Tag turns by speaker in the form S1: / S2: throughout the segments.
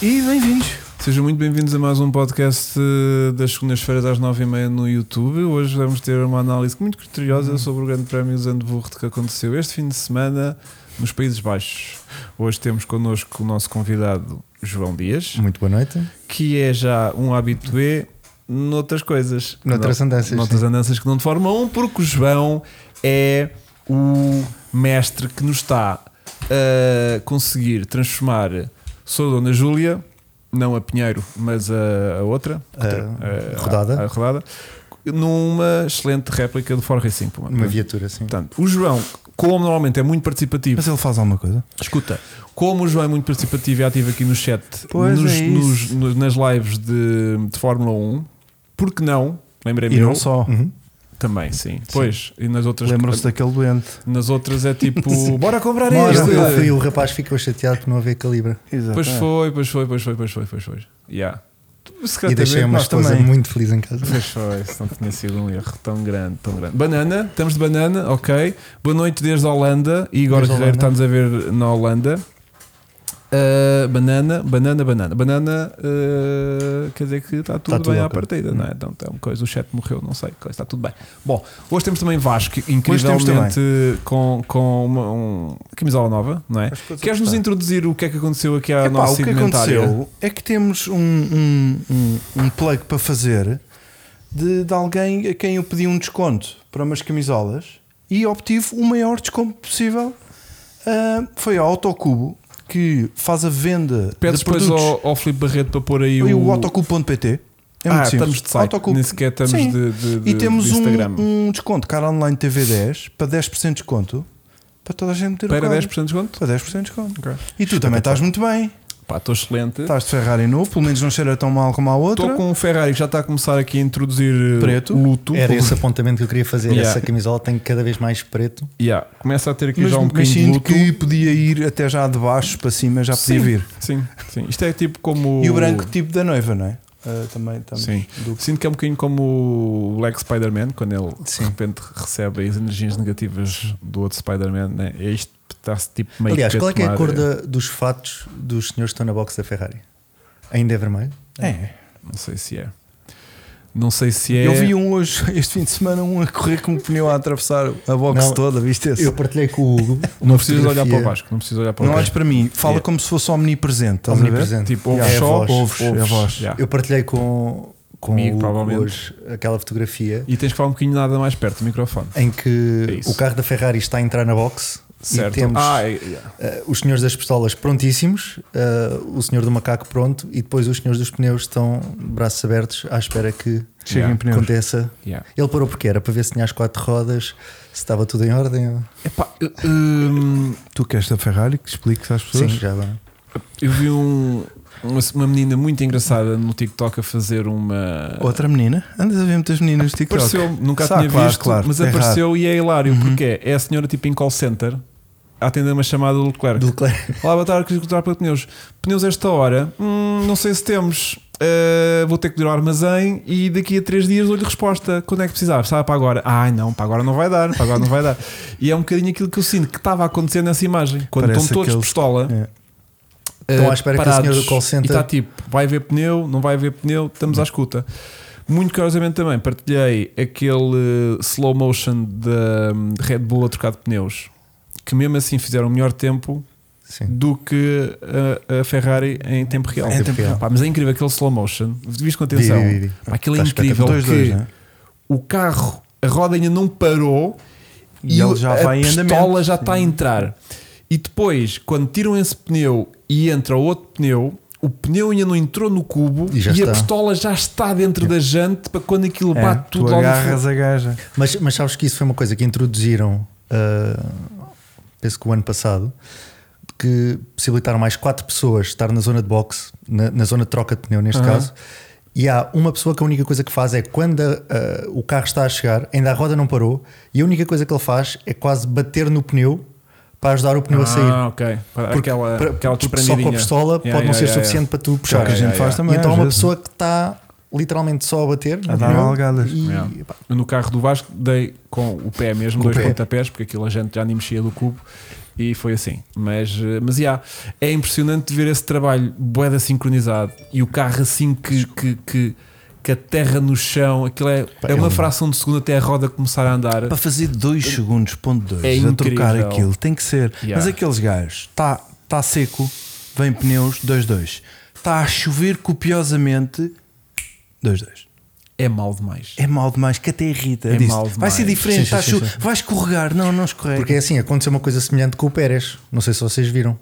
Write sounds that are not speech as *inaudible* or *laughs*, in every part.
S1: E bem-vindos. Sejam muito bem-vindos a mais um podcast eh, das segundas-feiras às nove e meia no YouTube. Hoje vamos ter uma análise muito criteriosa sobre o Grande Prémio de Zandvoort que aconteceu este fim de semana nos Países Baixos. Hoje temos connosco o nosso convidado João Dias,
S2: Muito boa noite.
S1: que é já um habitué noutras coisas.
S2: Noutras
S1: Não-
S2: andanças,
S1: Noutras andanças que não de Fórmula 1, porque o João é o mestre que nos está a conseguir transformar sou Dona Júlia, não a Pinheiro, mas a, a outra,
S2: A
S1: a-
S2: rodada.
S1: a rodada, numa excelente réplica do Ford Racing Puma.
S2: Uma viatura, sim.
S1: Portanto, o João, como normalmente é muito participativo,
S3: Mas ele faz alguma coisa?
S1: Escuta, como o João é muito participativo e ativo aqui no chat,
S3: Pois
S1: nos-
S3: é
S1: nos-
S3: isso.
S1: nos- nas lives de, de Fórmula 1, porque não? Lembrei-me
S3: E
S1: eu Hum.
S3: não só. Então,
S2: Uhum.
S1: também, sim. Pois, e nas outras
S3: Lembram-se daquele doente.
S1: nas outras é tipo, bora comprar
S2: Uma hora
S1: este.
S2: eu fui, o rapaz ficou chateado por não haver calibra.
S3: É.
S1: Pois foi, pois foi, pois foi, pois foi, pois foi. Yeah.
S2: E deixei uma
S3: nós
S2: esposa
S3: também.
S2: muito feliz em casa.
S1: Pois foi, se não tinha sido um erro tão grande, tão grande. Banana, estamos de banana, ok. Boa noite desde a Holanda. Igor
S2: Desde
S1: Guerreiro
S2: a Holanda.
S1: está-nos a ver na Holanda. Ah, banana, banana, banana. Banana ah, quer dizer que está tudo
S2: tudo
S1: bem à
S2: ok.
S1: partida, não é? Então, então, coisa, o chat morreu, não sei, coisa, está tudo bem. Bom, hoje temos também Vasco,
S3: temos também.
S1: incrivelmente com, com uma um, camisola nova, não é? Queres nos introduzir o que é que aconteceu aqui à
S3: Epá,
S1: nossa
S3: o que
S1: segmentária?
S3: aconteceu é que temos um, um, um, um plug para fazer de, de alguém a quem eu pedi um desconto para umas camisolas e obtive o maior desconto possível. Ah, foi a Autocubo que faz a venda
S1: Pede
S3: de
S1: depois
S3: produtos
S1: ao, ao Filipe Barreto para pôr aí
S3: e
S1: o,
S3: o autocubo.pt. É
S1: ah,
S3: muito simples.
S1: estamos de site,
S3: Autocubo.
S1: nem sequer estamos
S3: Sim.
S1: de, de, de-
S3: E temos
S1: de
S3: um,
S1: Instagram.
S3: um desconto, cara online TV10, para 10% de desconto, para toda a gente meter
S1: Para 10%
S3: o código.
S1: de desconto?
S3: Para 10% de desconto.
S1: Ok.
S3: E tu também estás muito bem.
S1: Pá, estou excelente.
S3: Estás de Ferrari novo, pelo menos não cheira tão mal como a Tá, outra.
S1: Estou com um Ferrari que já está a começar aqui a introduzir eh,
S3: Preto.
S1: luto.
S2: Era esse apontamento que eu queria fazer.
S1: Yeah.
S2: Essa camisola tem cada vez mais preto.
S1: Yeah, Começa a ter aqui
S3: Mas,
S1: já um
S3: mas
S1: bocadinho de
S3: sinto
S1: luto.
S3: que podia ir até já de baixo para cima, já podia
S1: sim,
S3: vir.
S1: Sim, sim. Isto é tipo como.
S3: E o branco tipo da noiva, não é? Ah, também estamos
S1: Sim.
S3: do-
S1: Sinto que é um bocadinho como o Black Spider-Man, quando ele de repente recebe as energias negativas do outro Spider-Man. Né? É isto está-se tipo meio
S2: Aliás,
S1: que
S2: qual é que é a
S1: tomar,
S2: cor
S1: eh,
S2: da- dos fatos dos senhores que estão na box da Ferrari? Ainda é vermelho?
S3: É.
S1: eh, Não sei se é. Não sei se é.
S3: Eu vi um hoje, *laughs* este fim de semana, um a correr com um pneu a atravessar a box
S2: Não,
S3: toda, viste esse?
S2: Eu partilhei com o Hugo.
S1: Não precisas olhar para o
S2: baixo.
S1: Vasco, não precisas olhar para
S3: Não
S1: o
S3: olhes
S1: Vasco.
S3: para mim, fala
S1: Yeah.
S3: como se fosse omnipresente, estás a ver?
S2: Omnipresente.
S1: Tipo, ouves
S2: Yeah, é a
S1: só,
S2: voz.
S1: ouves,
S3: É a
S1: ouves.
S3: voz.
S1: Yeah.
S2: Eu partilhei com, com
S1: Comigo,
S2: o Hugo
S1: provavelmente.
S2: hoje aquela fotografia
S1: E tens que falar um bocadinho nada mais perto do microfone.
S2: em que
S1: É isso.
S2: o carro da Ferrari está a entrar na box
S1: Certo.
S2: e temos
S1: Ah, é- yeah.
S2: eh, os senhores das pistolas prontíssimos, eh, o senhor do macaco pronto e depois os senhores dos pneus estão de braços abertos à espera que
S3: Cheguem
S1: Yeah.
S3: pneus.
S2: aconteça.
S1: Yeah.
S2: Ele parou porque era para ver se tinha as quatro rodas, se estava tudo em ordem.
S1: Epá, eu, hum,
S3: Tu queres da Ferrari que expliques às
S2: Sim,
S3: pessoas?
S2: já vai.
S1: eu vi um- uma, uma menina muito engraçada no TikTok a fazer uma.
S3: Outra menina? Andas a ver muitas meninas no TikTok.
S1: Apareceu, nunca a
S3: Sabe,
S1: tinha
S3: claro,
S1: visto,
S3: claro, Uhum.
S1: mas
S3: é raro.
S1: apareceu e é hilário, porque é, é a senhora tipo em call center a atender uma chamada do Leclerc.
S2: Do Leclerc.
S1: Olá, boa tarde, queria encontrar para pneus. Pneus esta hora, hum, não sei se temos. Uh, vou ter que ir ao armazém e daqui a três dias dou-lhe resposta. Quando é que precisava? Precisava para agora. Ai não, para agora não vai dar, para agora não vai dar. E é um bocadinho aquilo que eu sinto que estava acontecendo nessa imagem. Quando
S3: Parece
S1: estão todos
S3: aqueles-
S1: pistola,
S3: É.
S2: Estão
S1: eh,
S2: à espera que a
S1: parados,
S2: senhora do call center-
S1: E está tipo, vai haver pneu, não vai haver pneu, estamos à escuta. Muito curiosamente também partilhei aquele eh, slow motion da hum, Red Bull a trocar de pneus, que mesmo assim fizeram o melhor tempo
S2: Sim.
S1: do que a, a Ferrari em tempo real.
S2: Em tempo real.
S1: Pá, mas é incrível aquele slow motion. Viste com atenção.
S2: Vi, vi, vi.
S1: Pá, aquilo é
S2: Está
S1: incrível.
S3: Dois,
S1: que
S3: dois, né?
S1: O carro, a roda ainda não parou
S3: E
S1: o-
S3: ele já
S1: a
S3: vai em
S1: pistola
S3: andamento.
S1: já está a entrar. E depois, quando tiram esse pneu e entra o outro pneu, o pneu ainda não entrou no cubo
S2: E
S1: e,
S2: já
S1: a
S2: está.
S1: pistola já está dentro da jante para quando aquilo
S3: É,
S1: bate um
S3: tu
S1: tudo lá no
S3: agarras a gaja.
S2: Mas, mas sabes que isso foi uma coisa que introduziram, ah, penso que o ano passado, que possibilitaram mais quatro pessoas estar na zona de boxe, na, na zona de troca de pneu, neste
S1: Aham.
S2: caso. E há uma pessoa que a única coisa que faz é quando a- a- o carro está a chegar, ainda a roda não parou, e a única coisa que ele faz é quase bater no pneu para ajudar o pneu a sair.
S1: Ah, ok. Para aquela,
S2: para-
S1: aquela
S2: porque só com a
S1: desprendidinha.
S2: pistola
S1: Yeah,
S2: pode não
S1: yeah,
S2: ser
S1: yeah,
S2: suficiente para tu puxar.
S1: Claro que a gente faz
S3: também,
S2: E então
S3: às
S2: há uma
S3: vezes.
S2: pessoa que está literalmente só a bater no
S3: A dar
S2: pneu
S3: nalgadas.
S2: e-
S1: Yeah. No carro do Vasco dei com o pé mesmo, dois
S2: pé.
S1: pontapés, porque aquilo a gente já nem mexia do cubo. E foi assim. Mas, eh, mas yeah, é impressionante ver esse trabalho boeda sincronizado e o carro assim que, que, que, que aterra no chão. Aquilo é, é uma fração de segundo até a roda começar a andar.
S3: Para fazer 2 segundos, ponto 2,
S1: É
S3: a trocar
S1: incrível.
S3: aquilo, tem que ser.
S1: Yeah.
S3: Mas aqueles gajos, está tá seco, vem pneus, 2-2. Está a chover copiosamente, 2-2.
S1: É mal demais.
S3: É mal demais, que até irrita.
S1: É
S3: Disse,
S1: mau
S3: Vai
S1: demais.
S3: ser diferente,
S2: Sim, sim,
S3: tá a
S2: sim,
S3: cho-
S2: sim.
S3: vai escorregar. Não, não escorrega.
S2: Porque é assim, aconteceu uma coisa semelhante com o Pérez. Não sei se vocês viram.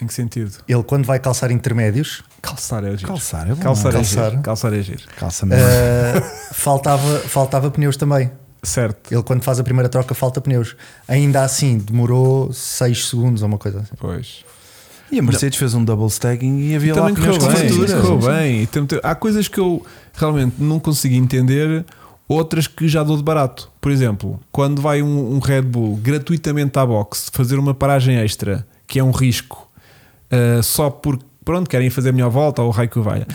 S1: Em que sentido?
S2: Ele, quando vai calçar intermédios,
S1: Calçar é giro.
S3: Calçar é bom.
S1: Calçar, é
S2: Calçar.
S1: giro. Calçar é giro.
S3: Calça mesmo.
S2: uh, faltava, faltava pneus também.
S1: Certo.
S2: Ele, quando faz a primeira troca, falta pneus. Ainda assim, demorou 6 segundos ou uma coisa assim.
S1: Pois.
S3: E a Mercedes fez um double stacking e havia lá
S1: também
S3: pneus
S1: correu
S3: com
S1: bem.
S3: fatura.
S1: correu bem. E tem- tem- Há coisas que eu realmente não consigo entender, outras que já dou de barato. Por exemplo, quando vai um, um Red Bull gratuitamente à boxe fazer uma paragem extra, que é um risco, ah, só porque pronto, querem fazer a melhor volta ou o raio que o valha.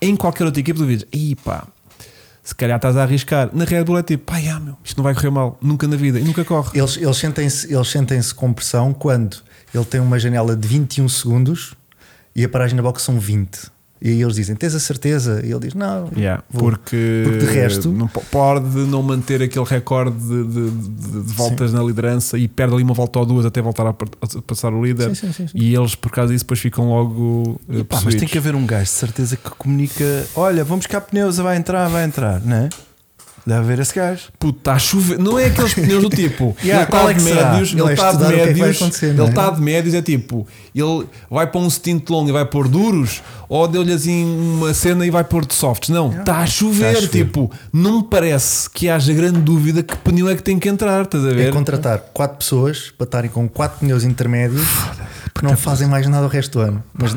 S1: Em qualquer outra equipe, duvidas, e pá. Se calhar estás a arriscar. Na Red Bull é tipo, pá, ah, meu, isto não vai correr mal, nunca na vida, e nunca corre.
S2: Eles, eles sentem-se eles sentem-se com pressão quando ele tem uma janela de 21 segundos e a paragem na box são 20. E aí eles dizem: Tens a certeza? E ele diz: Não,
S1: Yeah,
S2: vou."
S1: porque,
S2: Porque de resto-
S1: não po- pode não manter aquele recorde de, de- de- de voltas na liderança e perde ali uma volta ou duas até voltar a, par- a passar o líder.
S2: Sim, sim, sim, sim.
S1: E eles, por causa disso, depois ficam logo eh,
S3: Pá, mas
S1: possuídos.
S3: tem que haver um gajo de certeza que comunica: olha, vamos cá pneus, vai entrar, vai entrar, não é? Deve haver esse gajo.
S1: Puto, está a chover. Não é aqueles pneus do tipo.
S2: *laughs* Yeah,
S1: ele está
S2: qual é
S1: de
S2: que será?
S1: médios,
S2: Ele
S1: ele
S2: é
S1: está de
S2: estudar o que é que vai
S1: médios.
S2: acontecer,
S1: Ele
S2: não é?
S1: está de médios, é tipo, ele vai para um stint longo e vai pôr duros, ou deu-lhe assim uma cena e vai pôr de softs. Não, está a chover.
S2: Está Tá a chover.
S1: Tipo, não me parece que haja grande dúvida que pneu é que tem que entrar, estás a ver?
S2: É contratar 4 pessoas para estarem com 4 pneus intermédios que não fazem mais nada o resto do ano.
S1: Ah,
S2: Mas,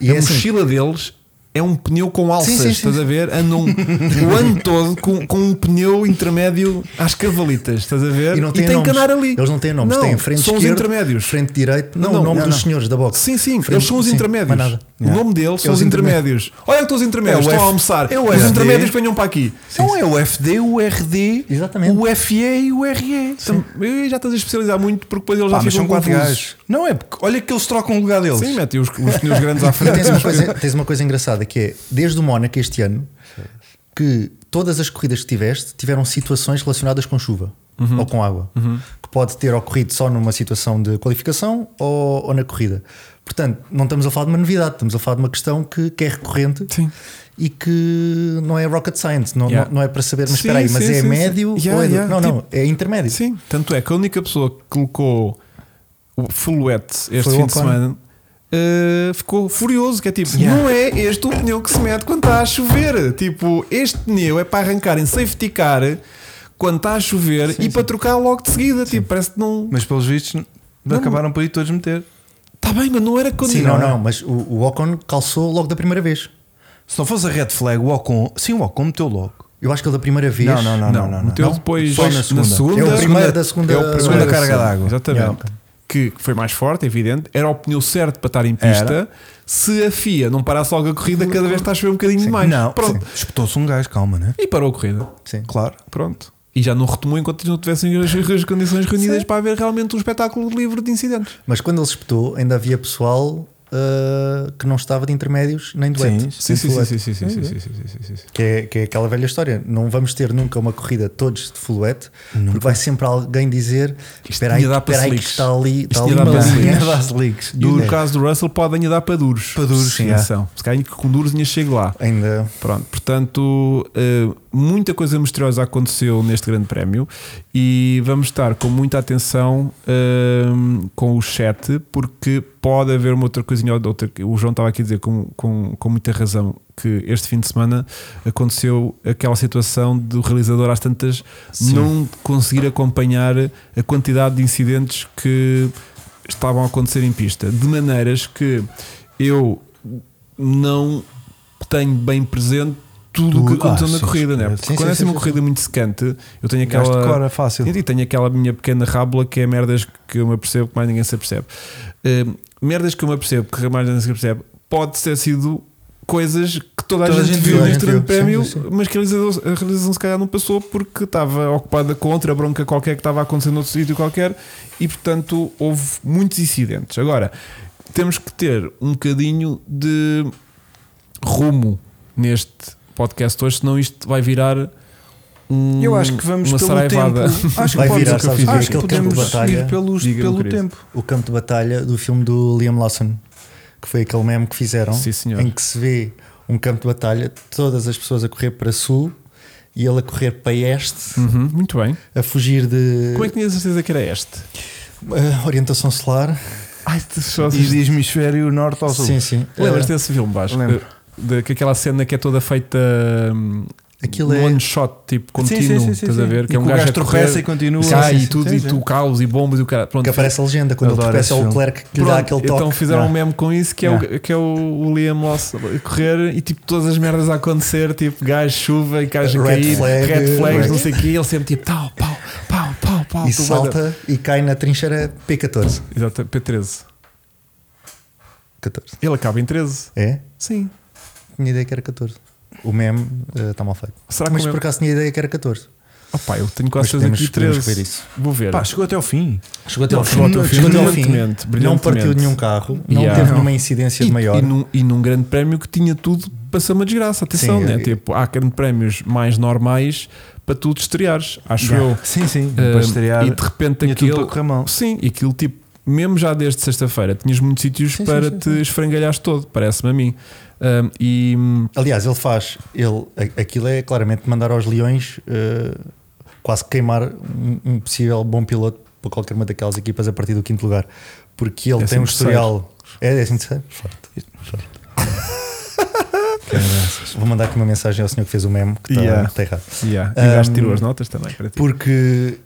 S2: e
S1: a
S2: é assim,
S1: mochila deles é um pneu com alças,
S2: Sim, sim, sim.
S1: estás a ver? Andam o ano todo com, com um pneu intermédio às cavalitas, estás a ver?
S2: e não têm
S1: tem
S2: nomes.
S1: que andar ali.
S2: Eles não têm nomes,
S1: Não,
S2: têm frente
S1: são os
S2: esquerda,
S1: intermédios.
S2: frente direita. Não,
S1: Não,
S2: o nome
S1: não,
S2: dos
S1: não.
S2: senhores da box.
S1: Sim, sim,
S2: Frente-
S1: eles são os
S2: sim,
S1: intermédios.
S2: mais nada.
S1: O nome deles são
S2: É os
S1: os intermédios. Olha que os intermédios,
S2: É o
S1: estão a
S2: F-
S1: almoçar.
S3: é o
S1: os
S3: FD.
S1: intermédios venham para aqui.
S3: Então é o FD, o RD,
S2: Exatamente.
S3: o FE e o RE.
S1: Então, eu já estás a especializar muito porque depois eles
S3: Pá,
S1: já
S3: mas
S1: ficam
S3: são quatro
S1: confusos.
S3: gajos. Não é porque olha que eles trocam o lugar deles.
S1: Sim, metem os, os pneus grandes à
S2: E
S1: frente. *laughs*
S2: tens, assim uma coisa, tens uma coisa engraçada que é desde o Mónaco este ano que todas as corridas que tiveste tiveram situações relacionadas com chuva
S1: Uhum.
S2: ou com água que pode ter ocorrido só numa situação de qualificação ou, ou na corrida. Portanto, não estamos a falar de uma novidade, estamos a falar de uma questão que, que é recorrente
S1: Sim.
S2: e que não é rocket science, não,
S1: Yeah.
S2: não, não é para saber, mas
S1: Sim,
S2: espera aí, mas
S1: sim,
S2: é
S1: sim,
S2: médio
S1: sim.
S2: ou
S1: Yeah,
S2: é. do-
S1: yeah,
S2: Não, não,
S1: tipo-
S2: é intermédio.
S1: Sim, tanto é que a única pessoa que colocou o full wet este
S2: Foi o
S1: fim de
S2: Ocon.
S1: semana eh, ficou furioso, que é tipo,
S3: Yeah.
S1: não é este o pneu que se mete quando está a chover. Tipo, este pneu é para arrancar em safety car quando está a chover e para trocar logo de seguida. Tipo, parece que não.
S3: Mas pelos vistos,
S1: Não.
S3: acabaram por ir todos meter.
S1: Está Tá bem, mas não era quando.
S2: Sim, não, não, mas o, o Ocon calçou logo da primeira vez.
S3: Se não fosse a red flag, o Ocon. Sim, o Ocon meteu logo.
S2: Eu acho que ele da primeira vez.
S3: Não, não, não,
S1: Não,
S3: não, não.
S1: meteu
S3: não.
S1: depois
S3: Foi
S1: na
S3: na
S1: segunda.
S3: segunda.
S2: É o primeiro da segunda-
S1: é o primeiro
S2: segunda
S1: da
S3: carga
S1: segunda,
S3: d'água.
S1: Exatamente.
S2: Yeah, ok.
S1: Que que foi mais forte, evidente. Era o pneu certo para estar em pista.
S3: Era.
S1: Se a FIA não parasse logo a corrida, cada vez está a chover um bocadinho mais.
S3: Não,
S1: Pronto.
S3: sim. espetou-se um gajo, calma, né?
S1: E parou a corrida.
S2: Sim.
S3: Claro.
S1: Pronto. E já não retomou enquanto não tivessem as, as condições reunidas para haver realmente um espetáculo livre de incidentes.
S2: Mas quando ele se espetou, ainda havia pessoal ah, que não estava de intermédios nem doente.
S1: Sim,
S3: Sim,
S1: sim, sim, sim, sim, sim, sim, sim, sim, sim, sim, sim.
S2: Que é, que é aquela velha história. Não vamos ter nunca uma corrida todos de fluete, porque vai sempre alguém dizer: Espera aí,
S1: tinha dado para
S2: espera aí que
S1: slicks.
S2: está ali, está
S1: Isto
S2: ali
S1: tinha dado
S2: uma
S1: para
S2: linha.
S1: slicks.
S3: leaks.
S1: E
S2: é.
S1: no caso do Russell podem dar para duros.
S3: Para duros,
S1: sim.
S3: é.
S1: atenção. Se calhar com duros ainda chego lá.
S2: Ainda.
S1: Pronto, portanto, eh, muita coisa misteriosa aconteceu neste Grande Prémio e vamos estar com muita atenção ehm, com o chat, porque pode haver uma outra coisinha ou outra. que O João estava aqui a dizer com, com, com muita razão que este fim de semana aconteceu aquela situação do realizador às tantas não conseguir acompanhar a quantidade de incidentes que estavam a acontecer em pista, de maneiras que eu não tenho bem presente tudo o que
S3: Tudo. Ah,
S1: aconteceu na
S3: sim,
S1: corrida, né?
S3: sim,
S1: Porque
S2: sim,
S1: quando é
S2: sim,
S1: assim uma
S2: sim,
S1: corrida muito secante, eu tenho
S3: Gajo
S1: aquela.
S3: decora fácil.
S1: E tenho aquela minha pequena rábula que é merdas que eu me apercebo que mais ninguém se apercebe. Hum, Eh, merdas que eu me apercebo que mais ninguém se apercebe pode ter sido coisas que toda a
S3: Toda
S1: gente, viu
S2: viu,
S1: neste
S2: sim,
S1: grande
S2: sim,
S1: prémio,
S2: sim.
S1: mas que a realização, a realização se calhar não passou porque estava ocupada com outra bronca qualquer que estava acontecendo noutro sítio qualquer e, portanto, houve muitos incidentes. Agora, temos que ter um bocadinho de rumo neste podcast hoje, senão isto vai virar um,
S3: Eu acho que vamos
S1: uma
S3: pelo
S1: saraivada.
S3: tempo. Acho que,
S2: Vai
S3: pode-
S2: virar,
S3: acho
S1: sabes,
S3: que
S1: aquele
S2: campo de
S3: podemos
S2: batalha.
S3: seguir pelos,
S1: Diga-me,
S3: pelo
S1: querido.
S3: tempo.
S2: o campo de batalha do filme do Liam Lawson, que foi aquele meme que fizeram,
S1: Sim, senhor.
S2: em que se vê um campo de batalha, todas as pessoas a correr para sul e ele a correr para este,
S1: Uhum, muito bem.
S2: a fugir de
S1: Como é que tinhas a certeza que era este?
S2: eh, orientação solar.
S1: Ai, tu só
S3: E diz hemisfério norte ao sul.
S2: Sim, sim.
S1: Lembras
S2: Eh,
S1: desse filme, Vasco?
S3: Lembro.
S1: De, que aquela cena que é toda feita hum,
S2: Aquilo
S1: num
S2: é-
S1: one shot, tipo contínuo,
S3: sim, sim, sim,
S1: estás a
S3: sim.
S1: ver? Que
S3: E
S1: é um
S3: que o
S1: gajo,
S3: gajo
S1: a correr,
S3: tropeça e continua.
S1: cai
S3: Sim,
S1: e tudo,
S3: sim,
S1: e
S3: sim.
S1: tu caos e bombas e o cara. Pronto,
S2: que aparece a legenda quando ele
S3: Adoro
S2: tropeça é
S3: esse
S2: o
S3: filme.
S2: Clerc que lhe
S1: Pronto,
S2: dá aquele toque. Ah.
S1: então fizeram um
S2: Não.
S1: meme com isso que é, o, que é o Liam Lawson a correr e tipo todas as merdas a acontecer, tipo gajo, chuva e gajo a
S2: Red
S1: cair,
S2: flag,
S1: red flags,
S2: red-
S1: não sei o que, ele sempre tipo tal, pau, pau, pau, pau,
S2: e
S1: tu
S2: salta e cai na trincheira P14.
S1: manda- Exato, P13.
S2: 14.
S1: Ele acaba em 13.
S2: É?
S1: Sim.
S2: Tinha ideia que era 14. O meme está mal feito.
S1: Será que
S2: Mas
S1: o meme-
S2: por acaso tinha ideia que era 14.
S1: Opa, eu tenho quase
S2: Mas
S1: certeza que
S2: podemos- podemos
S1: 13.
S2: ver isso.
S1: Vou ver.
S3: Pá, chegou até ao fim.
S2: Chegou até
S1: Não,
S2: ao
S1: chegou
S2: fim,
S1: até ao fim.
S2: chegou até ao
S1: Brilhantemente,
S2: fim. Não
S1: brilhantemente.
S2: partiu de nenhum carro, não
S1: Yeah.
S2: teve nenhuma incidência de maior.
S1: E, num, e num grande prémio que tinha tudo para ser uma desgraça. Atenção,
S2: Sim,
S1: né?
S2: eu-
S1: Tipo, há grande prémios mais normais para tu te estreares, acho
S3: Já.
S1: eu.
S3: Sim, sim.
S1: Ah,
S3: Depois de estrear,
S1: e de repente
S3: tinha tudo
S1: aquilo.
S3: para correr mal.
S1: Sim, e aquilo tipo, mesmo já desde sexta-feira, tinhas muitos sítios
S2: Sim, sim,
S1: para
S2: sim,
S1: te esfrangalhares todo, parece-me a mim. Ah, e hum,
S2: Aliás, ele faz, ele, a- aquilo é claramente mandar aos leões eh, quase queimar um, um possível bom piloto para qualquer uma daquelas equipas a partir do quinto lugar, porque ele tem
S1: Décimo
S2: um historial. É décimo terceiro? Forte. *laughs* Forte. Caraças. Vou mandar aqui uma mensagem ao senhor que fez o meme que está
S1: Yeah.
S2: está errado.
S1: yeah, e o gajo
S2: Ah,
S1: tirou as notas também para ti.
S2: Porque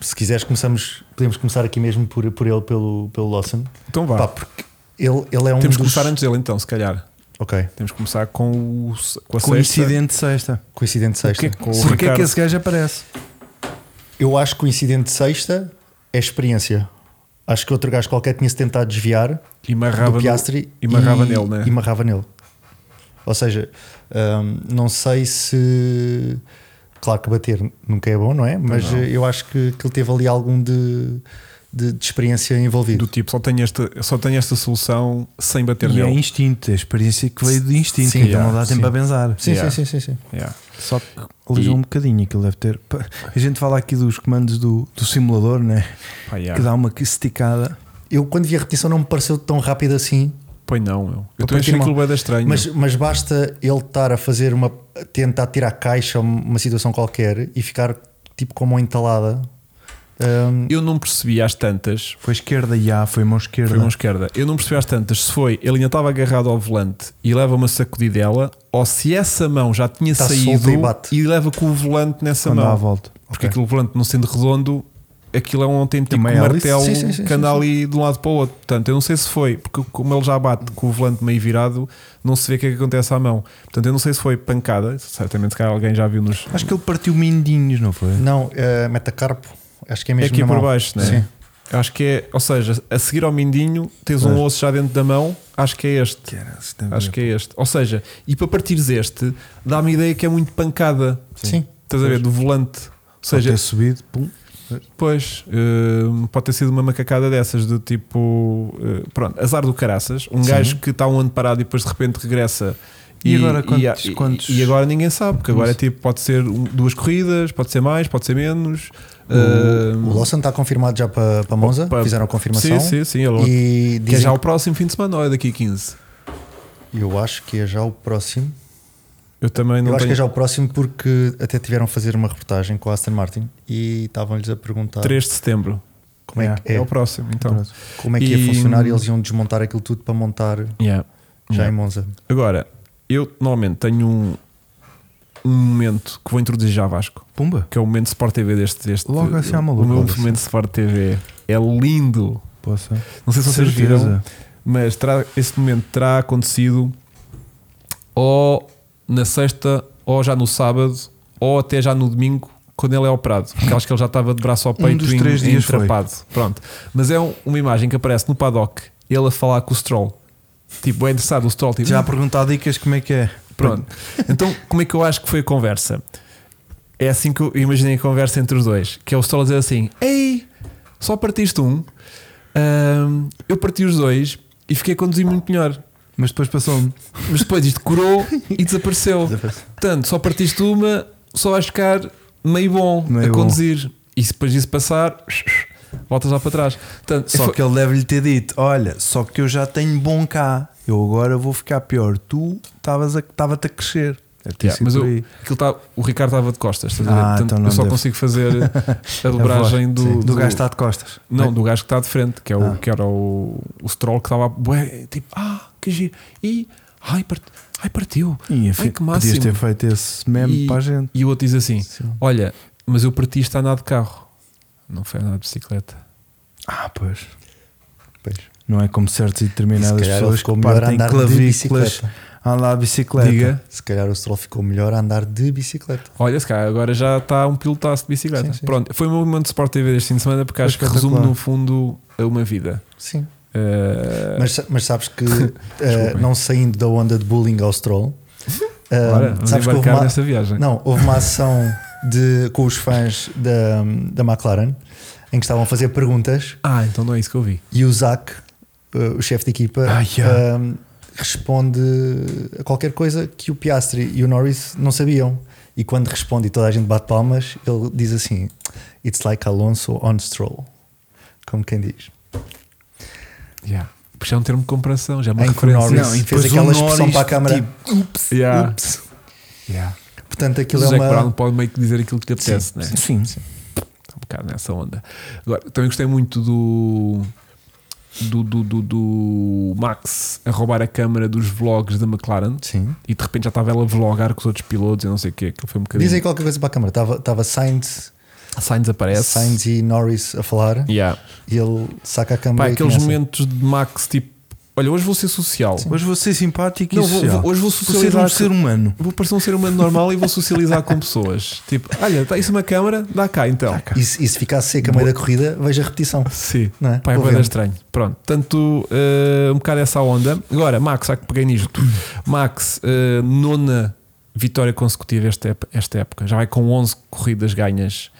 S2: se quiseres começamos, podemos começar aqui mesmo por, por ele, pelo, pelo Lawson.
S1: Então vá.
S2: Pá, porque ele, ele é um
S1: Temos que
S2: dos...
S1: começar antes dele, então, se calhar.
S2: Ok,
S1: Temos que começar com, o, se- com a
S3: Com o
S1: sexta.
S3: incidente de sexta.
S2: coincidente
S1: O que
S2: sexta.
S1: é que- com o
S3: Porquê é
S1: Ricardo-
S3: que esse gajo aparece?
S2: Eu acho que o incidente de sexta é experiência. Acho que outro gajo qualquer tinha-se tentado desviar
S1: E marrava,
S2: do
S1: no-
S2: Piastri
S1: e marrava nele, né?
S2: E marrava nele. Ou seja, hum, não sei se. Claro que bater nunca é bom, não é? Mas
S1: não.
S2: eu acho que, que ele teve ali algum de, de, de experiência envolvido.
S1: do tipo, só tenho esta, só tenho esta solução sem bater
S3: E é
S1: nele.
S3: instinto. A experiência que veio de instinto.
S2: Sim,
S3: então
S2: já,
S3: não dá tempo
S2: sim.
S3: a pensar.
S2: Sim,
S1: Yeah.
S2: sim, sim, sim, sim.
S1: Yeah.
S3: Só que alijou
S1: E-
S3: um bocadinho aquilo deve ter. Pá, A gente fala aqui dos comandos do, do simulador, né?
S1: Pá, yeah.
S3: Que dá uma esticada.
S2: Eu quando vi a repetição não me pareceu tão rápido assim,
S1: Pois não, eu. Eu estou
S2: Para
S1: a achar
S2: ter uma-
S1: aquilo bem estranho.
S2: mas, mas basta ele estar a fazer uma. tentar tirar a caixa uma situação qualquer e ficar tipo com a mão entalada. Hum,
S1: eu não percebi às tantas.
S3: Foi esquerda e A, foi mão esquerda.
S1: Foi mão esquerda. Eu não percebi às tantas se foi ele ainda estava agarrado ao volante e leva uma sacudidela ou se essa mão já tinha
S2: Está
S1: saído
S2: solta Tá e bate.
S1: leva com o volante nessa
S3: Quando dá a
S1: mão.
S3: volta.
S1: Porque
S2: Ok.
S1: aquele volante não sendo redondo, aquilo é um autêntico
S3: Também é ali.
S1: martelo
S2: Sim, sim, sim,
S1: que anda ali de um lado para o outro. Portanto, eu não sei se foi, porque como ele já bate com o volante meio virado, não se vê o que é que acontece à mão. Portanto, eu não sei se foi pancada, certamente se calhar alguém já viu nos.
S3: Acho que ele partiu mindinhos, não foi?
S2: Não, eh, metacarpo, acho que é
S1: É
S2: mesmo.
S1: aqui
S2: na
S1: por
S2: mão.
S1: baixo, né?
S2: Sim.
S1: Acho que é, ou seja, a seguir ao mindinho, tens um osso já dentro da mão, acho que é este.
S3: assim
S1: Acho que é este. Ou seja, e para partires este, dá-me a ideia que é muito pancada.
S2: Sim.
S1: Estás a ver? Do volante. Ou seja,
S3: ter subido, pum.
S1: Pois, eh, pode ter sido uma macacada dessas, do tipo, eh, pronto, azar do caraças. Um gajo que está um ano parado e depois de repente regressa.
S3: E agora quantos-
S1: e- e-
S3: quantos-
S1: e agora ninguém sabe, porque agora é tipo, pode ser um- duas corridas, pode ser mais, pode ser menos. eh,
S2: O Lawson está confirmado já para, para Monza,
S1: pa-
S2: fizeram a confirmação.
S1: Sim, sim, sim. Ele,
S2: E
S1: que é
S2: dizem,
S1: já o próximo fim de semana ou é daqui a 15?
S2: eu acho que é já o próximo.
S1: Eu também não
S2: eu acho
S1: tenho.
S2: que é já o próximo porque até tiveram a fazer uma reportagem com a Aston Martin e estavam-lhes a perguntar
S1: 3 de setembro.
S2: como é, que,
S1: É.
S2: é,
S1: o próximo, então.
S3: Pronto.
S2: como é que ia
S1: E-
S2: funcionar e eles iam desmontar aquilo tudo para montar
S1: Yeah.
S2: já
S1: Yeah.
S2: em Monza.
S1: é- Agora, eu normalmente tenho um, um momento que vou introduzir já Vasco.
S3: Pumba.
S1: que é o momento Sport TV deste. deste
S3: Logo assim à maluca,
S1: O meu
S3: logo assim.
S1: momento Sport TV é lindo.
S3: Posso.
S1: Não sei se vocês viram, mas terá, esse momento terá acontecido ou na sexta, ou já no sábado, ou até já no domingo, quando ele é operado. Porque acho que ele já estava de braço
S3: *laughs*
S1: ao peito
S3: Um dos
S1: e
S3: três dias foi.
S1: entrapado. Pronto. Mas é um- uma imagem que aparece no paddock, ele a falar com o Stroll. Tipo, é interessado o Stroll. Tipo,
S3: Já a perguntar dicas como é que é.
S1: Pronto. Então, como é que eu acho que foi a conversa? É assim que eu imaginei a conversa entre os dois: que é o Stroll dizer assim, Ei, só partiste um, Ahm, eu parti os dois e fiquei a conduzir muito melhor.
S3: Mas depois passou-me.
S1: Mas depois isto curou e desapareceu. Portanto, só partiste uma, só vais ficar meio bom
S3: Meio
S1: a
S3: bom.
S1: conduzir. E se depois disso passar, voltas lá para trás. Portanto,
S3: Só
S1: foi-
S3: que ele deve-lhe ter dito: Olha, só que eu já tenho bom cá, eu agora vou ficar pior. Tu estavas a- estava-te a, crescer. Deve ter
S1: Yeah,
S3: sido
S1: mas
S3: é por
S1: eu-
S3: aí.
S1: aquilo tá, o Ricardo estava de costas, estás a ver?
S3: Ah,
S1: Portanto,
S3: então não
S1: eu só
S3: deve.
S1: consigo fazer a
S3: *laughs* A
S1: dobragem
S3: voz,
S1: do,
S3: sim.
S1: do,
S3: do gajo está de costas.
S1: Não, do gajo que está de frente, que, é o,
S3: Ah.
S1: que era o, o Stroll que estava bué, tipo, ah, que giro, e ai, part, ai partiu.
S3: E,
S1: Ai, que máximo.
S3: podias ter feito esse meme
S1: E-
S3: para a gente.
S1: E o outro diz assim:
S3: Sim.
S1: Olha, mas eu parti isto a andar de carro. Não foi a andar de bicicleta.
S3: Ah, pois.
S2: Pois.
S3: Não é como certas e determinadas
S2: Se calhar ele
S3: pessoas
S2: ficou
S3: que
S2: melhor a
S3: partem
S2: andar de
S3: clavículas
S2: bicicleta.
S3: a andar de bicicleta.
S1: Diga.
S2: Se calhar o Stroll ficou melhor a andar de bicicleta.
S1: Olha, se calhar agora já está um pilotaço de bicicleta.
S2: Sim, sim,
S1: Pronto, foi o meu momento de Sport TV deste fim de semana porque
S3: Foi
S1: acho que resume
S3: espetacular.
S1: no fundo a uma vida.
S2: Sim.
S1: Eh,
S2: Mas, sa- mas
S1: *laughs*
S2: sabes que, eh, não saindo da onda de bullying ao Stroll, eh,
S1: ora, vamos
S2: sabes que houve
S1: embarcar
S2: uma,
S1: nessa viagem.
S2: não,
S1: *laughs*
S2: houve uma ação de, com os fãs da, da McLaren em que estavam a fazer perguntas
S1: Ah, então não é isso que eu vi.
S2: e o Zac, eh, o chefe de equipa,
S3: Ah, yeah.
S2: eh, responde a qualquer coisa que o Piastri e o Norris não sabiam. E quando responde e toda a gente bate palmas, ele diz assim: It's like Alonso on Stroll. Como quem diz.
S1: Yeah. Porque já é um termo de comparação, já é uma
S2: Em que o
S1: referência.
S2: Norris
S3: Não, e depois um
S2: fez
S3: tipo, o
S2: aquela expressão
S3: Norris,
S2: para a câmara. ups,
S1: Yeah.
S2: ups.
S1: Yeah.
S2: Portanto,
S1: O
S2: aquilo é
S1: Zac
S2: uma.
S1: Brown pode meio que dizer aquilo que lhe
S2: Sim,
S1: apetece, né?
S2: sim.
S3: Sim.
S1: um bocado nessa onda. Agora, também gostei muito do. Do, do, do- do Max a roubar a câmara dos vlogs da McLaren
S2: Sim.
S1: e de repente já estava ela a vlogar com os outros pilotos e não sei o que, que foi um bocadinho.
S2: Diz aí qualquer coisa para a câmara. Estava, estava Sainz,
S1: Sainz aparece.
S2: Sainz e Norris a falar
S1: Yeah.
S2: e ele saca a câmara.
S1: Pá,
S2: e
S1: aqueles
S2: começa.
S1: momentos de Max tipo: Olha, hoje vou ser social,
S3: Hoje vou ser simpático
S1: Não,
S3: e
S1: vou-
S3: social.
S1: vou- hoje vou
S3: vou ser um
S1: socializar
S3: ser
S1: com-
S3: humano.
S1: vou parecer um ser humano normal e vou socializar com pessoas. Tipo, olha, está isso uma câmara, dá cá então.
S2: E se, e se ficar seca a meio da corrida, veja a repetição.
S1: Sim,
S2: Não é?
S1: Pá, é
S2: Vou
S1: bem
S2: ver.
S1: estranho. Pronto, tanto eh, um bocado essa onda. Agora, Max, há que peguei nisto. Max, eh, nona vitória consecutiva esta, ep- esta época. Já vai com 11 corridas ganhas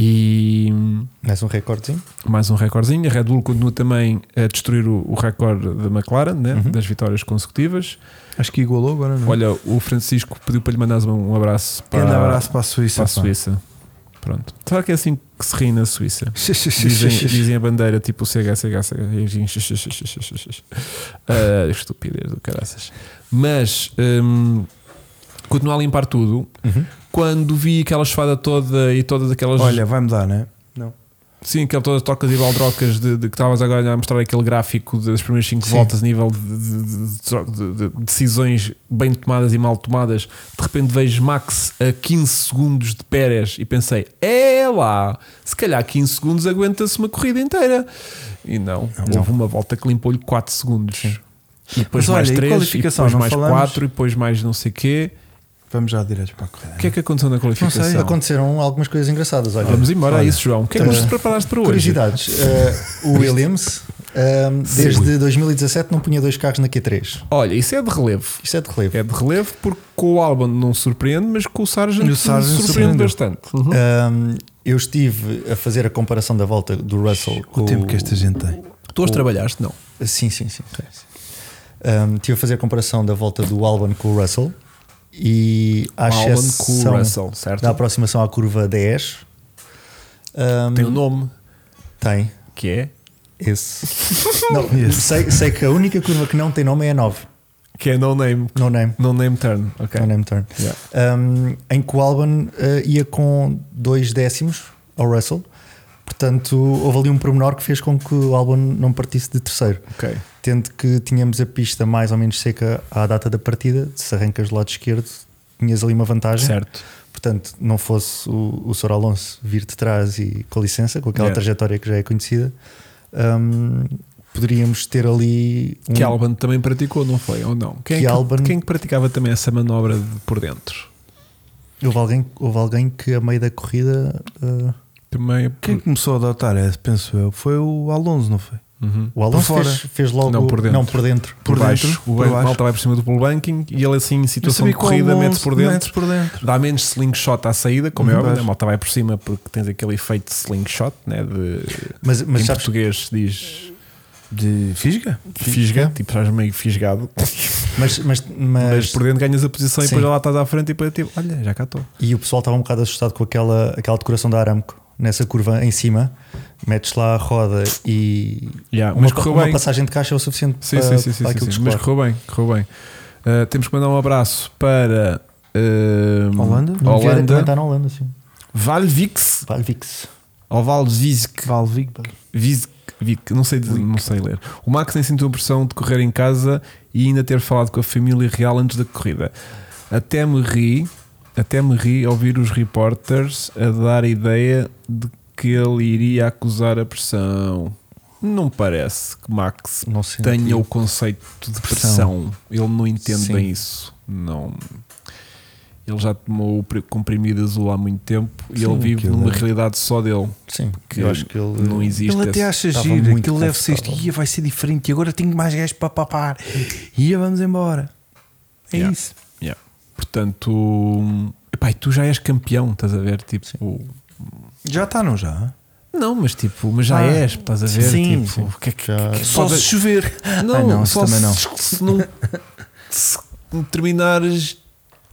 S1: e hum,
S2: Mais um recordezinho.
S1: mais um recordzinho. A Red Bull continua também a destruir o, o recorde da McLaren, né? das vitórias consecutivas.
S3: Acho que igualou agora, não é?
S1: Olha, o Francisco pediu para lhe mandar um, um abraço para,
S3: Grande abraço é para a
S1: para
S3: Suíça.
S1: a
S3: pá.
S1: Suíça. Pronto. Será que é assim que se ri na Suíça? Dizem, dizem a bandeira tipo CH, CH, CH. Uh, estupidez do caraças. Mas hum, continuar a limpar tudo. Quando vi aquela esfada toda e todas aquelas.
S3: Olha, vai mudar, não é? Não.
S1: Sim, aquelas todas trocas e baldrocas de, de que estavas agora a mostrar aquele gráfico das primeiras 5
S2: Sim.
S1: voltas, nível de, de- de- de- de- de decisões bem tomadas e mal tomadas. De repente vejo Max a 15 segundos de Pérez e pensei: é lá, se calhar 15 segundos aguenta-se uma corrida inteira. E não, houve uma volta que limpou-lhe 4 segundos. E depois
S3: Mas
S1: mais
S3: olha, e
S1: 3, e
S3: qualificação,
S1: depois
S3: não
S1: mais
S3: falamos?
S1: 4, e depois mais não sei o quê.
S3: Vamos já direto para a corrida.
S1: O que é que aconteceu na qualificação?
S2: Aconteceram algumas coisas engraçadas. Olha,
S1: Vamos embora a
S2: Olha,
S1: isso, João. O que é que
S2: tá-
S1: nos preparaste para hoje?
S2: Curiosidades.
S1: *laughs*
S2: Eh, o Williams, eh, desde 2017, não punha dois carros na Q3.
S1: Olha, isso é de relevo.
S2: Isto é de relevo.
S1: É de relevo porque com o Albon não surpreende, mas com o Sargent,
S3: E o Sargent
S1: surpreende
S3: surpreendeu. Uhum.
S1: bastante.
S2: Um, eu estive a fazer a comparação da volta do Russell
S3: O tempo que esta gente tem.
S1: Tu hoje trabalhaste? Não.
S2: Sim, sim, sim. Um, estive a fazer a comparação da volta do Albon com o Russell e à
S1: Albon com
S2: exceção
S1: o Russell, certo?
S2: da aproximação à curva 10 um,
S1: Tem um nome
S2: tem
S1: que é. *laughs*
S2: esse Não,
S3: Esse.
S2: sei, sei que a única curva que não tem nome é a 9
S1: Que é No Name.
S2: no name,
S1: No Name Turn. Ok.
S2: no name turn
S1: Yeah.
S2: Um, em que o Albon eh, ia com dois décimos ao Russell portanto houve ali um pormenor que fez com que o Albon não partisse de terceiro
S1: Ok.
S2: tendo que tínhamos a pista mais ou menos seca à data da partida, se arrancas do lado esquerdo, tinhas ali uma vantagem.
S1: Certo.
S2: Portanto, não fosse o, o Sr. Alonso vir de trás e com licença, com aquela
S1: Yeah.
S2: trajetória que já é conhecida, hum, poderíamos ter ali um
S1: Que é Albon também praticou, não foi? Ou não? Quem, é
S2: Que
S1: que,
S2: Albon-
S1: quem que praticava também essa manobra de por dentro?
S2: Houve, alguém, houve alguém que a meio da corrida. uh,
S1: Também. é
S3: Quem começou a adotar esse, penso eu, foi o Alonso, não foi?
S1: Uhum.
S2: O Alonso
S3: Por fora.
S2: fez, fez logo.
S1: Não, por dentro.
S2: Não, por dentro.
S1: Por,
S3: Por
S1: baixo.
S3: dentro,
S1: o
S3: por
S1: ban-
S3: baixo.
S1: malta vai por cima do pole banking e ele assim, em
S3: Eu
S1: situação
S3: sabia
S1: de
S3: que o
S1: corrida,
S3: Alonso
S1: mete por dentro.
S3: Mete por dentro.
S1: Dá menos slingshot à saída, como é
S3: Uhum.
S1: óbvio, né?
S3: Pois.
S1: a malta vai por cima porque tens aquele efeito slingshot, né? de,
S2: Mas, mas
S1: em
S2: sabes,
S1: português se diz
S3: De física?
S1: fisga, tipo estás meio fisgado,
S2: mas, mas,
S1: mas
S2: É, mas,
S1: por dentro ganhas a posição e
S2: Sim.
S1: depois lá estás à frente e depois é tipo, olha, já cá estou.
S2: E o pessoal estava um bocado assustado com aquela, aquela decoração da Aramco nessa curva em cima. Metes lá a roda e.
S1: Yeah,
S2: uma,
S1: mas correu
S2: uma
S1: bem.
S2: passagem de caixa é o suficiente
S1: Sim,
S2: para,
S1: sim, sim, sim,
S2: para
S1: sim,
S2: aquilo
S1: sim.
S2: que
S1: mas
S2: escorre.
S1: correu bem, correu bem. Uh, temos que mandar um abraço para uh,
S3: Holanda?
S2: Não devia
S1: Holanda.
S2: também está na Holanda, sim.
S1: Valvix
S2: Valvix.
S1: ou Valvisk,
S3: Valvig.
S1: Visk, Vic, não sei, dizer- não sei ler. O Max nem sentiu a pressão de correr em casa e ainda ter falado com a família real antes da corrida. Até me ri, até me ri ao ouvir os repórteres a dar a ideia de que ele iria acusar a pressão. Não parece que Max
S2: Não sei.
S1: tenha o conceito de pressão. Ele não entende
S2: Sim.
S1: bem isso. Não. Ele já tomou o pre- comprimido azul há muito tempo e
S2: Sim,
S1: ele vive
S2: aquilo
S1: numa
S2: é-
S1: realidade só dele.
S2: Sim,
S1: que
S2: eu acho que ele.
S1: Não existe
S3: Ele até
S1: essa-
S3: acha
S2: estava
S3: giro,
S2: muito
S3: aquilo deve ser isto.
S2: confortável.
S3: Ia, vai ser diferente. E agora tenho mais gajos para papar. Ia, vamos embora. É
S1: Yeah.
S3: isso.
S1: Yeah. Portanto, hum, epá, e tu já és campeão, estás a ver? Tipo,
S3: Já está, não já?
S1: não, mas tipo, mas já
S3: Ah,
S1: és, estás a ver?
S3: sim,
S1: tipo,
S3: sim.
S1: o que é que-
S2: Já-
S1: que-
S3: Só
S1: pode-
S3: se chover.
S1: não,
S3: Ah, não, isso
S1: só
S3: também
S1: se,
S3: não.
S1: se não se terminares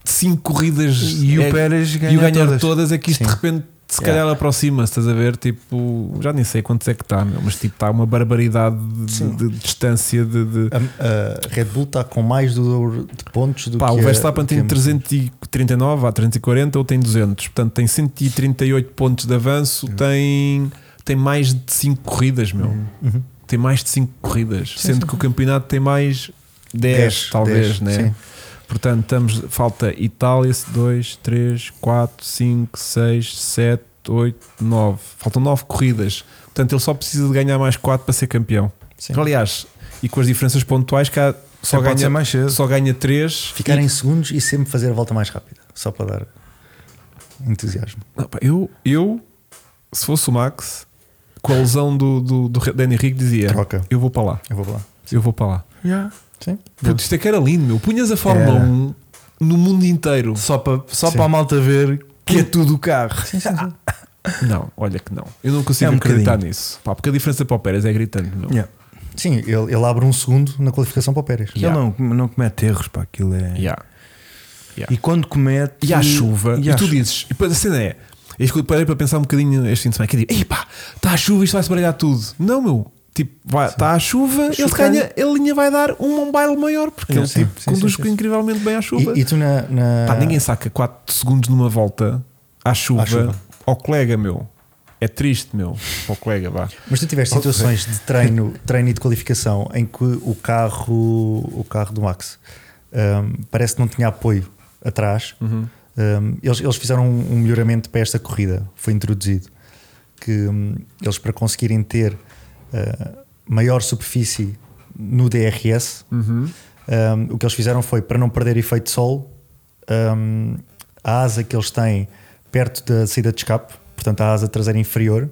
S1: cinco corridas
S3: *laughs* E
S1: é-
S3: o Pérez
S1: e o
S3: ganha
S1: ganhar todas,
S3: todas.
S1: é que isto de
S2: Sim.
S1: repente se
S2: Yeah.
S1: calhar aproxima-se, estás a ver? Tipo, já nem sei quantos é que está, meu, mas tipo, está uma barbaridade de-
S3: Sim.
S1: de, de distância de- de,
S2: A, a Red Bull está com mais do dobro de pontos do
S1: Pá,
S2: que.
S1: o
S2: a-
S1: Verstappen
S2: do que
S1: tem
S2: a-
S1: 339, há 340 ou tem 200, portanto tem 138 pontos de avanço, tem, tem mais de 5 corridas, meu.
S2: Uhum.
S1: Tem mais de 5 corridas, sendo que o campeonato tem mais 10,
S2: Dez,
S1: talvez,
S2: dez,
S1: né?
S2: sim.
S1: Portanto, estamos, falta Itália 2, 3, 4, 5, 6, 7, 8, 9. Faltam 9 corridas. Portanto, ele só precisa de ganhar mais 4 para ser campeão.
S2: Sim.
S1: Aliás, e com as diferenças pontuais, cá só
S3: Só pode ser
S1: ganha,
S3: mais cedo.
S1: só ganha 3.
S2: Ficar em segundos e sempre fazer a volta mais rápida. Só para dar entusiasmo.
S1: Não, pá, eu, eu, se fosse o Max, com a lesão do, do, do Danny Rick, dizia:
S2: Troca.
S1: Eu vou para lá,
S2: Eu vou lá.
S1: eu vou para lá.
S3: Yeah.
S2: Sim.
S1: Puto, isto é que era lindo, meu. Punhas a Fórmula
S3: Era.
S1: 1 no mundo inteiro.
S3: Só para só
S2: Sim.
S3: para a malta ver que é tudo o carro.
S1: *laughs* Não, olha que não. Eu não consigo
S3: É um
S1: acreditar nisso. Pá, porque a diferença para o Pérez é gritante, meu.
S3: Yeah.
S2: Sim, ele, ele abre um segundo na qualificação para o Pérez.
S1: Yeah.
S3: Ele não, não comete erros, pá, aquilo é.
S1: Yeah.
S3: E quando comete.
S1: E à chuva, e,
S3: à
S1: tu
S3: chu-
S1: dizes, e depois a cena é, é isso que eu parei para pensar um bocadinho este fim de semana, que eu digo, "Ei, pá, está à chuva, isto vai-se baralhar tudo. Não, meu, tipo, está à chuva, ele
S3: Chutar.
S1: ganha, a linha vai dar um, um baile maior, porque
S2: Sim,
S1: ele
S2: sim,
S1: tipo,
S2: sim,
S1: conduz
S2: sim, sim.
S1: incrivelmente bem à chuva.
S2: E, e tu na. na-
S1: Pá, ninguém saca 4 segundos numa volta à chuva,
S2: À chuva.
S1: ao colega, meu. É triste, meu, ao colega, vá.
S2: Mas tu tiveste situações de treino, treino e de qualificação em que o carro, o carro do Max hum, parece que não tinha apoio atrás. Hum, eles, eles fizeram um, um melhoramento para esta corrida, foi introduzido. Que hum, eles, para conseguirem ter ah, maior superfície no DRS, hum, o que eles fizeram foi para não perder efeito sol, hum, a asa que eles têm perto da saída de escape, portanto a asa traseira inferior,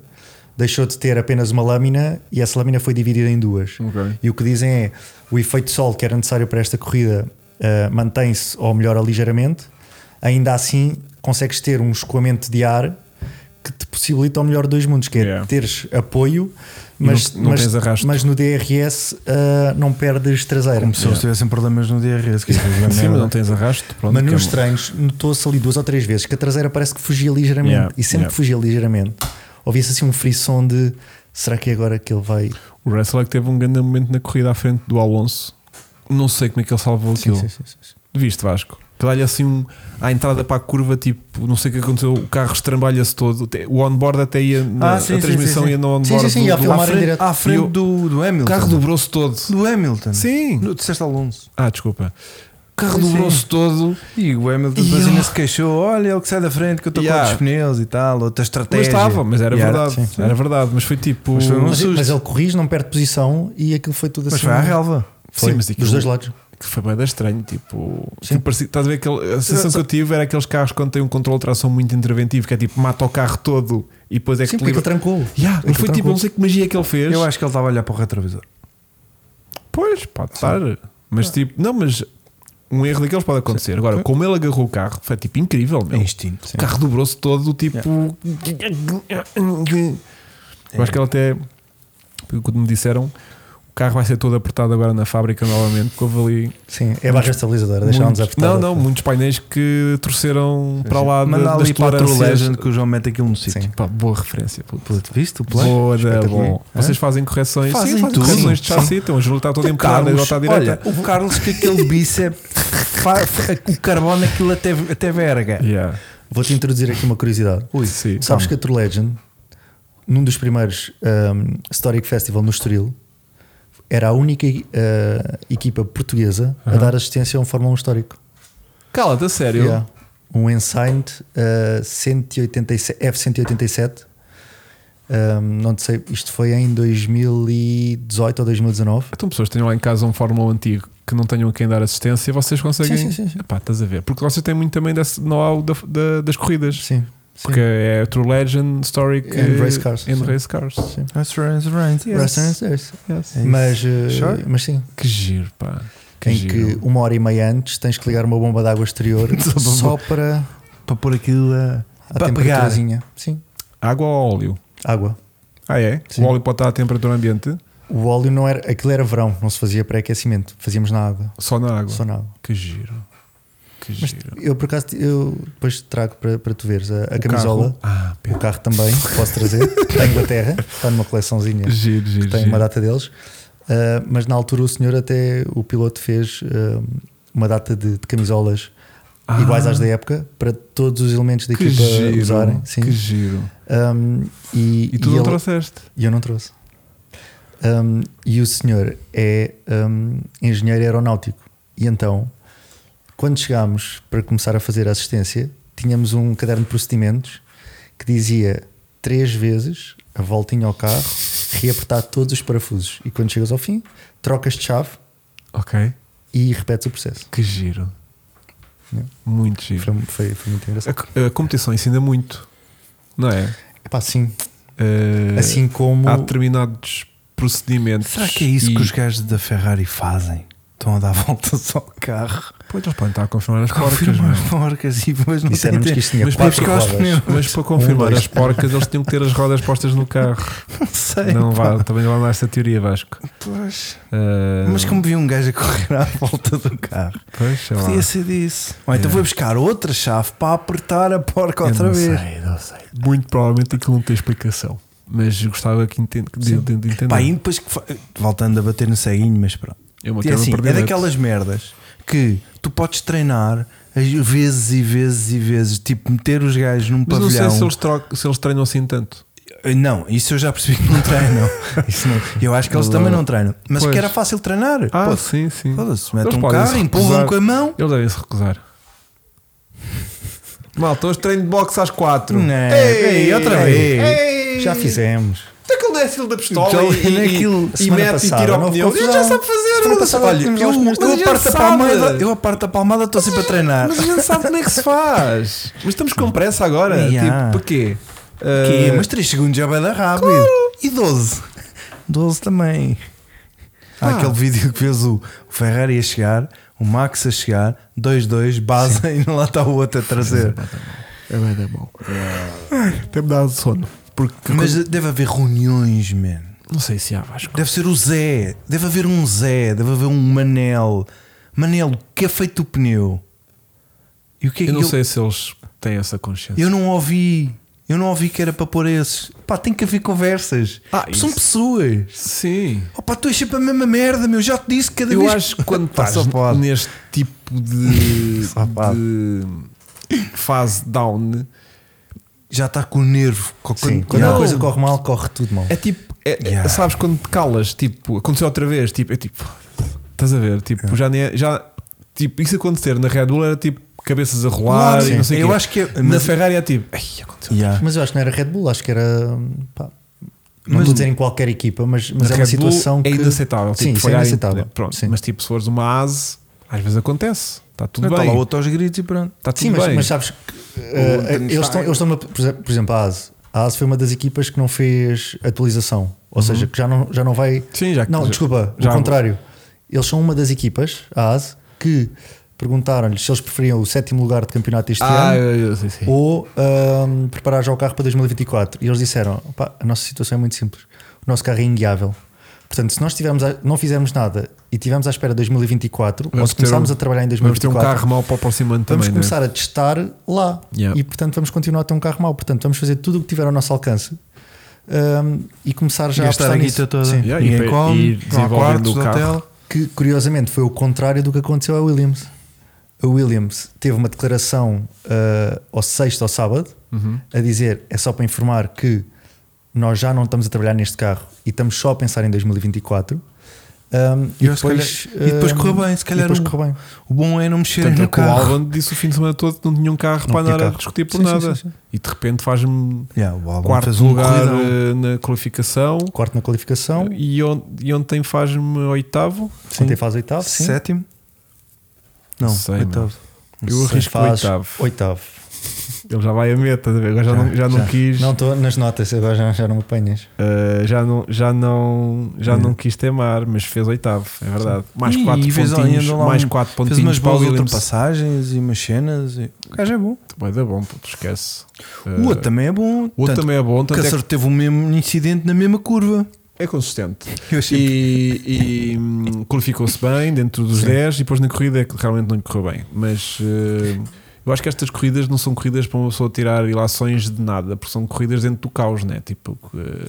S2: deixou de ter apenas uma lâmina e essa lâmina foi dividida em duas.
S1: Ok.
S2: E o que dizem é o efeito sol que era necessário para esta corrida ah, mantém-se ou melhora ligeiramente, ainda assim consegues ter um escoamento de ar que te possibilita o melhor dos mundos, que é
S1: Yeah.
S2: teres apoio,
S1: E não-
S2: mas,
S1: não
S2: mas,
S1: tens arrasto.
S2: mas no DRS ah, não perdes traseira.
S3: Como se eles tivessem problemas no DRS. Que é
S1: *laughs*
S3: uma
S1: Sim,
S3: merda.
S1: mas não tens arrasto, pronto.
S2: Mas
S1: que é
S2: nos
S1: uma-
S2: treinos notou-se ali duas ou três vezes que a traseira parece que fugia ligeiramente
S1: Yeah,
S2: e sempre
S1: yeah.
S2: que fugia ligeiramente ouvia-se assim um frisson de será que é agora que ele vai.
S1: O Russell é que teve um grande momento na corrida à frente do Alonso. Não sei como é que ele salvou aquilo. Viste, Vasco? Que dá-lhe assim um, à entrada para a curva, tipo, não sei o que aconteceu, o carro estrambalha-se todo. Até- O onboard até ia na
S3: Ah, sim,
S1: a
S3: sim,
S1: transmissão
S3: sim, sim.
S1: ia no
S2: Sim,
S1: onboard.
S2: sim, sim,
S1: do-
S2: ia
S1: do-
S2: filmar
S1: à
S2: em
S1: frente.
S2: direto.
S3: À frente
S1: Eu-
S3: do, do
S1: O
S3: Hamilton.
S1: carro dobrou-se todo.
S3: Do Hamilton.
S1: Sim.
S3: No, disseste Alonso.
S1: Ah, desculpa. O carro
S3: Sim, sim.
S1: dobrou-se todo.
S3: E o Hamilton
S1: E
S3: depois ainda
S1: ele-
S3: se queixou: olha, ele que sai da frente, que eu estou
S1: Yeah.
S3: com outros pneus e tal, outra estratégia.
S1: Mas estava, mas era
S3: E
S1: verdade.
S2: sim, sim.
S1: Era verdade, mas foi tipo.
S3: Mas foi um-
S2: Mas,
S3: assusta.
S2: mas ele corrige, não perde posição e aquilo foi tudo assim.
S3: Mas foi à relva.
S2: Foi,
S1: Sim, mas aquilo-
S2: dos dois lados.
S1: que foi bem estranho. Tipo,
S2: Sim.
S1: tipo parecia, estás a ver aquele, a sensação que eu tive era aqueles carros quando têm um controle de tração muito interventivo, que é tipo mata o carro todo e depois é
S2: Sim,
S1: que
S2: porque
S1: te
S2: ele
S1: livra.
S2: trancou.
S1: Yeah,
S2: Aquilo
S1: foi tipo,
S2: trancou.
S1: não sei que magia que ele fez.
S3: Eu acho que ele estava a olhar para o retrovisor.
S1: Pois, pode estar. Mas tipo, não, mas um erro daqueles pode acontecer. Agora, como ele agarrou o carro, foi tipo incrível,
S3: É
S1: meu.
S3: instinto.
S1: O carro dobrou-se todo, tipo. Eu acho que ele até. Pelo que me disseram, o carro vai ser todo apertado agora na fábrica novamente, porque houve ali.
S2: Sim, é a barra estabilizadora, deixaram-nos
S1: muitos,
S2: apertar.
S1: não, não, muitos painéis que torceram para lá da,
S3: Manda
S1: das
S3: ali para a True
S1: tolerâncias.
S3: Legend que o João mete aquilo no sítio.
S2: Sim.
S1: Pá, boa referência, puto.
S3: Puto, viste o plano?
S1: Boa,
S2: espetacular.
S1: bom.
S3: Hã?
S1: Vocês fazem correções,
S3: É? Fazem
S1: Sim,
S3: tudo.
S1: correções de
S3: Sim.
S1: chassi, então a Júlia está toda empurrada, ela está direita.
S3: olha, o Carlos que aquele bíceps fa- fa- o carbono aquilo até, até verga.
S1: Yeah.
S2: Vou-te introduzir aqui uma curiosidade.
S1: Ui, sim. Ah,
S2: Sabes que a True Legend, num dos primeiros um, Historic Festival no Estoril, era a única uh, equipa portuguesa a
S1: Aham.
S2: dar assistência a um Fórmula 1 histórico.
S1: Cala-te, a sério.
S2: Yeah. Um Ensigned uh, 187, F187. Um, não sei, isto foi em 2018 ou 2019.
S1: Então, pessoas que tenham lá em casa um Fórmula 1 antigo que não tenham a quem dar assistência, vocês conseguem.
S2: Sim, sim, sim, sim.
S1: Epá, estás a ver? Porque vocês têm muito também desse know-how da- da- das corridas.
S2: Sim, sim.
S1: Porque é True Legend, Historic
S2: And
S1: eh,
S2: race cars,
S1: and
S2: sim.
S1: race cars.
S2: Sim.
S3: That's right, that's right, yes.
S2: Rest in Peace.
S1: Yes.
S3: É
S2: Mas, uh,
S3: Sure.
S2: mas sim,
S1: Que giro, pá. Que
S2: em
S1: giro.
S2: que uma hora e meia antes tens que ligar uma bomba de
S1: *laughs*
S2: água exterior só para
S3: Para pôr aquilo a.
S2: a
S3: Para pegar.
S2: temperaturazinha. Sim,
S1: Água ou óleo?
S2: água.
S1: Ah, é?
S2: Sim.
S1: O óleo pode estar à temperatura ambiente?
S2: O óleo não era, aquilo era verão, não se fazia pré-aquecimento, fazíamos na água,
S1: Só na água.
S2: só na água.
S1: Que giro. Que
S2: Mas
S1: giro.
S2: eu por acaso eu depois trago para, para tu veres a, a
S1: O
S2: camisola,
S1: carro- Ah,
S2: o
S1: pera.
S2: carro também, posso trazer, da Inglaterra, está numa coleçãozinha,
S1: Giro, giro.
S2: tem
S1: giro.
S2: uma data deles. Ah, mas na altura o senhor até o piloto fez ah, uma data de, de camisolas
S1: Ah,
S2: iguais às da época para todos os elementos da
S1: que
S2: equipa
S1: giro,
S2: usarem. Sim.
S1: Que giro.
S2: Um, e,
S1: E tu
S2: e
S1: não
S2: ele-
S1: trouxeste?
S2: e eu não trouxe. Um, e o senhor é um, engenheiro aeronáutico. E então, quando chegámos para começar a fazer a assistência, tínhamos um caderno de procedimentos que dizia três vezes a voltinha ao carro, reapertar todos os parafusos. E quando chegas ao fim, trocas de chave
S1: Ok.
S2: e repetes o processo.
S1: Que giro.
S2: Yeah.
S1: Muito giro.
S2: Foi, foi- foi muito engraçado.
S1: A, a competição ensina muito, não é?
S2: Epá, sim.
S1: Eh,
S2: Assim como.
S1: Há determinados procedimentos.
S3: Será que é isso
S1: e-
S3: que os gajos da Ferrari fazem? Estão a dar *laughs* voltas ao carro,
S1: Pois eles podem estar a confirmar as porcas,
S3: confirmam
S1: não
S3: as
S1: é?
S3: porcas e depois não têm
S2: Disseram-nos que
S3: tempo.
S2: isto tinha
S1: Mas
S2: quatro
S3: para buscar os
S2: rodas.
S1: Mas para confirmar
S2: dois.
S1: as porcas, eles tinham que ter as rodas postas no
S3: *laughs*
S1: carro.
S3: Não sei.
S1: não
S3: pá.
S1: vá, também lá nesta teoria, Vasco.
S3: Pois.
S1: Eh,
S3: Mas como vi um gajo a correr à volta do carro,
S1: Pois, sei lá.
S3: podia ser disso. Ou então
S1: É.
S3: vou buscar outra chave para apertar a porca
S1: Eu
S3: outra
S1: não
S3: vez.
S1: sei, não sei. Muito provavelmente aquilo não tem explicação. Mas eu gostava que enten- de, de- de entender.
S3: Pá, e depois que fa- voltando a bater no ceguinho, mas pronto.
S1: Eu me
S3: E
S1: atrevo a
S3: assim,
S1: perder
S3: é
S1: leite.
S3: daquelas merdas que tu podes treinar às vezes e vezes e vezes, tipo meter os gajos num
S1: Mas não
S3: pavilhão. Eh,
S1: sei se eles, trocam, se eles treinam assim tanto.
S3: Não, isso eu já percebi que não treinam. *laughs* Isso não- Eu acho que eles
S1: Não.
S3: também não treinam. Mas
S1: Pois.
S3: que era fácil treinar.
S1: Ah,
S3: Pô,
S1: sim, sim.
S3: Foda-se, metem
S1: Eles
S3: um
S1: podem
S3: carro,
S1: se
S3: empurram
S1: recusar.
S3: com a mão.
S1: Eles devem se recusar. *laughs* Malta, hoje treino de boxe às 4.
S3: Não. Ei, outra vez.
S2: Já fizemos.
S1: Até que ele desce ele da pistola
S3: Já
S1: Então, e, e,
S3: naquilo-
S1: e
S2: semana
S1: mete e
S2: passada,
S1: tira
S2: não
S1: opinião.
S2: ficou
S1: Ele já
S2: confusão.
S1: sabe fazer.
S2: Semana
S1: mas-
S2: passada
S1: Olha,
S2: tínhamos
S1: eu,
S2: lá os
S1: mas
S2: meus-
S1: a
S3: Eu
S1: gente
S3: aparto a
S1: sabe.
S3: palmada, eu aparto a palmada, estou sempre a treinar.
S1: Mas a gente sabe como é que se faz. *laughs* Mas estamos com pressa agora.
S3: Yeah.
S1: Tipo, porquê?
S3: Que é,
S1: Ah,
S3: mas 3 segundos já vai dar rápido. E 12. 12 também. Há
S1: Ah.
S3: aquele vídeo que fez o, o Ferrari a chegar, o Max a chegar, 2-2, base *laughs* e lá está o outro a trazer.
S1: É bem, é bom. Tem-me dado sono. Porque
S3: Mas deve haver reuniões, man.
S1: não sei se há Vasco.
S3: Deve ser o Zé. Deve haver um Zé. Deve haver um Manel. Manel, o que é feito o pneu? E o que é
S1: Eu
S3: que
S1: não
S3: ele-
S1: sei se eles têm essa consciência.
S3: Eu não ouvi. Eu não ouvi que era para pôr esses. Pá, tem que haver conversas.
S1: Ah,
S3: São
S1: isso.
S3: pessoas.
S1: Sim.
S3: Opa, tu és sempre a mesma merda, meu. Já te disse que cada
S1: Eu
S3: vez.
S1: acho que
S2: *laughs*
S1: quando
S3: Pá,
S1: estás
S3: só pode.
S1: neste tipo de,
S3: Só pode.
S1: de fase down,
S3: Já está com o nervo. com-
S2: Sim,
S3: com-
S2: quando
S1: Não.
S2: a coisa corre mal, corre tudo mal.
S1: é tipo, é- é-
S3: Yeah.
S1: sabes quando te calas, tipo, aconteceu outra vez, tipo, é tipo, estás a ver, tipo, já nem é- já, tipo, isso acontecer na Red Bull era tipo cabeças a rolar
S3: Claro,
S1: e não
S3: sim.
S1: sei o
S3: Eu
S1: quê.
S3: acho que é-
S1: na
S3: mas-
S1: Ferrari é tipo, ai, aconteceu.
S3: Yeah.
S2: Mas eu acho que não era Red Bull, acho que era. pá, não
S3: Mas-
S2: estou a dizer em qualquer equipa, mas, mas
S1: Na
S2: é uma
S1: Red Bull
S2: situação
S1: é
S2: que.
S1: inaceitável,
S2: Sim,
S1: tipo,
S2: isso é
S1: falhar em-
S2: inaceitável.
S1: Pronto,
S2: Sim.
S1: mas tipo, se fores uma ase, Às vezes acontece. Está tudo
S3: Está
S1: bem.
S3: lá outro aos gritos e pronto.
S1: Está tudo
S2: tá Sim, mas,
S1: bem.
S2: mas sabes que eh,
S3: Anthony
S2: eles estão, eles estão na- por exemplo- por exemplo, a ASE. A ASE foi uma das equipas que não fez atualização, ou seja, que já não, já não vai.
S1: Uhum. Sim, já que-
S2: não,
S1: já-
S2: desculpa,
S1: já-
S2: ao contrário. Eles são uma das equipas, a ASE, que perguntaram-lhes se eles preferiam o sétimo lugar de campeonato este
S1: Ah,
S2: ano
S1: eu, eu sei, sim.
S2: É. ou ahm, preparar já o carro para 2024. E eles disseram: "Pá, a nossa situação é muito simples, o nosso carro é inguiável. Portanto, se nós tivermos a- não fizermos nada e tivermos à espera 2024, ou
S1: Vamos
S2: se
S1: ter um-
S2: começarmos a trabalhar em
S1: Vamos ter
S2: 2024,
S1: um carro mau para o próximo ano
S2: Vamos
S1: também. é? né?
S2: começar a testar lá
S1: Yeah.
S2: e, portanto, vamos continuar a ter um carro mau. Portanto, vamos fazer tudo o que tiver ao nosso alcance um, e começar já
S3: Gastar
S2: a
S3: a
S2: apostar
S3: guita
S2: nisso.
S3: toda.
S2: Sim.
S1: Yeah, e
S3: Ninguém
S1: pe- e
S3: come, não há
S1: desenvolvendo
S3: quartos
S1: o
S3: do
S1: carro.
S3: hotel.
S2: Que curiosamente foi o contrário do que aconteceu à Williams. A Williams teve uma declaração uh, ao sexto ou sábado
S1: não é? Uhum.
S2: a dizer é só para informar que nós já não estamos a trabalhar neste carro e estamos só a pensar em 2024. Um, e,
S3: Eu, se
S2: depois,
S3: calhar- e depois
S2: um,
S3: correu bem, se calhar
S2: e depois
S3: o-
S2: correu bem.
S3: O bom é não mexer
S1: Tanto é
S3: no
S1: que o
S3: carro.
S1: Albon disse o fim de semana todo que não tinha um carro
S2: Não
S1: para
S2: tinha
S1: andar
S2: carro.
S1: a discutir por
S2: Sim, sim,
S1: nada.
S2: sim, sim.
S1: E de repente faz-me
S3: Yeah, o Albon fez
S1: quarto
S3: um
S1: lugar
S3: corridão.
S1: eh, na qualificação
S2: Quarto na qualificação,
S1: e, on- e ontem faz-me oitavo.
S3: Sim.
S2: ontem faz oitavo, sim.
S3: Sétimo? Não,
S1: Sei,
S3: oitavo.
S1: Eu
S2: Sim,
S1: arrisco
S2: faz
S1: oitavo.
S2: Oitavo.
S1: Ele já vai a meta, estás a ver? agora já, não, já não quis.
S2: Não estou nas notas, agora já, já não me apanhas.
S1: eh, já não, já não, já
S2: É.
S1: não quis temar, mas fez oitavo, é verdade. Mais
S3: E-
S1: quatro
S3: e fez-
S1: pontinhos,
S3: ainda lá
S1: mais
S3: um-
S1: quatro
S3: Fez
S1: pontinhos
S3: umas
S1: Eh, para o
S3: boas
S1: Williams.
S3: ultrapassagens e umas cenas. E... O gajo é bom.
S1: Bem, dá bom, puto, esquece. Eh,
S3: O outro também é bom.
S1: o outro
S3: Tanto
S1: também é bom,
S3: que
S1: tanto é,
S3: Cássaro teve o mesmo incidente na mesma curva.
S1: que é consistente.
S3: Eu achei
S1: E, e, hum, qualificou-se bem dentro dos 10 e depois na corrida é que realmente não lhe correu bem. Mas eh, eu acho que estas corridas não são corridas para uma pessoa tirar ilações de nada, porque são corridas dentro do caos, né? Tipo, eh,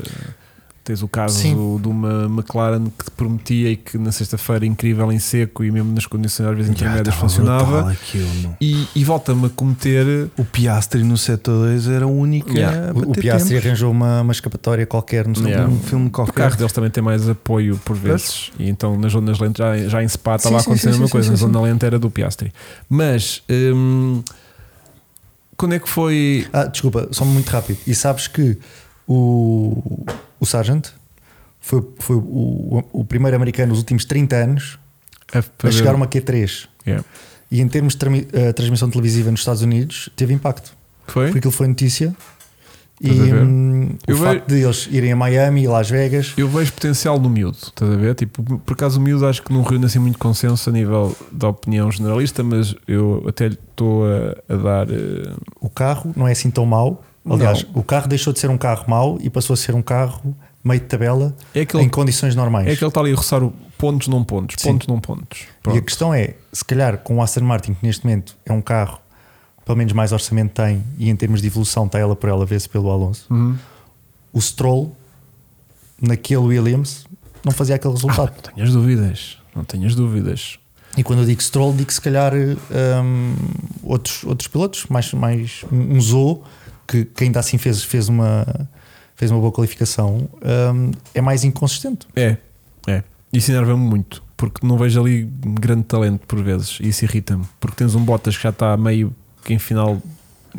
S1: tens o caso
S2: Sim.
S1: de uma McLaren que te prometia e que na sexta-feira incrível em seco e mesmo nas condições às vezes intermédias funcionava. E, e volta-me a cometer
S3: O Piastri no setor 2 era o único
S1: Yeah.
S3: a
S2: O,
S3: bater
S2: o Piastri
S3: tempos.
S2: arranjou uma, uma escapatória qualquer no
S1: Yeah.
S3: Um filme
S1: O carro
S3: qualquer.
S1: deles também tem mais apoio por vezes, e então nas zonas lentes, já, já em Spa estava a
S2: sim,
S1: acontecer a
S2: sim,
S1: mesma
S2: sim,
S1: coisa,
S2: sim,
S1: na
S2: sim,
S1: zona lente era do Piastri. Mas hum, quando é que foi.
S2: Ah, desculpa, só muito rápido. E sabes que o, o Sargent foi, foi o, o primeiro americano nos últimos 30 anos
S1: A, É.
S2: a É chegar a uma Q3.
S1: Yeah.
S2: E em termos de trami- eh, transmissão televisiva nos Estados Unidos, teve impacto.
S1: Foi?
S2: Porque aquilo foi notícia. E
S1: Estás a ver?
S2: hum, o
S1: Eu
S2: facto de eles irem a Miami e Las Vegas.
S1: Eu vejo potencial no miúdo, estás a ver? Tipo, por acaso o miúdo acho que não reúne assim muito consenso a nível da opinião generalista, mas eu até lhe estou a, a dar. eh,
S2: o carro não é assim tão mau. Aliás, o carro deixou de ser um carro mau e passou a ser um carro meio de tabela
S1: É aquele,
S2: em condições normais.
S1: é aquele tal ali a roçar o pontos, não pontos,
S2: Sim.
S1: pontos, não pontos.
S2: e a
S1: Pronto.
S2: questão é, se calhar com o Aston Martin, que neste momento é um carro pelo menos mais orçamento tem e em termos de evolução está ela por ela, vê-se pelo Alonso.
S1: Uhum.
S2: O Stroll, naquele Williams, não fazia aquele resultado.
S1: Não tenhas dúvidas, não tenhas dúvidas.
S2: E quando eu digo Stroll, digo se calhar hum, outros, outros pilotos, mais, mais um um Zou, que, que ainda assim fez, fez, uma, fez uma boa qualificação, hum, é mais inconsistente.
S1: É, é. Isso enerva-me muito, porque não vejo ali grande talento por vezes, e isso irrita-me, porque tens um Bottas que já está meio que em final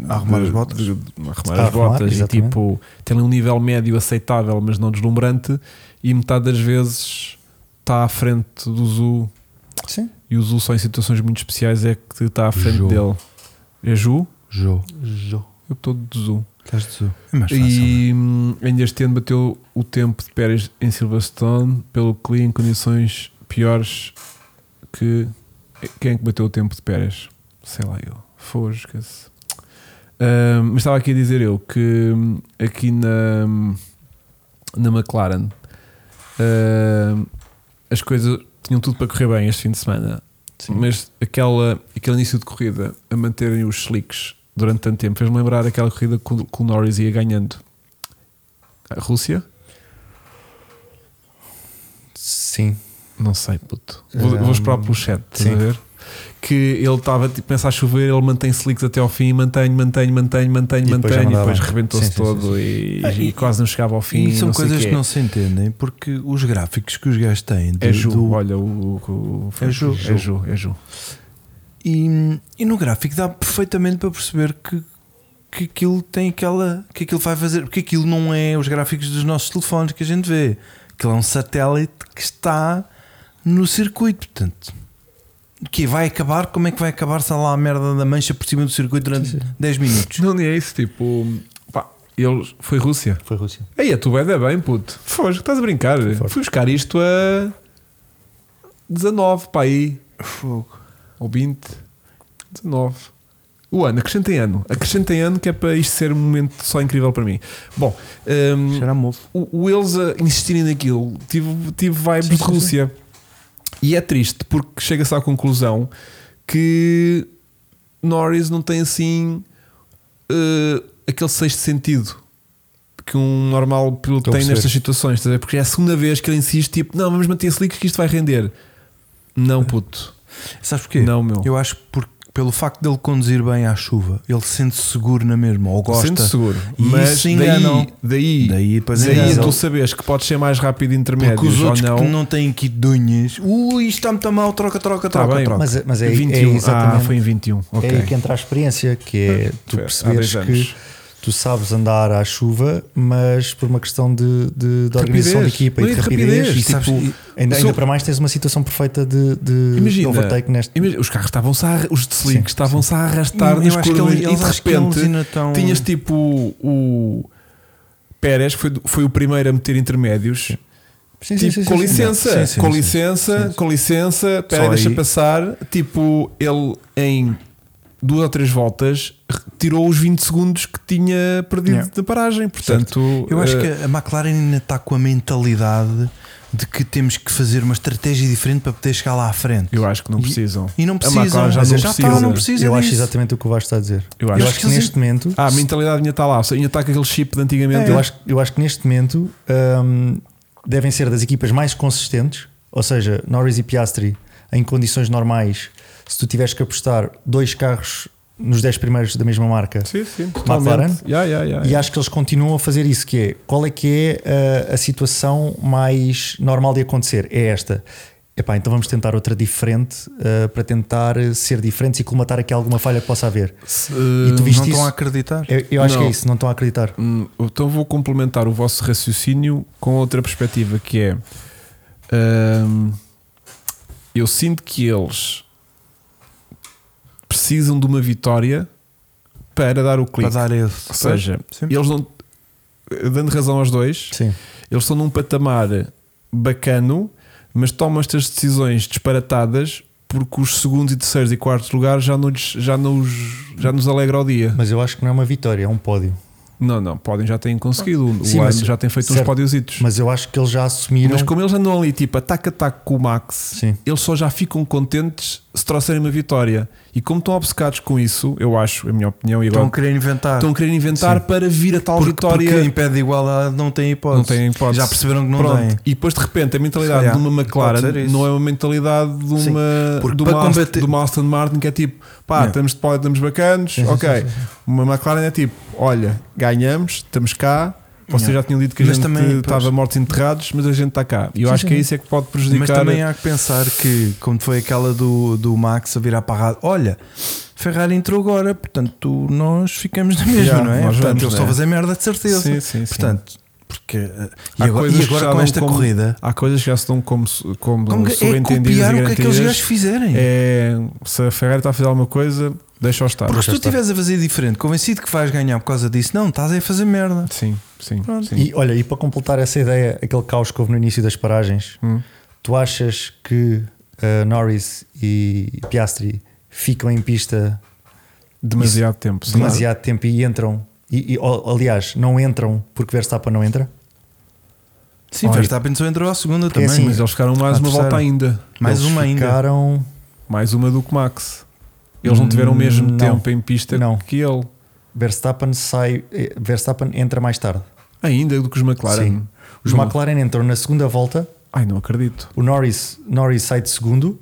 S3: A arrumar as botas.
S1: de- de arrumar
S2: A
S1: as
S2: arrumar,
S1: botas e
S2: exatamente.
S1: tipo tem ali um nível médio aceitável, mas não deslumbrante, e metade das vezes está à frente do Zu,
S2: Sim.
S1: e o Zu só em situações muito especiais é que está à frente
S3: Ju.
S1: dele. É Ju?
S3: Jô.
S1: Eu estou de Zu.
S3: Estás de Jô. É mais fácil.
S1: E hum, ainda este ano bateu o tempo de Pérez em Silverstone pelo Clean em condições piores que. Quem é que bateu o tempo de Pérez? Sei lá, eu. Fosca-se. Hum, mas estava aqui a dizer eu que hum, aqui na, hum, na McLaren hum, as coisas tinham tudo para correr bem este fim de semana. Mas aquela, aquele início de corrida a manterem os slicks durante tanto tempo fez-me lembrar aquela corrida que o que o Norris ia ganhando. A Rússia?
S2: Sim.
S1: Não sei, puto. Vou,
S2: Um,
S1: vou esperar pelo chat, estás a
S2: sim.
S1: ver? Que ele estava, tipo, começa a chover, ele mantém slicks até ao fim, mantém, mantém, mantém, mantém,
S2: E depois já
S1: mantém, e
S2: mandava.
S1: depois rebentou-se
S2: Sim, sim,
S1: todo E,
S3: Ah, e-
S1: e quase não chegava ao fim.
S3: e são
S1: não sei
S3: coisas
S1: quê.
S3: que não se entendem porque os gráficos que os gajos têm do,
S1: É Ju,
S3: do-
S1: olha, o, o, o-
S3: É Ju.
S1: é Ju, é Ju.
S3: e, e no gráfico dá perfeitamente para perceber que, que aquilo tem aquela que aquilo vai fazer, porque aquilo não é os gráficos dos nossos telefones que a gente vê, aquilo é um satélite que está no circuito, portanto que vai acabar, como é que vai acabar, sei lá, a merda da mancha por cima do circuito durante 10 minutos?
S1: Não, nem é isso, tipo. Pá, eles. Foi Rússia.
S2: Foi Rússia.
S1: Aí, a tua é bem, puto. Foge, estás a brincar.
S2: forte.
S1: Fui buscar isto a 19, pá, aí. Fogo. Ou 20. 19. O ano, acrescentem ano. Acrescentem ano que é para isto ser um momento só incrível para mim. Bom, hum,
S3: Cheira a mofo.
S1: o, o eles a insistirem naquilo, tive, tive vibes de Rússia. E é triste porque chega-se à conclusão que Norris não tem assim eh, aquele sexto sentido que um normal piloto
S2: Estou a
S1: tem
S2: perceber.
S1: nestas situações, estás a ver? porque é a segunda vez que ele insiste, tipo, não, vamos manter-se líquido que isto vai render. Não, puto.
S3: Sabes porquê?
S1: Não, meu.
S3: Eu acho porque pelo facto dele conduzir bem à chuva, ele se sente seguro na mesma, ou gosta.
S1: Sente seguro.
S3: E
S1: Mas
S3: isso
S1: daí,
S3: enganam.
S1: daí, daí,
S3: Daí, depois
S1: a
S3: enganam.
S1: tu saberes que podes ser mais rápido intermédio
S3: Porque os
S1: ou
S3: outros
S1: não.
S3: que não têm quitudunhas, ui, isto está muito mal, troca, troca,
S1: Tá
S3: troca,
S1: bem,
S3: troca.
S2: Mas, é- mas é, é
S1: 21. ah,
S2: exatamente.
S1: foi em 21. Ok. Hum.
S2: É aí que entra a experiência, que é tu
S1: Há
S2: perceberes
S1: dois
S2: que
S1: anos.
S2: tu sabes andar à chuva, mas por uma questão de, de, de organização de
S1: Rapidez.
S2: equipa
S1: Não
S2: e
S1: é
S2: de
S1: de
S2: rapidez.
S1: rapidez,
S2: e,
S3: sabes,
S2: tipo, ainda, ainda
S1: sou-
S2: para mais tens uma situação perfeita de, de
S1: Imagina,
S2: overtake neste.
S1: Imagina, os carros estavam-se a, arra- os de
S2: Sim,
S1: slicks estavam-se a arrastar
S3: Hum, Eu
S1: nas
S3: acho que
S1: curvas
S3: ele-
S1: e
S3: eles
S1: de
S3: acho que eles
S1: repente
S3: ainda tá um estão-
S1: tinhas tipo o, o Pérez que foi, do- foi o primeiro a meter intermédios
S2: Sim, sim,
S1: tipo,
S2: sim, sim,
S1: com
S2: sim.
S1: licença,
S3: Não, sim, sim,
S1: com
S3: sim.
S1: licença, com licença, pera,
S3: Só
S1: deixa
S3: aí.
S1: passar. Tipo, ele em duas ou três voltas retirou os 20 segundos que tinha perdido
S3: Yeah.
S1: da paragem. Portanto,
S3: Eu acho
S1: eh,
S3: que a McLaren ainda está com a mentalidade de que temos que fazer uma estratégia diferente para poder chegar lá à frente.
S1: eu acho que não
S3: E-
S1: precisam.
S3: E não
S1: A McLaren
S3: precisam,
S1: já
S3: mas
S1: não
S3: já
S1: precisa.
S3: está, não precisa.
S2: Eu acho
S3: disso.
S2: exatamente o que o Vasco está a dizer.
S1: Eu
S2: Eu
S1: acho
S2: acho,
S3: que
S2: que
S3: eles-
S2: neste momento.
S1: Ah, a mentalidade minha está lá, ou seja, ainda está com aquele chip de antigamente.
S2: Eu acho, eu acho que neste momento hum, devem ser das equipas mais consistentes, ou seja, Norris e Piastri, em condições normais, se tu tiveres que apostar dois carros nos 10 primeiros da mesma marca,
S1: Sim, sim,
S2: McLaren?
S1: totalmente. Yeah, yeah, yeah,
S2: e
S1: yeah.
S2: acho que eles continuam a fazer isso, que é qual é que é uh, a, situação mais normal de acontecer? É esta. Epá, então vamos tentar outra diferente uh, para tentar uh, ser diferentes e colmatar aqui alguma falha que possa haver.
S1: Eh,
S2: tu viste
S3: não estão
S2: isso?
S3: a acreditar.
S2: Eu, eu acho
S1: Não.
S2: que é isso, não estão a acreditar.
S1: Hum, Então vou complementar o vosso raciocínio com outra perspectiva que é hum, eu sinto que eles precisam de uma vitória para dar o
S3: Para
S1: clique.
S3: dar esse.
S1: Ou seja,
S3: Sim.
S1: eles não dando razão aos dois,
S2: Sim.
S1: eles estão num patamar bacano, mas tomam estas decisões disparatadas porque os segundos e terceiros e quartos lugares já nos, já nos, já nos alegra o dia.
S2: Mas eu acho que não é uma vitória, é um pódio.
S1: Não, não, podem já têm conseguido. O
S2: Sim,
S1: ano
S2: mas-
S1: já tem feito
S2: certo.
S1: uns pódiositos. Mas,
S2: Mas eu acho que eles já assumiram.
S1: como eles andam ali tipo ataque ataque com o Max,
S2: Sim.
S1: eles só já ficam contentes se trouxerem uma vitória. E como estão obcecados com isso, eu acho, é a minha opinião, e
S3: Estão
S1: agora
S3: a querer inventar.
S1: estão a querer inventar para vir a tal
S3: porque,
S1: vitória.
S3: porque em pé de igualdade não tem hipótese.
S1: Não têm hipótese.
S3: Já perceberam que não
S1: Pronto.
S3: têm.
S1: E depois de repente a mentalidade
S3: Se
S1: de
S3: calhar.
S1: uma
S3: Pode ser
S1: McLaren
S3: isso.
S1: não é uma mentalidade de
S3: Sim.
S1: uma,
S3: Porque
S1: de
S3: para
S1: uma, Ast-
S3: combater-
S1: de uma Aston Martin que é tipo pá,
S3: Não.
S1: estamos de pódio, estamos bacanos,
S2: sim,
S1: ok. Uma McLaren é tipo, olha, ganhamos, estamos cá. Vocês
S3: Não.
S1: já tinham dito que a
S3: Mas
S1: gente
S3: também, pois.
S1: estava mortos e enterrados, mas a gente está cá. E eu
S2: Sim,
S1: acho
S2: sim.
S1: que é isso é que pode
S3: Mas
S1: prejudicar.
S3: também há que pensar que, como foi aquela do, do Max a virar para a rádio, olha, Ferrari entrou agora, portanto nós ficamos na mesma,
S1: Já,
S3: não é?
S1: nós
S3: Portanto,
S1: vamos,
S3: eles
S1: né?
S3: estão a fazer merda de certeza.
S1: Sim, sim, sim.
S3: Portanto, porque. eh, E
S1: Há
S3: agora,
S1: coisas
S3: e
S1: que já
S3: agora com
S1: dão
S3: esta
S1: como-
S3: corrida,
S1: Há coisas que já se dão como, su- como,
S3: como que- é
S1: subentendidas
S3: copiar
S1: e
S3: o que aqueles
S1: garantidas.
S3: gajos fizerem.
S1: É, se a Ferrari está a fazer alguma coisa, deixa-o estar.
S3: porque se tu
S2: está.
S3: estiveres a fazer diferente, convencido que vais ganhar por causa disso, não, estás aí a fazer merda.
S1: Sim, sim.
S3: Pronto.
S1: sim.
S2: E olha, e para completar essa ideia, aquele caos que houve no início das paragens,
S1: Hum.
S2: tu achas que uh, Norris e Piastri ficam em pista
S1: Demasiado tempo. sei lá.
S2: demasiado tempo e entram? E, e, ó, aliás, não entram porque Verstappen não entra?
S3: Sim,
S1: Olha.
S3: Verstappen só entrou à segunda
S2: Porque é
S3: também.
S2: assim,
S1: Mas eles ficaram mais
S3: À
S1: uma volta
S3: terceira.
S1: ainda.
S3: mais
S2: Eles
S3: uma ainda.
S2: ficaram
S1: Mais uma do que Max. Eles não tiveram o mesmo
S2: Hum, Não.
S1: tempo em pista
S2: Não.
S1: que ele.
S2: Verstappen sai, eh, Verstappen entra mais tarde.
S1: Ainda do que os McLaren.
S2: Sim. Os
S1: Não.
S2: McLaren entram na segunda volta,
S1: Ai, não acredito.
S2: o Norris, Norris sai de segundo,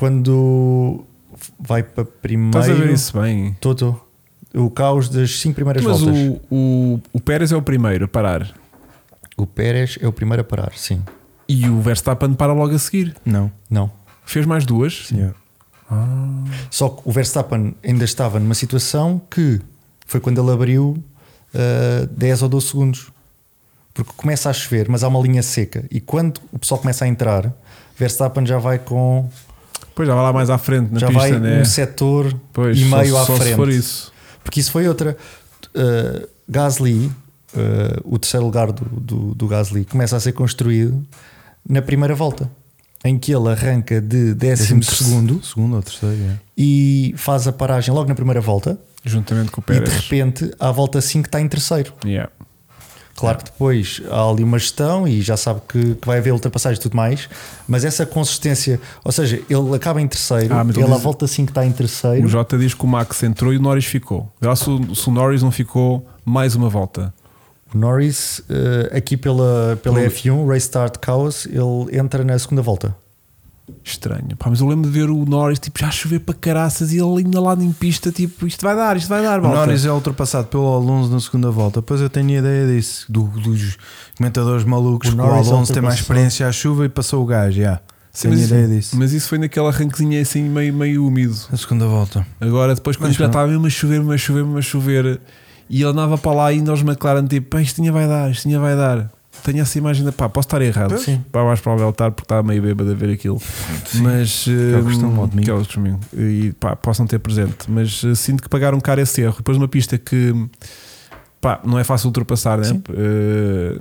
S2: quando vai para primeiro.
S1: Estás a ver isso bem.
S2: Tô, tô. O caos das cinco primeiras
S1: Mas
S2: voltas.
S1: o, o, o Pérez é o primeiro a parar.
S2: O... Pérez é o primeiro a parar, sim.
S1: E o Verstappen para logo a seguir.
S3: Não.
S2: Não.
S1: Fez mais duas.
S3: Yeah.
S2: Só que o Verstappen ainda estava numa situação que foi quando ele abriu ah, 10 ou 12 segundos. Porque começa a chover, mas há uma linha seca. E quando o pessoal começa a entrar, Verstappen já vai com
S1: Pois já vai lá mais à frente na
S2: já
S1: pista,
S2: vai
S1: né?
S2: um setor
S1: Pois,
S2: e
S1: só-
S2: meio à
S1: só se
S2: frente.
S1: for isso.
S2: Porque isso foi outra. Uh, Gasly, uh, o terceiro lugar do, do, do Gasly, começa a ser construído na primeira volta, em que ele arranca de décimo segundo
S3: Segundo ou terceiro, é.
S2: e faz a paragem logo na primeira volta.
S1: Juntamente com o
S2: E de
S1: Pérez.
S2: repente, à volta 5 está em terceiro.
S1: Yeah.
S2: Claro que depois há ali uma gestão e já sabe que, que vai haver ultrapassagens e tudo mais, mas essa consistência, ou seja, ele acaba em terceiro,
S1: Ah, mas
S2: ele
S1: ele
S2: à
S1: diz-
S2: volta 5 está em terceiro.
S1: O Jota diz que o Max entrou e o Norris ficou. Vê lá se o, se o Norris não ficou mais uma volta.
S2: O Norris, eh, aqui pela, pela
S1: Pelo-
S2: F1, Restart Chaos, ele entra na segunda volta.
S1: Estranho. Pá, mas eu lembro de ver o Norris tipo, já a chover para caraças e ele ainda lá em pista, tipo, isto vai dar, isto vai dar,
S3: O
S1: malta.
S3: Norris é ultrapassado pelo Alonso na segunda volta. Pois eu tenho ideia disso, do- dos comentadores malucos.
S2: O
S3: que O,
S2: Norris
S3: Alonso tem mais
S2: ultrapassou.
S3: experiência à chuva e passou o gajo. já.
S1: Sim,
S3: tenho
S1: mas,
S3: ideia
S1: isso,
S3: disso.
S1: mas isso foi naquele arranquezinho assim meio, meio úmido.
S3: Na segunda volta.
S1: Agora, depois, quando
S3: Mas
S1: já
S3: não.
S1: estava mesmo a chover, mesmo a chover, mesmo a chover, e ele andava para lá ainda aos McLaren, tipo, pá, isto tinha vai dar, isto tinha vai dar. Tenho essa imagem da pá, posso estar errado.
S2: Sim.
S1: Pá, mais provável estar porque estava meio bêbado a ver aquilo. Mas.
S3: é o que costuma
S1: hum,
S3: ao domingo.
S1: que é o que costuma. E pá, possam ter presente. Mas eh, sinto que pagaram caro esse erro. Depois, numa pista que. Pá, não é fácil ultrapassar, né?
S2: Sim.
S1: Eh,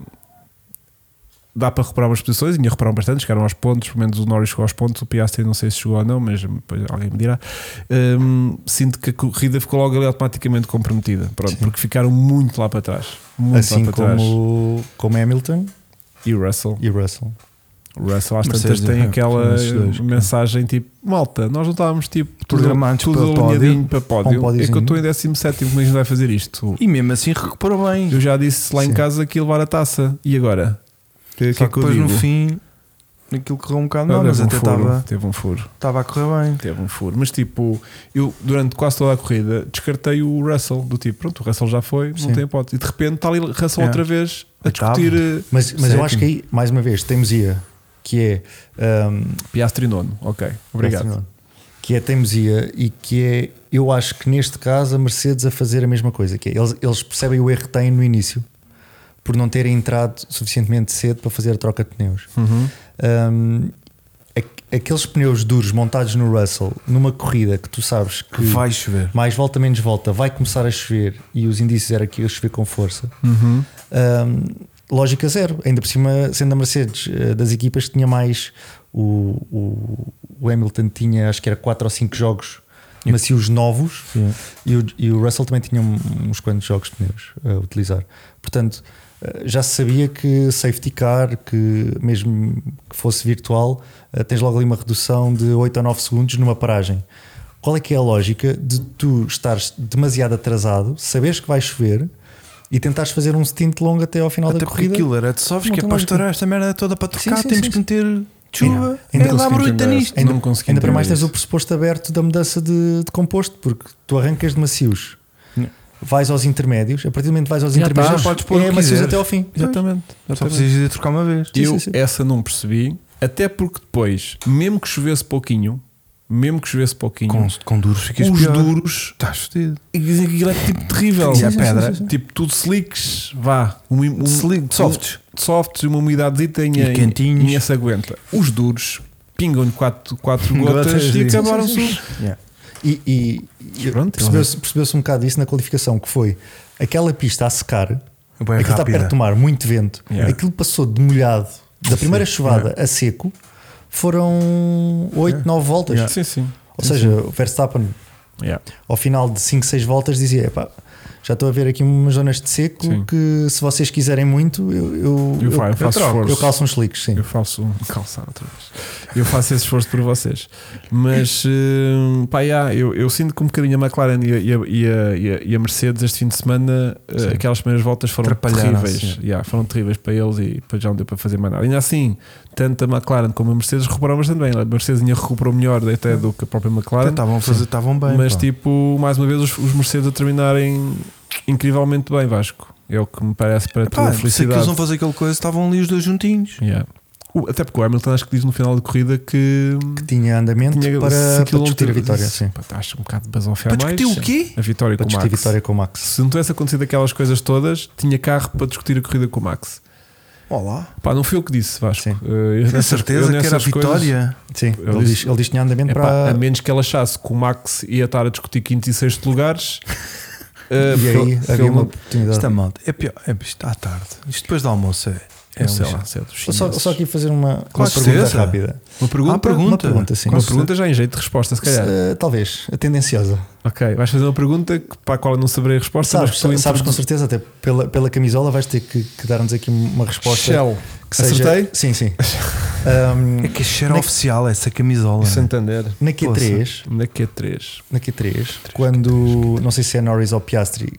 S1: dá para recuperar umas posições, e ainda recuperaram bastante, chegaram aos pontos, pelo menos o Norris chegou aos pontos, o Piastri não sei se chegou ou não, mas depois alguém me dirá. Hum, sinto que a corrida ficou logo ali automaticamente comprometida, pronto, porque ficaram muito lá para trás, muito
S2: assim
S1: lá para trás.
S2: como, como Hamilton
S1: E o Russell,
S2: e Russell.
S1: o Russell às
S3: Mercedes,
S1: tantas tem
S3: é, são
S1: aquela
S3: esses dois, claro.
S1: mensagem tipo, malta, nós não estávamos tipo tudo,
S3: Programados
S1: tudo
S3: para pódio,
S1: alinhadinho para
S2: para um
S1: pódio, é que eu
S2: pódiozinho.
S1: estou em 17 como é que a gente vai fazer isto?
S3: E mesmo assim recuperou bem.
S1: Eu já disse lá em
S2: Sim.
S1: casa que ia levar a taça, e agora? Que, que
S3: Só
S1: é que eu
S3: depois
S1: digo?
S3: no fim, aquilo correu um bocado
S1: Olha,
S3: mal, mas
S1: teve um
S3: até
S1: furo,
S3: estava
S1: Teve um furo.
S3: estava a correr bem.
S1: Teve um furo, mas tipo, eu durante quase toda a corrida descartei o Russell, do tipo, pronto, o Russell já foi, não
S2: Sim.
S1: tem hipótese. E de repente está ali Russell
S3: É.
S1: outra vez a
S3: Oitavo.
S1: discutir eh,
S2: Mas, mas eu
S3: Sétimo.
S2: acho que aí, mais uma vez, teimosia, que é. hum,
S1: Piastri nono. Ok, obrigado.
S2: Barcelona, Que é teimosia e que é, eu acho que neste caso a Mercedes a fazer a mesma coisa, que é, eles, eles percebem o erro que têm no início por não terem entrado suficientemente cedo para fazer a troca de pneus.
S1: Uhum.
S2: Hum, aqu- aqueles pneus duros montados no Russell numa corrida que tu sabes que
S3: Vai chover.
S2: mais volta menos volta vai começar a chover e os indícios era que ia chover com força.
S1: Uhum.
S2: Hum, lógica zero, ainda por cima, sendo a Mercedes eh, das equipas que tinha mais, o, o, o Hamilton tinha acho que era 4 ou 5 jogos macios novos e o, e o Russell também tinha um- uns quantos jogos de pneus a utilizar. Portanto, eh, já se sabia que safety car, que mesmo que fosse virtual, eh, tens logo ali uma redução de 8 a 9 segundos numa paragem. Qual é que é a lógica de tu estares demasiado atrasado, saberes que vai chover e tentares fazer um stint longo até ao final
S3: Até
S2: da
S3: porque
S2: corrida?
S3: aquilo era de softs,
S2: Não
S3: que é
S2: tem
S3: para
S2: lógica.
S3: estourar esta merda toda para
S2: Sim,
S3: tocar,
S2: sim,
S3: temos
S2: sim,
S3: que meter chuva.
S2: Ainda
S3: é lá
S1: consegui
S3: bruta
S1: entender.
S3: nisto.
S1: Ainda não consegui
S2: Ainda para mais
S1: entender
S2: tens o pressuposto aberto da mudança de, de composto, porque tu arrancas de macios,
S3: Não.
S2: vais aos intermédios, a partir do momento que vais aos
S3: Já
S2: intermédios,
S3: tá, podes pôr o
S2: é
S3: que
S2: macios
S3: quiseres.
S2: até ao fim.
S1: Exatamente.
S3: Só
S1: exatamente.
S3: precisas de trocar uma vez.
S2: Sim,
S1: eu
S2: sim, sim.
S1: essa não percebi, até porque depois, mesmo que chovesse pouquinho, mesmo que chovesse pouquinho, é
S3: Com, com duros ficas
S1: os
S3: pior.
S1: duros
S3: Estás fedido.
S1: E dizem que aquilo é tipo terrível.
S3: E a pedra?
S1: Tipo, tudo slicks, vá. Um, um,
S3: Slick,
S1: um-
S3: softs.
S1: Softs, uma umidade tenha
S3: E quentinhos.
S1: E essa aguenta. Os duros pingam-lhe 4 quatro
S3: *laughs* Gotas,
S1: gotas,
S3: sim.
S1: e acabaram-se.
S2: E, e-
S1: Pronto,
S2: e
S1: então é
S2: percebeu-se percebeu-se um bocado isso na qualificação, que foi aquela pista a secar,
S1: É
S3: Bem
S2: aquilo está
S3: rápida.
S2: perto do mar, muito vento,
S1: Yeah.
S2: aquilo passou de molhado, da primeira chuvada a seco, foram 8, 9 voltas.
S1: Sim, sim.
S2: Ou seja, o Verstappen
S1: Yeah.
S2: ao final de 5, 6 voltas dizia, "Epá, já estou a ver aqui umas zonas de seco
S1: Sim.
S2: que se vocês quiserem muito, eu, eu,
S1: Eu, fa- eu faço
S3: troco,
S1: esforço.
S2: eu calço uns slicks, sim.
S1: Eu faço um calçar outra vez. Eu faço esse esforço por vocês. Mas, eh, pá, yeah, eu, eu sinto que um bocadinho a McLaren e a, e a- e a- e a- e a Mercedes este fim de semana, eh,
S3: Sim.
S1: aquelas primeiras voltas foram
S3: Atrapalharam,
S1: terríveis.
S3: sim.
S1: Yeah, foram terríveis para eles e depois já não deu para fazer mais nada. Ainda assim, tanto a McLaren como a Mercedes recuperaram bastante bem. A Mercedes ainda recuperou melhor até do que a própria
S3: Até
S1: McLaren.
S3: Estavam a fazer, estavam Tá bem.
S1: mas,
S3: pá.
S1: tipo, mais uma vez, os, os Mercedes a terminarem incrivelmente bem, Vasco. É o que me parece para a
S3: Pá,
S1: tua
S3: se aqueles
S1: felicidade.
S3: não fazer aquela coisa, estavam ali os dois juntinhos.
S1: Yeah. O- Até porque o Hamilton acho que diz no final da corrida que,
S2: Tinha andamento
S1: tinha
S2: para,
S1: se
S2: para
S1: aquilo não
S2: discutir a
S1: tivesse-
S2: vitória, sim.
S1: Pá, tá, acho um bocado de basófia
S3: Para
S1: a mais.
S3: discutir o quê?
S1: A vitória
S2: Para
S1: com o
S2: discutir a
S1: Max.
S2: vitória com o Max.
S1: Se não tivesse acontecido aquelas coisas todas, tinha carro para discutir a corrida com o Max.
S3: Olá.
S1: Pá, não foi o que disse, Vasco.
S2: Sim.
S1: Eh, eu
S3: Tenho
S1: nessas- eu
S3: certeza que era a
S1: nessas coisas-
S3: vitória.
S2: Sim,
S1: Eu
S2: ele diz,
S1: disse-
S2: ele diz que tinha andamento
S1: Epá,
S2: para.
S1: A menos que ele achasse que o Max ia estar a discutir quinto e sexto lugares. eh, porque
S2: E aí havia
S1: ele
S2: uma
S1: não-
S2: oportunidade.
S3: Isto é malta. É pior. É, isto à tarde. Isto depois do almoço é. é um
S1: sei lá,
S3: lixo.
S1: sei lá, dos
S2: Só,
S1: chineses.
S2: só aqui fazer uma, uma
S3: Com
S2: pergunta
S3: certeza.
S2: rápida.
S1: Uma pergunta,
S3: Há pergunta.
S2: Uma pergunta, sim.
S1: uma
S3: Com
S1: pergunta já em jeito de resposta, se calhar.
S2: Eh, talvez, a tendenciosa.
S1: Ok, vais fazer uma pergunta que- para a qual eu não saberei a resposta,
S2: Sabes,
S1: mas um tu
S2: sabes com
S1: introduz-
S2: certeza, até pela, pela camisola, vais ter que, que dar-nos aqui uma resposta.
S1: Shell.
S2: que seja-
S1: Acertei? *laughs*
S2: Sim, sim. Ahm,
S3: É que cheiro
S2: Na-
S3: oficial essa camisola. né?
S1: Santander.
S2: na Q3,
S1: Na Q3.
S2: na Q3, quando não sei se é Norris ou Piastri,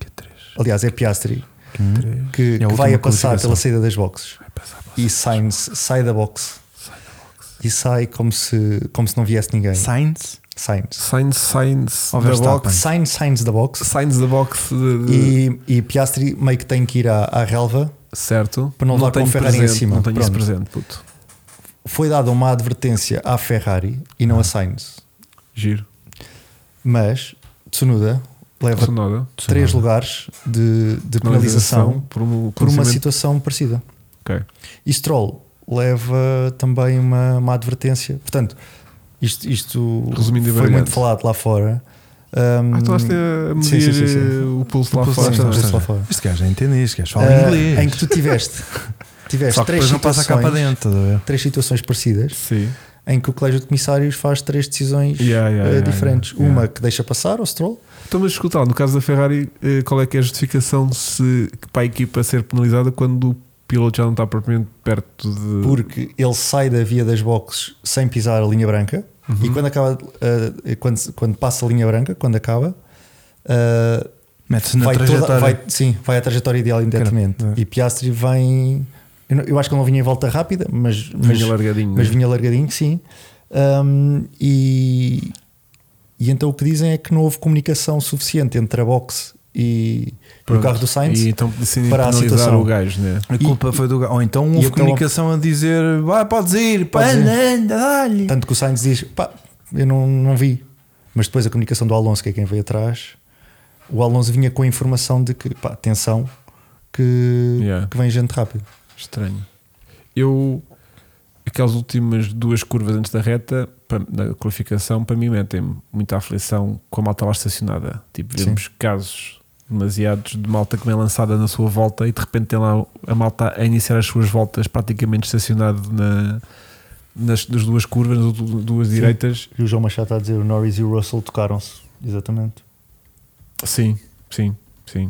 S2: aliás, é Piastri
S3: Hum.
S2: que,
S3: É a
S2: que
S3: última
S2: vai a passar
S3: qualificação.
S2: pela saída das boxes e Sainz sai da box e sai como se, como se não viesse
S1: é.
S2: ninguém.
S3: Sainz.
S2: Sainz.
S1: Sainz, Sainz
S3: Ao
S1: da
S3: Verstappen.
S1: box. Uh.
S2: Sainz, Sainz da box
S1: Sainz da box de- de-
S2: e, e Piastri meio que tem que ir à, à relva.
S1: certo.
S2: Para não levar com
S1: tenho
S2: o Ferrari em
S1: presente,
S2: cima.
S1: Não tenho isso
S2: Pronto.
S1: presente, puto.
S2: Foi dada uma advertência à Ferrari e não a Sainz,
S1: Giro.
S2: mas Tsunoda leva
S1: Sonoda.
S2: três lugares de, de penalização
S1: por, um
S2: por uma
S1: conhecimento-
S2: situação parecida.
S1: Ok.
S2: E Stroll leva também uma, uma advertência. Portanto, isto, isto
S1: Resumindo e
S2: foi
S1: variando.
S2: muito falado lá fora. Um,
S1: Ah, tu acho a medir
S2: sim, sim, sim.
S1: eh, o pulso lá
S3: pulso
S1: fora.
S2: sim,
S3: está-
S2: sim,
S3: está-
S2: lá fora.
S3: Este gajo não entende, este gajo fala
S1: Eh,
S2: ah,
S1: é
S3: inglês.
S2: em que tu
S3: *laughs*
S2: tiveste, tiveste
S3: Só que
S2: três,
S3: depois não passa
S2: situações,
S3: cá para dentro, estás a ver?
S2: três situações parecidas
S1: Sim.
S2: em que o Colégio de Comissários faz três decisões
S1: Yeah, yeah,
S2: eh,
S1: yeah,
S2: diferentes.
S1: yeah, yeah.
S2: Uma que deixa passar o Stroll,
S1: Então, mas escuta lá, no caso da Ferrari, eh, qual é que é a justificação se, para a equipa ser penalizada quando o piloto já não está propriamente perto de.
S2: porque ele sai da via das boxes sem pisar a linha branca
S3: Uhum.
S2: e quando acaba eh, quando, quando passa a linha branca, quando acaba eh,
S3: Mete-se na
S2: vai toda-
S3: trajetória.
S2: vai- sim, vai à trajetória ideal imediatamente.
S3: Cara, é.
S2: E Piastri vem. Eu, não- eu acho que ele não vinha em volta rápida, mas, mas,
S1: Vinha largadinho.
S2: mas
S1: né?
S2: vinha largadinho, sim. Um, e, e então o que dizem é que não houve comunicação suficiente entre a box e, e o
S1: Pronto.
S2: carro do Sainz.
S1: E então decidem
S2: para a
S1: penalizar
S2: situação.
S1: o gajo, né?
S3: A culpa foi do gajo. Ou então
S2: e
S3: houve
S2: então-
S3: comunicação a dizer: vai, podes ir, pá,
S2: Podes ir.
S3: anda, anda, dá-lhe.
S2: Tanto que o Sainz diz: pá, eu não, não vi. Mas depois a comunicação do Alonso, que é quem veio atrás, o Alonso vinha com a informação de que, pá, atenção, que,
S1: Yeah.
S2: que vem gente rápido.
S1: Estranho. Eu. Aquelas últimas duas curvas antes da reta, pa- na qualificação, para mim metem-me muita aflição com a malta lá estacionada. Tipo, vemos casos demasiados de malta que vem lançada na sua volta e de repente tem lá a malta a iniciar as suas voltas praticamente estacionado na, nas, nas duas curvas, nas du- duas direitas.
S2: E o João Machado está a dizer: o Norris e o Russell tocaram-se. Exatamente.
S1: Sim, sim, sim.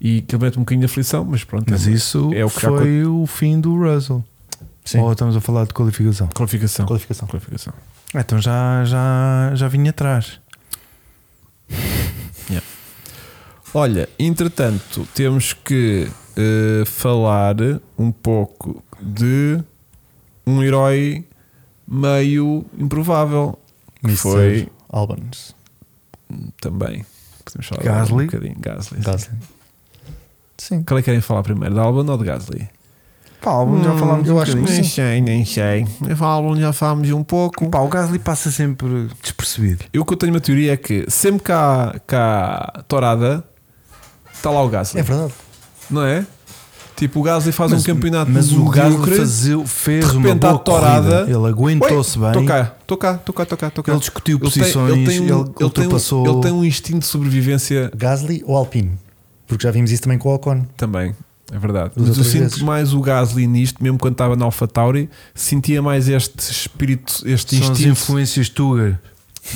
S1: E que mete um bocadinho de aflição, mas pronto.
S3: Mas
S1: é uma
S3: isso
S1: É o que já
S3: foi o fim do Russell.
S2: Sim.
S3: Ou estamos a falar de qualificação?
S1: Qualificação.
S2: Qualificação.
S1: Qualificação.
S3: Ah, Então já, já, já vinha atrás.
S1: Olha, entretanto, temos que eh, falar um pouco de um herói meio improvável. Que
S2: Mr.
S1: foi
S2: Albans.
S1: também. Podemos falar
S3: Gasly?
S1: Um bocadinho. Gasly. sim.
S2: Gasly. Sim.
S1: Qual é que querem falar primeiro? De Albon ou de Gasly?
S3: Pá, Albon
S1: Hum,
S3: já falámos um bocadinho.
S1: Nem sei, nem sei. De Albon já falámos um pouco.
S3: Pá, o Gasly passa sempre despercebido.
S1: Eu que eu tenho uma teoria é que sempre que há, que há torada, está lá o Gasly.
S2: É verdade.
S1: Não é? Tipo, o Gasly faz um campeonato
S3: mas o Gasly
S1: medíocre.
S3: fazeu, fez
S1: de
S3: uma
S1: repente
S3: boa
S1: à torada.
S3: corrida. Ele aguentou-se bem.
S1: Estou cá, estou cá, estou cá, estou cá, tô cá.
S3: Ele discutiu
S1: tem-
S3: posições, ele
S1: um-
S3: ultrapassou-
S1: Tem um, ele tem um instinto de sobrevivência
S2: Gasly ou Alpine? Porque já vimos isso também com o Ocon.
S1: também, é verdade.
S2: Dos
S1: Mas eu
S2: outras
S1: sinto
S2: vezes.
S1: mais o Gasly nisto, mesmo quando estava na AlphaTauri, sentia mais este espírito, este
S3: São as é
S1: instinto.
S3: influências Tuga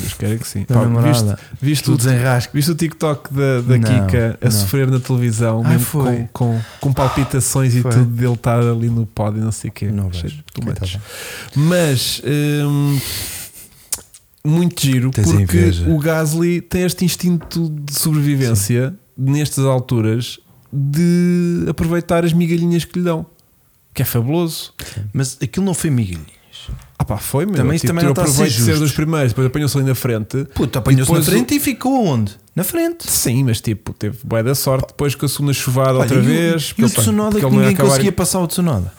S1: Mas quero que sim.
S3: da
S1: Pá, viste,
S3: namorada.
S1: viste,
S3: Tu
S1: o,
S3: desenrasca.
S1: viste o TikTok da, da
S3: Não,
S1: Kika a
S3: não.
S1: sofrer na televisão,
S3: Ai,
S1: mesmo
S3: foi.
S1: com, com, com palpitações e
S3: Foi.
S1: tudo, dele estar ali no pódio e não sei o quê.
S3: Não
S1: Cheio
S3: vejo. tá
S1: de tomates. Mas hum, muito giro
S3: Tens
S1: porque
S3: inveja.
S1: o Gasly tem este instinto de sobrevivência nestas alturas de aproveitar as migalhinhas que lhe dão. Que é fabuloso.
S3: Mas aquilo não foi migalhinhas.
S1: Ah pá, foi mesmo.
S3: Também isso também não está a ser
S1: aproveito de ser
S3: justo.
S1: dos primeiros, depois apanhou-se ali na frente.
S3: Puta, apanhou-se na
S1: depois
S3: frente e ficou onde? Na frente.
S1: Sim, mas tipo, teve boa da sorte. Depois que a segunda chuvada
S3: Olha,
S1: outra
S3: e o-
S1: vez.
S3: E o
S1: porque ele-
S3: Tsunoda
S1: porque
S3: que
S1: ele não é ia
S3: ninguém
S1: acabar-
S3: conseguia passar o Tsunoda.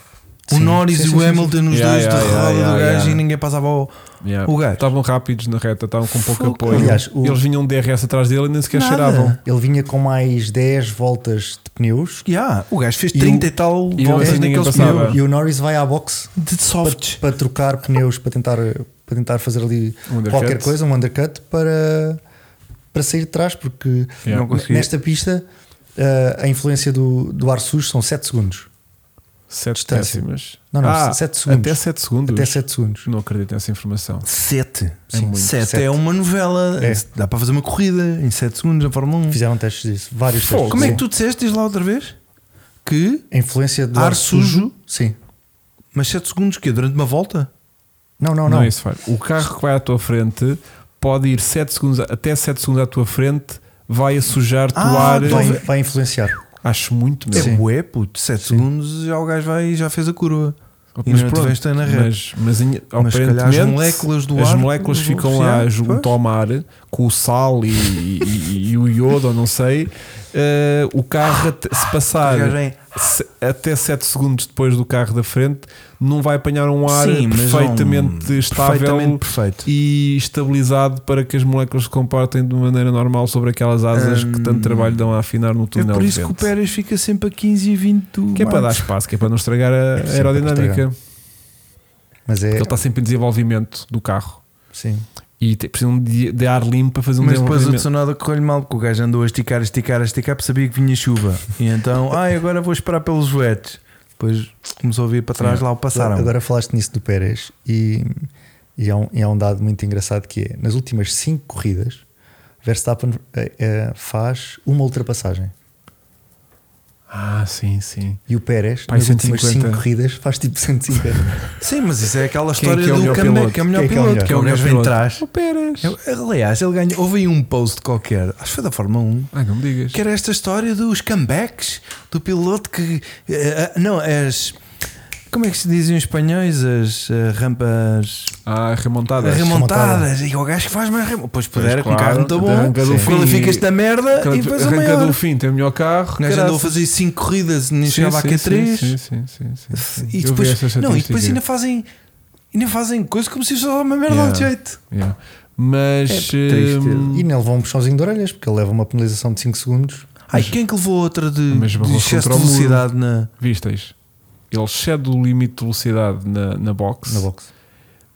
S3: O
S2: Sim.
S3: Norris
S2: Sim,
S3: e
S2: sim, sim,
S3: o
S2: sim.
S3: Hamilton, os
S1: Yeah,
S3: dois
S1: yeah,
S3: de roda
S1: yeah,
S3: do
S1: yeah,
S3: gajo
S1: yeah.
S3: e ninguém ninguém passava ao.
S1: Yeah.
S3: O gajo.
S1: Estavam rápidos na reta, estavam com pouco
S3: Fogo.
S1: apoio.
S2: Aliás, o-
S1: Eles vinham de DRS atrás dele e nem sequer
S3: Nada.
S1: cheiravam.
S2: Ele vinha com mais 10 voltas de pneus
S3: Yeah, o gajo fez
S2: E o-
S3: 30 e, tal
S1: e o
S3: voltas
S1: assim ninguém
S3: naqueles
S1: passava.
S3: pneus
S2: e o Norris vai à box
S3: de softs.
S2: para, para trocar pneus, para tentar, para tentar fazer ali
S1: Um undercut.
S2: qualquer coisa, um undercut, para, para sair de trás, porque
S1: Yeah.
S3: Não consegui.
S2: nesta pista ah, a influência do, do ar sujo são 7 segundos.
S1: Sete
S2: Distância.
S1: décimas.
S2: Não, não,
S1: Ah,
S2: sete segundos.
S1: Até 7 segundos.
S2: Até 7 segundos.
S1: Não acredito nessa informação.
S3: 7.
S2: Sim, muito.
S3: 7
S2: Sete.
S3: é uma novela.
S2: É.
S3: Dá para fazer uma corrida em 7 segundos na Fórmula 1.
S2: Fizeram testes disso, vários testes.
S3: Como é que
S2: Sim.
S3: tu disseste? Diz lá outra vez que.
S2: A influência do
S3: Ar
S2: ar,
S3: sujo?
S2: sujo. Sim.
S3: Mas 7 segundos que é Durante uma volta?
S2: Não, não,
S1: Não,
S2: não.
S1: é isso, Fábio. O carro que vai à tua frente pode ir sete segundos, até 7 segundos à tua frente, vai a sujar-te o
S3: Ah,
S1: ar.
S2: vai, vai influenciar.
S1: Acho muito
S3: É
S1: mesmo.
S3: bué, puto. 7 segundos já o gajo vai e já fez a curva. E
S1: Oh, mas
S3: não
S1: pronto,
S3: tiveste na rede.
S1: mas, mas, em-
S3: Mas se calhar as
S1: aparentemente,
S3: moléculas do
S1: as
S3: ar
S1: moléculas
S3: vão
S1: ficam lá
S3: associar,
S1: junto
S3: pois.
S1: ao mar com o sal e, e- e o iodo, ou não sei. eh, o carro, até- se passar
S3: O gajo é-
S1: se- até 7 segundos depois do carro da frente, não vai apanhar um ar
S3: Sim, mas é um-
S1: perfeitamente estável
S3: perfeitamente perfeito. É
S1: e estabilizado para que as moléculas se comportem de maneira normal sobre aquelas asas que tanto trabalho dão a afinar no
S3: Hum. É
S1: túnel.
S3: por
S1: de
S3: isso que o
S1: vento.
S3: Pérez fica sempre a 15 e 20 do
S1: Que é para dar
S3: Max.
S1: espaço, que é para não estragar a
S2: É sempre para
S1: aerodinâmica.
S2: estragar. Mas é.
S1: Porque ele tá- está sempre em desenvolvimento do carro.
S2: Sim.
S1: E te- precisam de, de ar limpo para fazer um
S3: Mas depois o
S1: desenvolvimento.
S3: Tsunoda correu-lhe mal porque o gajo andou a esticar, a esticar, a esticar porque sabia que vinha chuva. E
S1: *laughs*
S3: então, ai, agora vou esperar pelos joetes. Depois começou a vir para trás, lá o passaram.
S2: Agora falaste nisso do Pérez e, e, há um, e há um dado muito engraçado que é: nas últimas 5 corridas, Verstappen eh, eh, faz uma ultrapassagem
S1: Ah, sim, sim.
S2: e o Pérez,
S1: Pai,
S2: nas últimas
S1: 150.
S2: 5 corridas, faz tipo 150.
S3: Sim, mas isso é aquela
S1: Quem é
S3: história
S1: que é o
S3: do
S1: melhor
S3: que é me-
S1: piloto?
S3: que é o
S2: Quem é
S3: melhor
S2: que é o
S3: piloto.
S2: melhor?
S3: Que é o
S1: Quem é
S3: gajo
S1: o
S3: vem
S1: melhor
S3: atrás.
S1: O Pérez.
S3: Eu- Aliás, ele ganhou. Houve aí um post qualquer, acho que foi da Fórmula 1.
S1: Ah, não me digas.
S3: Que era esta história dos comebacks do piloto que. eh, eh, não, as. Como é que se dizem os espanhóis? As eh, rampas.
S1: Ah, remontadas.
S3: Remontadas. E o gajo que faz mais remontadas. Pois pudera com um
S1: claro,
S3: carro muito
S1: até
S3: bom.
S1: arranca do fim.
S3: Qualificas-te da merda e faz a
S1: Arranca
S3: maior.
S1: do fim, tem o melhor carro.
S3: O gajo
S1: caraças.
S3: andou a fazer 5 corridas, nem
S1: Sim,
S3: chegava a
S1: sim, Sim,
S3: Q3.
S1: sim, sim, sim, sim. Eu
S3: E
S1: vi
S3: depois.
S1: essa
S3: Não, e depois
S1: estatística.
S3: ainda fazem. Ainda fazem coisas como se isso fosse uma merda
S1: Yeah.
S3: de jeito.
S1: Yeah. Mas.
S3: É,
S1: hum,
S2: e nem levou um puxãozinho de orelhas, porque ele leva uma penalização de 5 segundos.
S3: Ai, quem é que levou outra de,
S1: Mas
S3: de
S1: barrou-se
S3: excesso de
S1: contra o muro.
S3: velocidade na.
S1: vistas. Ele excede o limite de velocidade na, na box,
S2: Na box.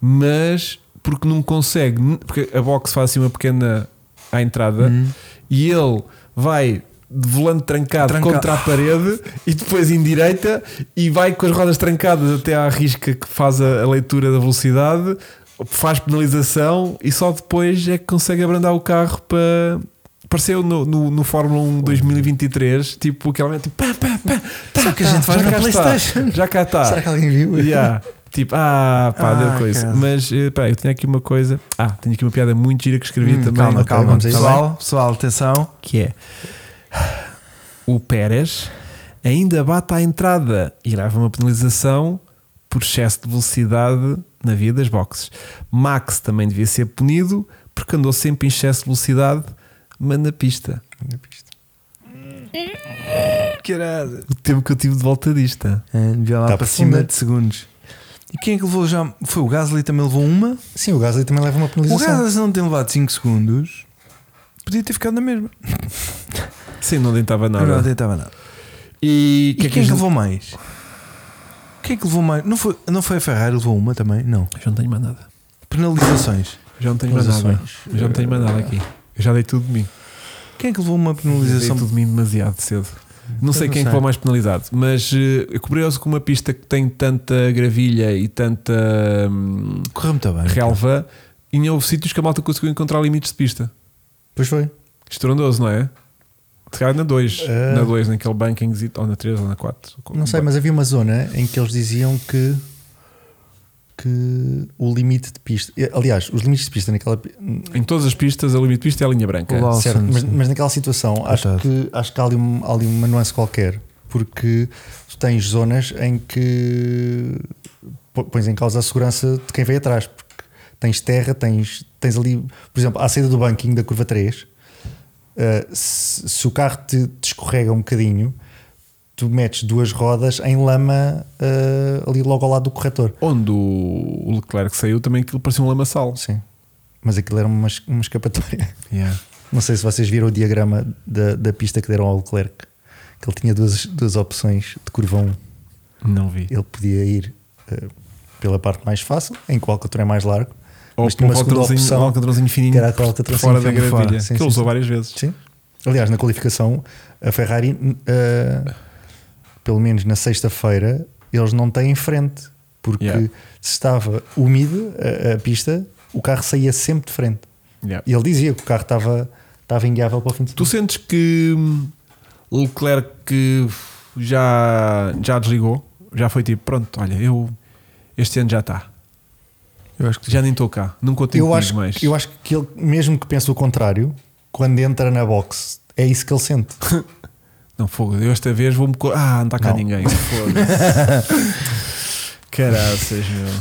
S1: mas porque não consegue, porque a box faz assim uma pequena à entrada
S3: Uhum. Hum.
S1: e ele vai de volante trancado
S3: Tranca-
S1: contra a parede e depois em direita e vai com as rodas trancadas até à risca que faz a, a leitura da velocidade, faz penalização e só depois é que consegue abrandar o carro para. Pareceu no, no, no Fórmula 1 2023, tipo, aquela tipo, pá, pá, pá,
S3: Sabe o que a gente faz
S1: já
S3: na
S1: cá está.
S3: PlayStation?
S1: Já cá está.
S2: Será que alguém viu?
S1: Ah.
S2: *laughs*
S1: Yeah. Tipo, ah, pá,
S3: é? Ah,
S1: deu coisa.
S3: cara.
S1: Mas, eh, pá, eu tinha aqui uma coisa. Ah, tenho aqui uma piada muito gira que escrevi também.
S3: Hum, Calma,
S2: Ok,
S3: calma,
S2: vamos a isso.
S3: pessoal, pessoal, atenção.
S1: Que é o Pérez ainda bate à entrada e leva uma penalização por excesso de velocidade na via das boxes. Max também devia ser punido porque andou sempre em excesso de velocidade, mas na pista.
S2: É
S3: Caralho.
S1: O tempo que eu tive de volta disto.
S3: Ah, Devia lá
S2: Tá
S3: para
S2: profunda.
S3: cima de segundos. E quem é que levou já? Foi o Gasly também levou uma.
S2: Sim, o Gasly também leva uma
S3: O
S2: penalização.
S3: Gasly não tem levado 5 segundos. Podia ter ficado na mesma.
S1: Sim, não adiantava
S3: Não, não
S1: nada.
S3: tentava nada.
S1: E,
S3: E quem é que levou mais? Quem é que levou mais? Não foi, não foi a Ferrari, levou uma também? Não.
S1: Eu não tenho mais nada.
S3: Penalizações.
S1: Já não tenho mais nada.
S2: Penalizações.
S1: Eu já não tenho mais nada aqui. Eu já dei tudo de mim.
S3: Quem é que levou uma
S1: Já dei
S3: penalização?
S1: tudo de mim demasiado cedo. Não sei
S3: não
S1: quem é que
S3: sei.
S1: foi mais penalizado, mas eh, eu cobrei-se com uma pista que tem tanta gravilha e tanta hum,
S3: Correu muito bem.
S1: relva e não houve sítios que a malta conseguiu encontrar limites de pista.
S2: Pois foi.
S1: Estrondoso, não é? Se calhar na 2,
S2: É.
S1: na 2, naquele banking, ou na 3 ou na 4.
S2: Não sei, mas havia uma zona em que eles diziam que, que o limite de pista. eh, Aliás, os limites de pista naquela. pi-
S1: Em todas as pistas, a limite de pista é a linha branca.
S3: Olá.
S2: Certo,
S3: sim,
S2: mas,
S3: sim.
S2: mas naquela situação acho
S3: Coitado.
S2: que, acho que há ali, um- há ali uma nuance qualquer, porque tu tens zonas em que pô- pões em causa a segurança de quem vem atrás, porque tens terra, tens, tens ali, por exemplo, à saída do banquinho da eh, curva 3, se, se o carro te, te escorrega um bocadinho, tu metes duas rodas em lama ah, ali logo ao lado do corretor.
S1: Onde o o Leclerc saiu também aquilo parecia um lamaçal.
S2: Sim. Mas aquilo era uma, es- uma escapatória.
S1: Yeah.
S2: Não sei se vocês viram o diagrama da, da pista que deram ao Leclerc. Que ele tinha duas, duas opções de curvão.
S1: Não vi.
S2: Ele podia ir ah, pela parte mais fácil, em que o Alcatrão é mais largo.
S1: Ou
S2: Mas
S1: por um
S2: tinha uma segunda
S1: alcatrãozinho,
S2: opção,
S1: um alcatrãozinho fininho
S2: que era aquele alcatrãozinho
S1: fora da
S2: fininho fora.
S1: gradilha,
S2: Sim,
S1: que ele
S2: sim,
S1: usou
S2: sim.
S1: várias vezes.
S2: Sim. Aliás, na qualificação, a Ferrari, eh, pelo menos na sexta-feira, eles não têm frente. Porque
S1: Yeah.
S2: se estava úmido a, a pista, o carro saía sempre de frente.
S1: Yeah.
S2: E ele dizia que o carro estava, estava inguiável para o fim de
S1: Tu
S2: semana.
S1: sentes que hum, Leclerc que já, já desligou, já foi tipo, pronto, olha, eu este ano já está,
S3: Eu acho que
S1: já nem estou cá, não contigo
S2: Eu
S1: comigo
S2: acho,
S1: mais.
S2: eu acho que ele, mesmo que pense o contrário, quando entra na box, é isso que ele
S3: *laughs*
S2: sente.
S1: Não, fogo, eu esta vez vou-me. co- Ah, não está cá
S2: Não.
S3: *laughs*
S1: ninguém. foda-se. Caraças, meu.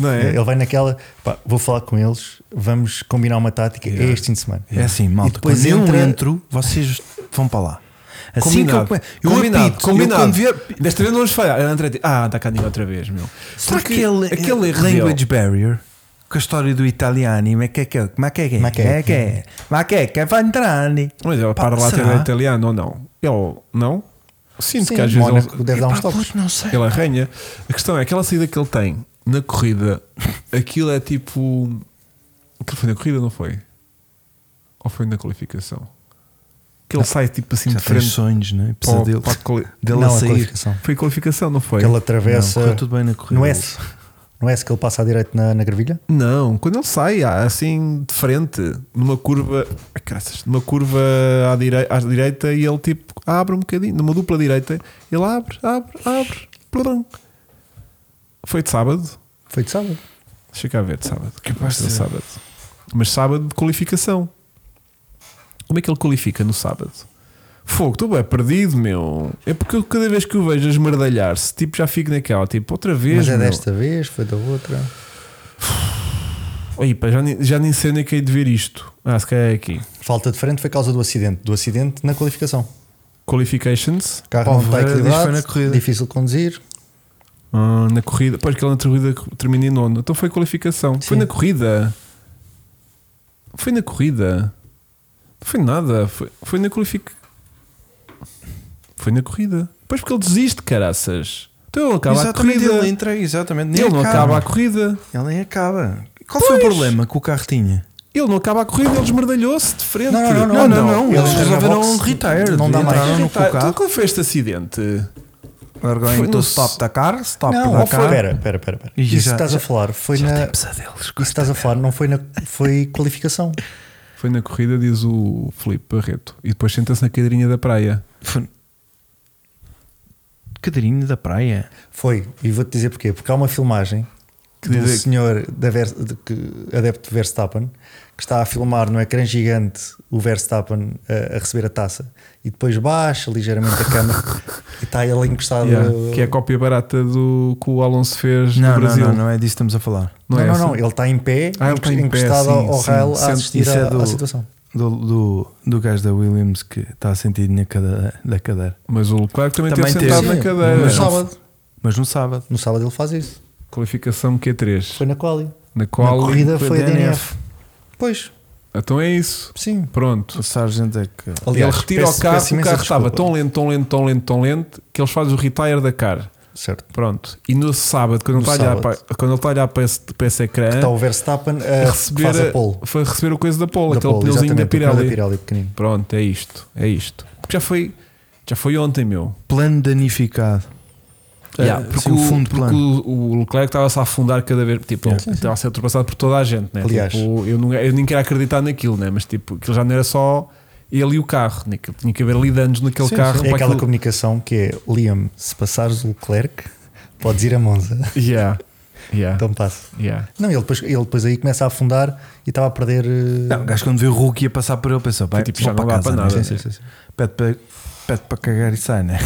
S1: Não é?
S2: Ele vai naquela, pá, vou falar com eles, vamos combinar uma tática, é
S1: Yeah.
S2: este fim de semana.
S3: É assim, malta.
S2: E depois
S3: quando
S2: entra-
S3: eu entro, vocês vão para lá. Assim
S1: combinado.
S3: que eu, eu
S1: combinado,
S3: apito, eu
S1: combinado.
S3: quando vier-
S1: Desta vez não vamos falhar. Era André, tipo, Ah, está cá ninguém outra vez, meu.
S3: Será
S1: Porque
S3: que ele, é eh,
S1: aquele erro
S3: language
S1: dele-
S3: barrier com a história do italiano, ma que que, ma que é que, ma
S2: Ma che-
S3: que que, ma que é? che fa entrare?
S1: Mas ele
S3: Pá,
S1: para lá ter
S3: será?
S1: italiano ou não? Ele não? Sinto
S2: Sim,
S1: que às vezes
S2: Mónaco
S1: ele,
S2: deve dar
S3: Epá,
S2: uns toques.
S3: puto, não sei.
S1: ele arranha. A questão é aquela saída que ele tem na corrida. Aquilo é tipo. Aquilo foi na corrida, não foi? Ou foi na qualificação? Que ele sai tipo assim
S3: Já
S1: de frente.
S3: tens sonhos, né?
S1: para o-
S3: Pesadelos.
S1: para a quali-
S3: Dele
S2: Não,
S3: a
S2: a
S3: sair.
S2: qualificação.
S1: Foi qualificação, não foi?
S2: Que ele
S3: Não,
S2: atravessa. é
S3: correu tudo bem na corrida.
S2: No S. No S é que ele passa à direita na, na gravilha?
S1: Não, quando ele sai ah, assim de frente, numa curva, ai, caraças, numa curva à, direi- à direita e ele tipo abre um bocadinho, numa dupla direita, ele abre, abre, abre, plum. Foi de sábado,
S2: Foi de sábado.
S1: deixa cá ver de sábado, é capaz de ser
S2: é.
S1: sábado, mas sábado de qualificação. Como é que ele qualifica no sábado? Fogo, estou bem perdido, meu. É porque eu, cada vez que o vejo a esmerdalhar-se, tipo, já fico naquela, tipo, outra vez.
S2: Mas é
S1: meu.
S2: desta vez, foi da outra.
S1: Oi, pá, já, nem- já nem sei onde é que hei de ver isto. Ah, se calhar é aqui.
S2: Falta de frente foi causa do acidente. Do acidente na qualificação.
S1: Qualifications
S2: O carro
S3: Paulo
S2: não está
S3: Ferreira diz que foi na
S2: equilibrado,
S3: corrida.
S2: difícil de conduzir.
S1: ah, na corrida. Pois que ele na corrida termina em nono. Então foi qualificação. Foi
S2: Sim.
S1: na corrida. Foi na corrida. Não foi nada. Foi, foi na qualific... Foi na corrida. Pois porque ele desiste, caraças. Então ele acaba
S3: Exatamente,
S1: a corrida.
S3: ele entra, exatamente.
S1: Ele,
S3: Nem
S1: não
S3: acaba.
S1: acaba a corrida.
S3: Ele nem acaba. Qual foi o problema que o carro tinha?
S1: Ele não acaba a corrida, ele desmerdalhou-se de frente.
S2: Não, não, não,
S3: Não, não, não.
S2: Eles
S3: Eles resolveram
S2: revox-
S3: retire.
S2: não dá mais.
S3: Entraram no
S1: Tá, então
S3: carro.
S1: qual foi este acidente?
S3: Largou
S1: Foi
S3: em
S1: no
S3: do stop da car, stop
S2: Não,
S3: da
S2: ou foi-
S3: car.
S2: pera, pera, pera. pera.
S3: E
S2: Isso
S3: já-
S2: que estás
S3: já-
S2: a falar foi
S3: Já
S2: na.
S3: tem
S2: Isso
S3: pesadelos.
S2: que estás a falar não foi na. Foi qualificação.
S1: Foi na corrida, diz o Felipe Barreto. E depois senta-se na cadeirinha da praia.
S3: Foi- Cadeirinho da praia.
S2: Foi. E vou-te dizer porquê. Porque há uma filmagem
S1: Que
S2: de um
S1: diz-
S2: senhor da Vers- de que- adepto de Verstappen que está a filmar no ecrã gigante o Verstappen a, a receber a taça e depois baixa ligeiramente a
S1: *laughs*
S2: câmera e está ele encostado.
S1: Yeah, que é a cópia barata do que o Alonso fez
S3: Não,
S1: no
S3: não,
S1: Brasil.
S3: não, não é disso que estamos a falar.
S2: Não,
S1: é
S2: não,
S1: essa?
S2: não, ele está em pé,
S1: Ah, ele está em pé,
S2: encostado
S1: sim,
S2: ao
S1: sim.
S2: rail
S1: Sente-
S2: a assistir
S3: isso é
S2: à,
S3: do-
S2: à situação.
S3: Do, do, do gajo da Williams que está sentido na cadeira, da cadeira.
S1: Mas o Leclerc também,
S3: Também
S1: teve
S3: teve.
S1: sentado
S2: Sim,
S1: É, na cadeira.
S2: No
S3: Mas não-
S2: sábado,
S3: Mas no sábado.
S2: no sábado ele faz isso.
S1: Qualificação Q3.
S2: Foi na quali.
S1: Na qual.
S2: na corrida foi a DNF. Pois,
S1: Então é isso.
S2: sim.
S1: Pronto.
S3: O Sargent é que.
S2: Aliás,
S1: ele retira
S2: peço-
S1: o carro,
S2: peço
S1: o
S2: imensa
S1: carro estava
S2: desculpa.
S1: tão lento, tão lento, tão lento, tão lento, que eles fazem o retire da car.
S2: Certo.
S1: Pronto. E no sábado, quando ele
S2: No
S1: está a olhar para,
S2: sábado.
S1: quando ele está a olhar para esse, para esse ecrã,
S2: Está o Verstappen
S1: a
S2: a,
S1: receber
S2: faz
S1: a-
S2: a pole.
S1: foi receber o coisa da pole,
S2: Da
S1: aquele
S2: pole,
S1: pneuzinho da
S2: exatamente, o pneu
S1: Pirelli.
S2: pequenino.
S1: Pronto, é isto. É isto. Porque já foi, já foi ontem, meu.
S3: Plano danificado.
S1: Yeah,
S3: É,
S1: porque
S3: assim, o fundo
S1: o, porque
S3: plano.
S1: o- o Leclerc estava-se a afundar cada vez, tipo, ele estava a ser ultrapassado por toda a gente, né?
S2: Aliás.
S1: Tipo, eu, não, eu nem queria acreditar naquilo, né? mas tipo, aquilo já não era só ele e o carro, né? Que tinha que haver ali danos naquele
S3: Sim,
S1: carro.
S3: sim.
S2: É
S1: para
S2: aquela
S1: aquilo-
S2: comunicação que é Liam, se passares o Leclerc, podes ir a *laughs* Monza.
S1: Yeah. Yeah.
S2: Então passa.
S1: Yeah.
S2: Não, ele depois, ele depois aí começa a afundar e estava a perder. eh,
S3: Não, o gajo quando viu o Hulk ia passar por ele pensou: vai,
S1: Tipo,
S3: vou
S1: já não dá para
S3: né?
S1: nada,
S3: Sim, sim, sim, sim. Pede para, pede para cagar e sai, né?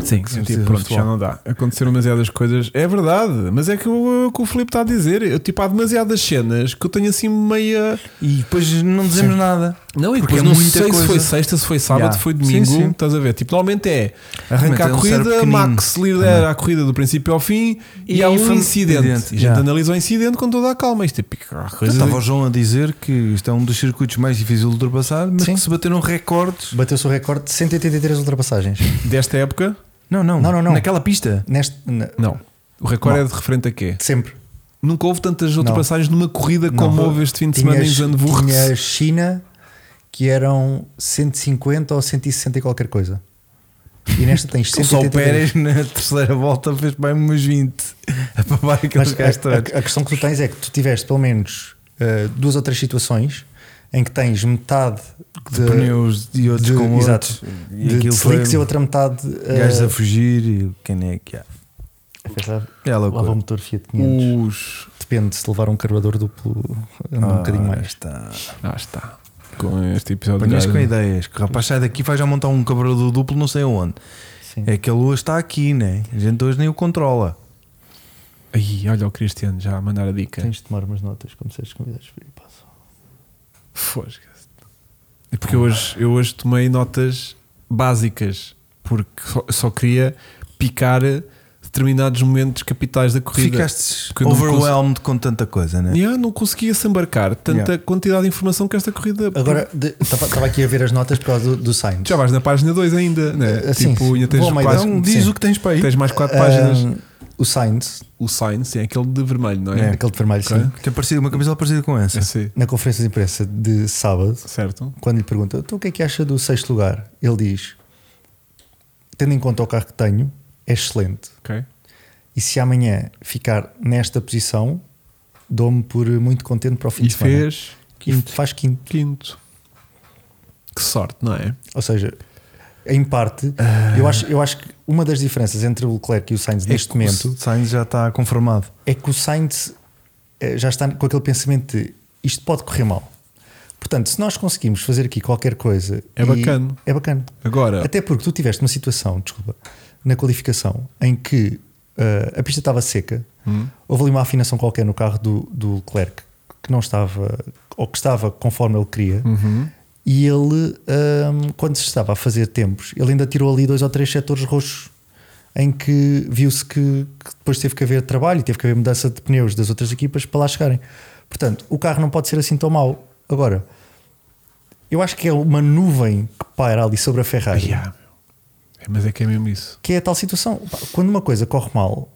S1: Sim,
S3: Sim,
S1: tipo,
S3: sim,
S1: pronto,
S3: futebol.
S1: já não dá. Aconteceram demasiadas coisas. É verdade, mas é que o o que o Filipe está a dizer. Eu, tipo, há demasiadas cenas que eu tenho assim meia.
S3: E depois não dizemos nada.
S1: Não, e
S3: Porque
S1: depois
S3: é
S1: não
S3: muita
S1: sei se
S3: coisa.
S1: foi sexta, se foi sábado,
S2: Yeah.
S1: se foi domingo.
S3: Sim, sim.
S1: Estás a ver? Tipo, normalmente é arranca a
S3: Normalmente é um cérebro
S1: corrida,
S3: pequenino.
S1: Max lidera a corrida do princípio ao fim e,
S3: E
S1: há um
S3: foi um
S1: incidente. E a gente
S3: incidente, yeah. Então,
S1: analisa o incidente com toda a calma. Isto é pico, há
S3: Eu
S1: coisas-
S3: Estava o João a dizer que isto é um dos circuitos mais difíceis de ultrapassar, mas
S2: Sim.
S3: que se bateram recordes.
S2: Bateu-se o recorde de 183 ultrapassagens.
S1: desta época.
S3: Não, não,
S2: Não, não, não.
S3: Naquela pista.
S2: Neste, na-
S1: Não. O recorde é de referente a quê?
S2: sempre.
S1: Nunca houve tantas ultrapassagens numa corrida
S2: Não.
S1: como houve este fim de semana em Zandvoort.
S2: tinha China que eram 150 ou 160 e qualquer coisa. E nesta
S3: *laughs*
S2: tens
S3: Só o
S2: 183.
S3: Pérez na terceira volta fez bem umas 20 *laughs* a papar aqueles
S2: Mas
S3: gajos
S2: a, a-
S3: é todos.
S2: a questão que tu tens é que tu tiveste pelo menos eh, duas ou três situações em que tens metade
S3: De pneus e outros
S2: de-
S3: com
S2: exato.
S3: outros. E
S2: de
S3: aquilo foi um
S2: slicks e outra metade.
S3: gajos
S2: eh,
S3: a fugir e quem é que há. É
S2: Lava o
S3: loucura.
S2: motor Fiat 500.
S1: Os.
S2: Depende se levar um carburador duplo, anda um bocadinho
S3: Ora
S2: mais.
S3: Ah, Está.
S1: Ah, está. Com este episódio.
S3: Apanhas
S1: já-
S3: com ideias. Que o rapaz sai daqui e vai já montar um cabrador duplo, não sei aonde.
S2: Sim.
S3: É que a lua está aqui, né? A gente hoje nem o controla.
S1: Ai, olha o Cristiano já a mandar a dica.
S2: Tens de tomar umas notas, como se as convidados frio, passam.
S1: Fosga-se. É porque eu hoje, eu hoje tomei notas básicas, porque só, só queria picar determinados momentos capitais da corrida.
S3: Ficaste
S1: Porque eu não
S3: overwhelmed com tanta coisa, né?
S1: E eu não conseguia desembarcar tanta
S3: Yeah.
S1: quantidade de informação que esta corrida.
S2: Agora, estava aqui a ver as notas por causa do, do Sainz.
S1: já vais na página 2 ainda, né?
S2: Ah, sim,
S1: tipo, ainda
S2: sim.
S1: tens,
S2: Vou ao meio
S1: quase,
S2: dela.
S3: Então diz
S2: Sim. Ah,
S3: o que tens para aí.
S1: é. tens mais 4 páginas.
S2: Ahm, o Sainz,
S1: O Sainz, sim, é aquele de vermelho, não é?
S2: aquele de vermelho,
S1: Ok.
S2: sim,
S3: Tem parecido, uma camisola parecida com essa.
S1: É, sim.
S2: na conferência de imprensa de sábado,
S1: Certo?
S2: quando lhe pergunta então, o que é que acha do sexto lugar, ele diz: tendo em conta o carro que tenho, é excelente.
S1: Ok.
S2: E se amanhã ficar nesta posição, dou-me por muito contente para o fim
S1: E
S2: de semana.
S1: fez
S2: E faz quinto.
S1: quinto. Que sorte, não é?
S2: Ou seja, em parte,
S1: Ah.
S2: eu, acho, eu acho que uma das diferenças entre o Leclerc e o
S1: É
S2: Sainz neste
S3: que
S2: momento
S3: O Sainz já está conformado.
S2: é que o Sainz eh, já está com aquele pensamento de isto pode correr mal. Portanto, se nós conseguimos fazer aqui qualquer coisa.
S1: É
S2: e-
S1: bacana.
S2: É bacana.
S1: Agora,
S2: Até porque tu tiveste uma situação, desculpa, na qualificação em que eh, a pista estava seca, houve ali uma afinação qualquer no carro do, do Leclerc que não estava, ou que estava conforme ele queria, e ele, ahm, quando se estava a fazer tempos, ele ainda tirou ali dois ou três setores roxos em que viu-se que, que depois teve que haver trabalho, teve que haver mudança de pneus das outras equipas para lá chegarem. Portanto, o carro não pode ser assim tão mau. Agora, eu acho que é uma nuvem que paira ali sobre a Ferrari
S1: Yeah, meu. É, mas é que é mesmo isso.
S2: que é a tal situação. Pá, Quando uma coisa corre mal,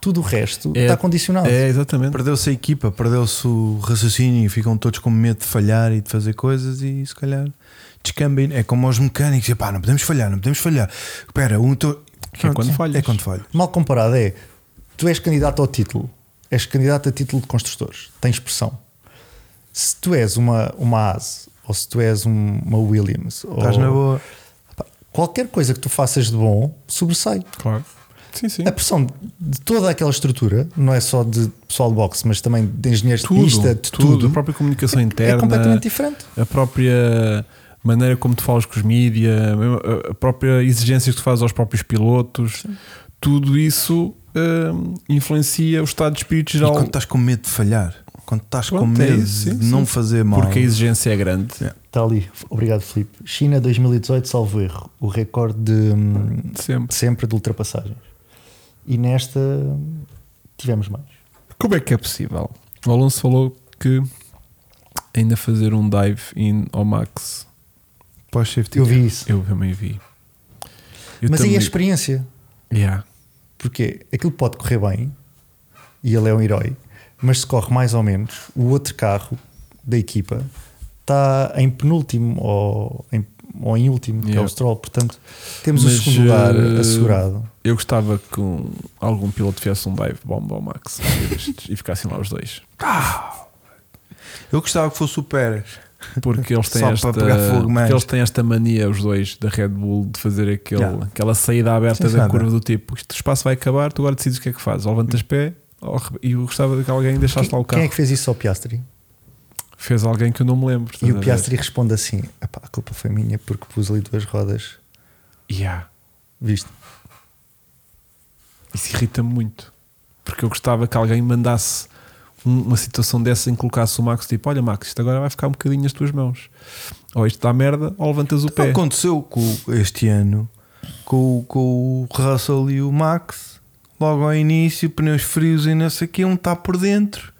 S2: tudo o resto está Tá condicionado.
S1: É, exatamente.
S3: Perdeu-se a equipa, perdeu-se o raciocínio e ficam todos com medo de falhar e de fazer coisas e se calhar descambem. É como aos mecânicos: e, pá, não podemos falhar, não podemos falhar. Espera, um. To...
S1: Que é quando falhas.
S3: É quando falhas.
S2: Mal comparado é, tu és candidato ao título, és candidato a título de construtores, tens pressão. Se tu és uma, uma AS, ou se tu és um- uma Williams,
S3: Estás
S1: Oh.
S2: ou
S3: na boa.
S2: pá, qualquer coisa que tu faças de bom, sobressai.
S1: Claro. Sim, sim.
S2: A pressão de toda aquela estrutura, não é só de pessoal de boxe, mas também de engenheiros
S1: Tudo,
S2: de pista, de
S1: tudo,
S2: tudo,
S1: A própria comunicação interna.
S2: é completamente diferente.
S1: a própria maneira como tu falas com os mídia, a- a própria exigência que tu fazes aos próprios pilotos, tudo isso hum, influencia o estado de espírito
S3: E
S1: geral.
S3: quando estás com medo de falhar, quando estás com
S1: Pronto, é
S3: medo
S1: isso, sim,
S3: de
S1: sim.
S3: não fazer mal,
S1: Porque a exigência é grande.
S2: Está Tá ali, obrigado Filipe. China 2018, salvo erro, o recorde de, hum,
S1: Sempre.
S2: sempre de ultrapassagens. E nesta hum, tivemos mais.
S1: Como é que é possível? O Alonso falou que ainda fazer um dive in ao Max.
S3: pós-safety
S2: Eu vi isso.
S1: Eu também vi. Eu
S2: Mas aí
S1: também-
S2: é a experiência,
S1: Yeah.
S2: porque aquilo pode correr bem e ele é um herói, mas se corre mais ou menos, o outro carro da equica está em penúltimo ou em, ou em último, que é
S1: Yeah.
S2: o Stroll. Portanto, temos
S1: Mas,
S2: o segundo lugar
S1: eh,
S2: assegurado.
S1: Eu gostava que um- algum piloto fizesse um dive bomb ao Max *laughs* e ficassem lá os dois.
S3: Eu gostava que fosse o Pérez.
S1: porque eles têm
S3: Só para
S1: esta
S3: pegar fogo, mas-
S1: porque eles têm esta mania os dois da Red Bull de fazer aquele,
S3: Yeah.
S1: aquela saída aberta
S3: Sim,
S1: da
S3: sabe.
S1: curva do tipo isto o espaço vai acabar tu agora decides o que é que fazes ou levantas pé ou rebe- e eu gostava que alguém deixasse lá o
S2: Quem
S1: carro
S2: é que fez isso ao Piastri?
S1: fez alguém que eu não me lembro estás
S2: E
S1: a
S2: o
S1: ver?
S2: Piastri responde assim: "Epá, a culpa foi minha porque pus ali duas rodas,
S1: Yeah.
S2: viste?
S1: Isso irrita-me muito. Porque eu gostava que alguém mandasse um- uma situação dessa em que colocasse o Max tipo: Olha, Max, isto agora vai ficar um bocadinho nas tuas mãos. Ou isto dá merda, ou levantas
S3: Tá
S1: o pé.
S3: Então, Aconteceu com, este ano com, com o Russell e o Max, logo ao início, pneus frios e não sei o que, um está por dentro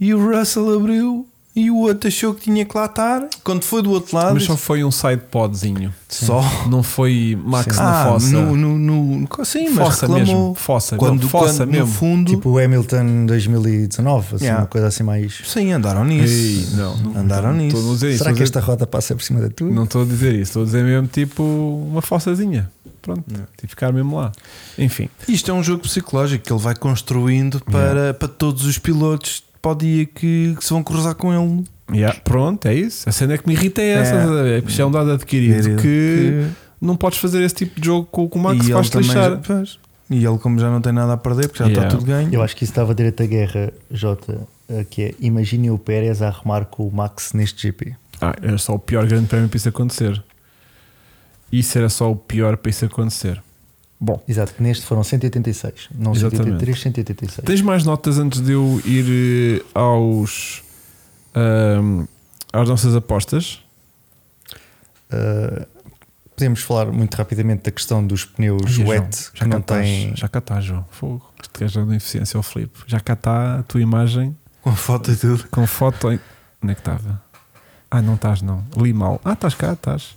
S3: e o Russell abriu e o outro achou que tinha que lá estar. Quando foi do outro lado,
S1: Mas só
S3: disse,
S1: foi um side podzinho.
S3: só.
S1: Não foi Max na
S3: Ah,
S1: fossa.
S3: No, no, no- sim, mas
S1: Fossa
S3: reclamou.
S1: mesmo, fossa,
S3: quando,
S1: fossa
S3: quando,
S1: mesmo.
S3: No fundo,
S2: Tipo o Hamilton 2019, assim,
S3: Yeah.
S2: uma coisa assim mais.
S3: sim, andaram nisso.
S1: Ei, não, não,
S3: Andaram
S1: não
S3: nisso.
S1: Estou a dizer isso.
S2: Será que
S1: estou
S2: esta roda passa por cima da
S1: a
S2: tua?
S1: dizer- Não estou a dizer isso. Estou a dizer mesmo tipo uma fossazinha. Pronto, tive que ficar mesmo lá. Enfim,
S3: Isto é um jogo psicológico que ele vai construindo para, para todos os pilotos para o dia que, que se vão cruzar com ele.
S1: yeah, pronto, é isso. A cena que me irrita é essa.
S3: É.
S1: estás a ver? Isto É, um dado adquirido que,
S3: Que-
S1: não podes fazer esse tipo de jogo com, com o Max.
S3: e
S1: Vais-te
S3: também
S1: lixar.
S3: já- pois. e ele, como já não tem nada a perder, porque já
S1: Yeah.
S3: está tudo ganho.
S2: Eu acho que isso dava direito à guerra, Jota, eh, que é imaginem o Pérez a arrumar com o Max neste GP.
S1: Ah, era só o pior grande prémio para isso acontecer. Isso era só o pior para isso acontecer. Bom,
S2: Exato, que neste foram 186, não
S1: Exatamente.
S2: 183, 186.
S1: Tens mais notas antes de eu ir eh, aos ahm, às nossas apostas?
S2: Uh, podemos falar muito rapidamente da questão dos
S1: Ai, é
S2: pneus
S1: João,
S2: wet que
S1: já
S2: não
S1: cá estás,
S2: têm.
S1: Já cá está, João. Fogo. Este gajo é da eficiência ao Filipe. Já cá está a tua imagem
S3: Com a foto e tudo.
S1: com foto. Em... Onde é que estava? Ah, não estás, não. Li mal. Ah, estás cá, estás.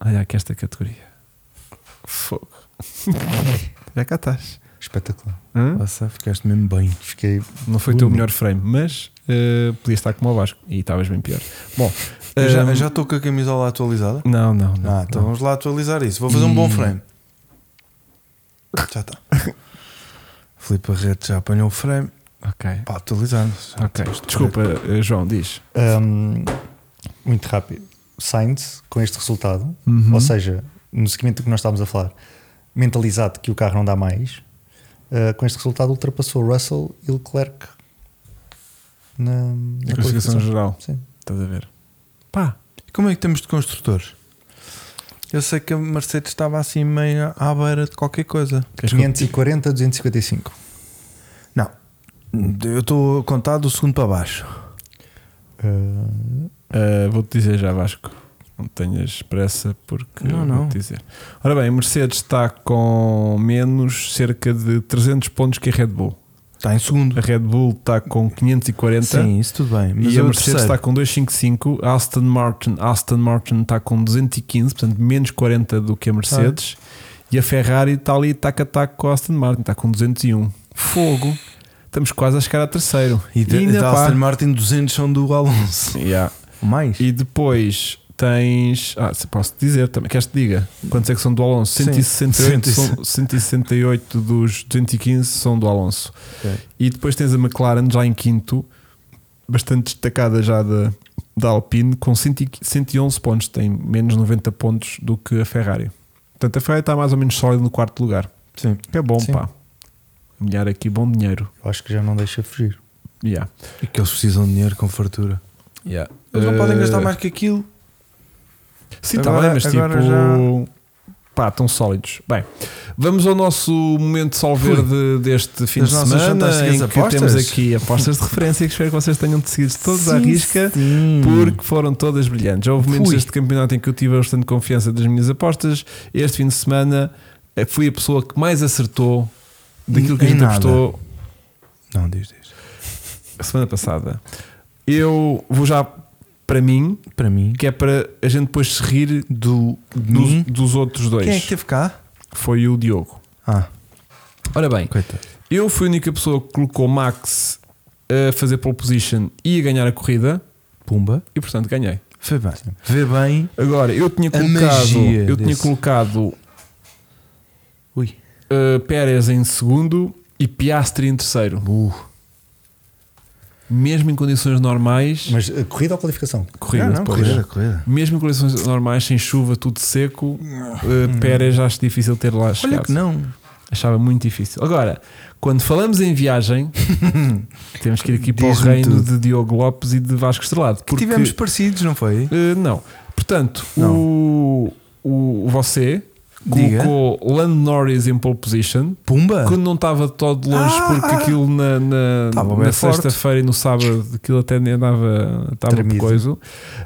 S1: Olha aqui esta categoria. Fogo.
S3: *laughs*
S1: já cá estás.
S2: Espetacular.
S1: Hã?
S3: Nossa, ficaste mesmo bem.
S2: Fiquei.
S1: Não foi o teu melhor frame, mas eh, podias estar como o Vasco e estavas bem pior. Bom,
S3: Eu já-
S1: ahm,
S3: eu já estou com a camisola atualizada.
S1: Não, não, não. Hum.
S3: Ah, então vamos lá atualizar isso. Vou fazer um bom frame. Já está. Filipe Arrete já apanhou o frame.
S1: Ok.
S3: Pá, atualizando.
S1: Ok,
S3: então
S1: desculpa, eh, João, diz.
S2: um, muito rápido. Sainz, com este resultado,
S3: Uhum.
S1: Uhum.
S2: ou seja, no seguimento do que nós estávamos a falar, mentalizado que o carro não dá mais, uh, com este resultado ultrapassou Russell e Leclerc na, na
S1: Na classificação geral,
S2: Sim.
S1: estás a ver? Pá,
S3: Como é que temos de construtores? Eu sei que a Mercedes estava assim meio à beira de qualquer coisa.
S1: queres que eu-
S2: 540 255.
S3: Não. Eu estou a contar do segundo para baixo.
S2: Uh,
S1: Eh, vou-te dizer já, Vasco. Não tenhas pressa, porque
S3: Não, não.
S1: vou-te dizer. Ora bem, a Mercedes está com menos cerca de 300 pontos que a Red Bull.
S3: Está Tá em segundo.
S1: A Red Bull está com 540.
S3: Sim, isso tudo bem. Mas
S1: e a
S3: eu
S1: Mercedes está
S3: terceiro.
S1: com 255, a Aston Martin, a Aston Martin está com 215, portanto menos 40 do que a Mercedes. E a Ferrari está ali tac a tac com a Aston Martin, está com 201. Fogo. Estamos quase a chegar a terceiro.
S3: E da,
S1: ainda
S3: da
S1: pá.
S3: Aston Martin 200 são do Alonso.
S1: Yeah.
S3: Mais?
S1: E depois tens, ah, se posso dizer também, queres que te diga? Quantos é que são do Alonso?
S3: Sim.
S1: 168,
S3: 160.
S1: são, 168 dos 215 são do Alonso.
S3: Ok.
S1: E depois tens a McLaren já em quinto, bastante destacada já da, da Alpine, com 100 e- 111 pontos, tem menos 90 pontos do que a Ferrari. Portanto, a Ferrari está mais ou menos sólida no quarto lugar.
S3: Sim.
S1: É bom,
S2: Sim.
S1: pá. Milhar aqui bom dinheiro.
S2: eu acho que já não deixa fugir.
S1: Yeah.
S3: E que eles precisam de dinheiro com fartura.
S1: Yeah.
S3: Eles não podem
S1: Eh,
S3: gastar mais que aquilo.
S1: Sim, está
S3: Agora-
S1: bem, mas
S3: agora
S1: tipo. Pá, estão sólidos. Bem, vamos ao nosso momento solverde deste fim
S3: Das
S1: de
S3: nossas
S1: semana em
S3: fantásticas
S1: que
S3: apostas.
S1: temos aqui apostas de referência que espero que vocês tenham decidido todos à risca. Porque foram todas brilhantes. Houve momentos
S3: Fui.
S1: deste campeonato em que eu tive bastante confiança das minhas apostas. Este fim de semana eh, fui a pessoa que mais acertou daquilo que a
S3: Em
S1: gente
S3: nada.
S1: apostou
S3: Não, diz, diz.
S1: a semana passada. Eu vou já para mim,
S3: Para mim,
S1: que é para a gente depois se rir
S3: do, de
S1: dos,
S3: mim,
S1: dos outros dois.
S3: quem é que teve cá?
S1: Foi o Diogo.
S3: Ah,
S1: Ora bem,
S3: coitado.
S1: eu fui a única pessoa que colocou Max a fazer pole position e a ganhar a corrida
S3: Pumba.
S1: e portanto ganhei.
S3: Vê bem. Vê bem.
S1: Agora, eu tinha
S3: A
S1: colocado,
S3: magia
S1: eu tinha
S3: desse.
S1: colocado
S3: Ui.
S1: uh, Pérez em segundo e Piastri em terceiro. Mesmo em condições normais,
S2: Mas a corrida ou qualificação?
S1: corrida,
S3: Ah, não, não,
S1: depois.
S3: corrida, corrida.
S1: Mesmo em condições normais, sem chuva, tudo seco, uh, Pérez acho difícil ter lá chegado.
S3: Olha que não.
S1: Achava muito difícil. Agora, quando falamos em
S3: *laughs*
S1: viagem, temos que ir aqui para o
S3: Diz-me
S1: reino
S3: tudo.
S1: de Diogo Lopes e de Vasco Estrelado. Porque,
S3: Tivemos parecidos, não foi?
S1: eh, não. Portanto, O, o, o você
S3: Diga.
S1: colocou Land Norris em pole position
S3: Pumba!
S1: quando não estava de todo longe,
S3: Ah!
S1: porque aquilo na, na,
S3: Estava bem
S1: na
S3: forte.
S1: sexta-feira e no sábado aquilo até nem andava estava
S2: Tremido.
S1: coisa.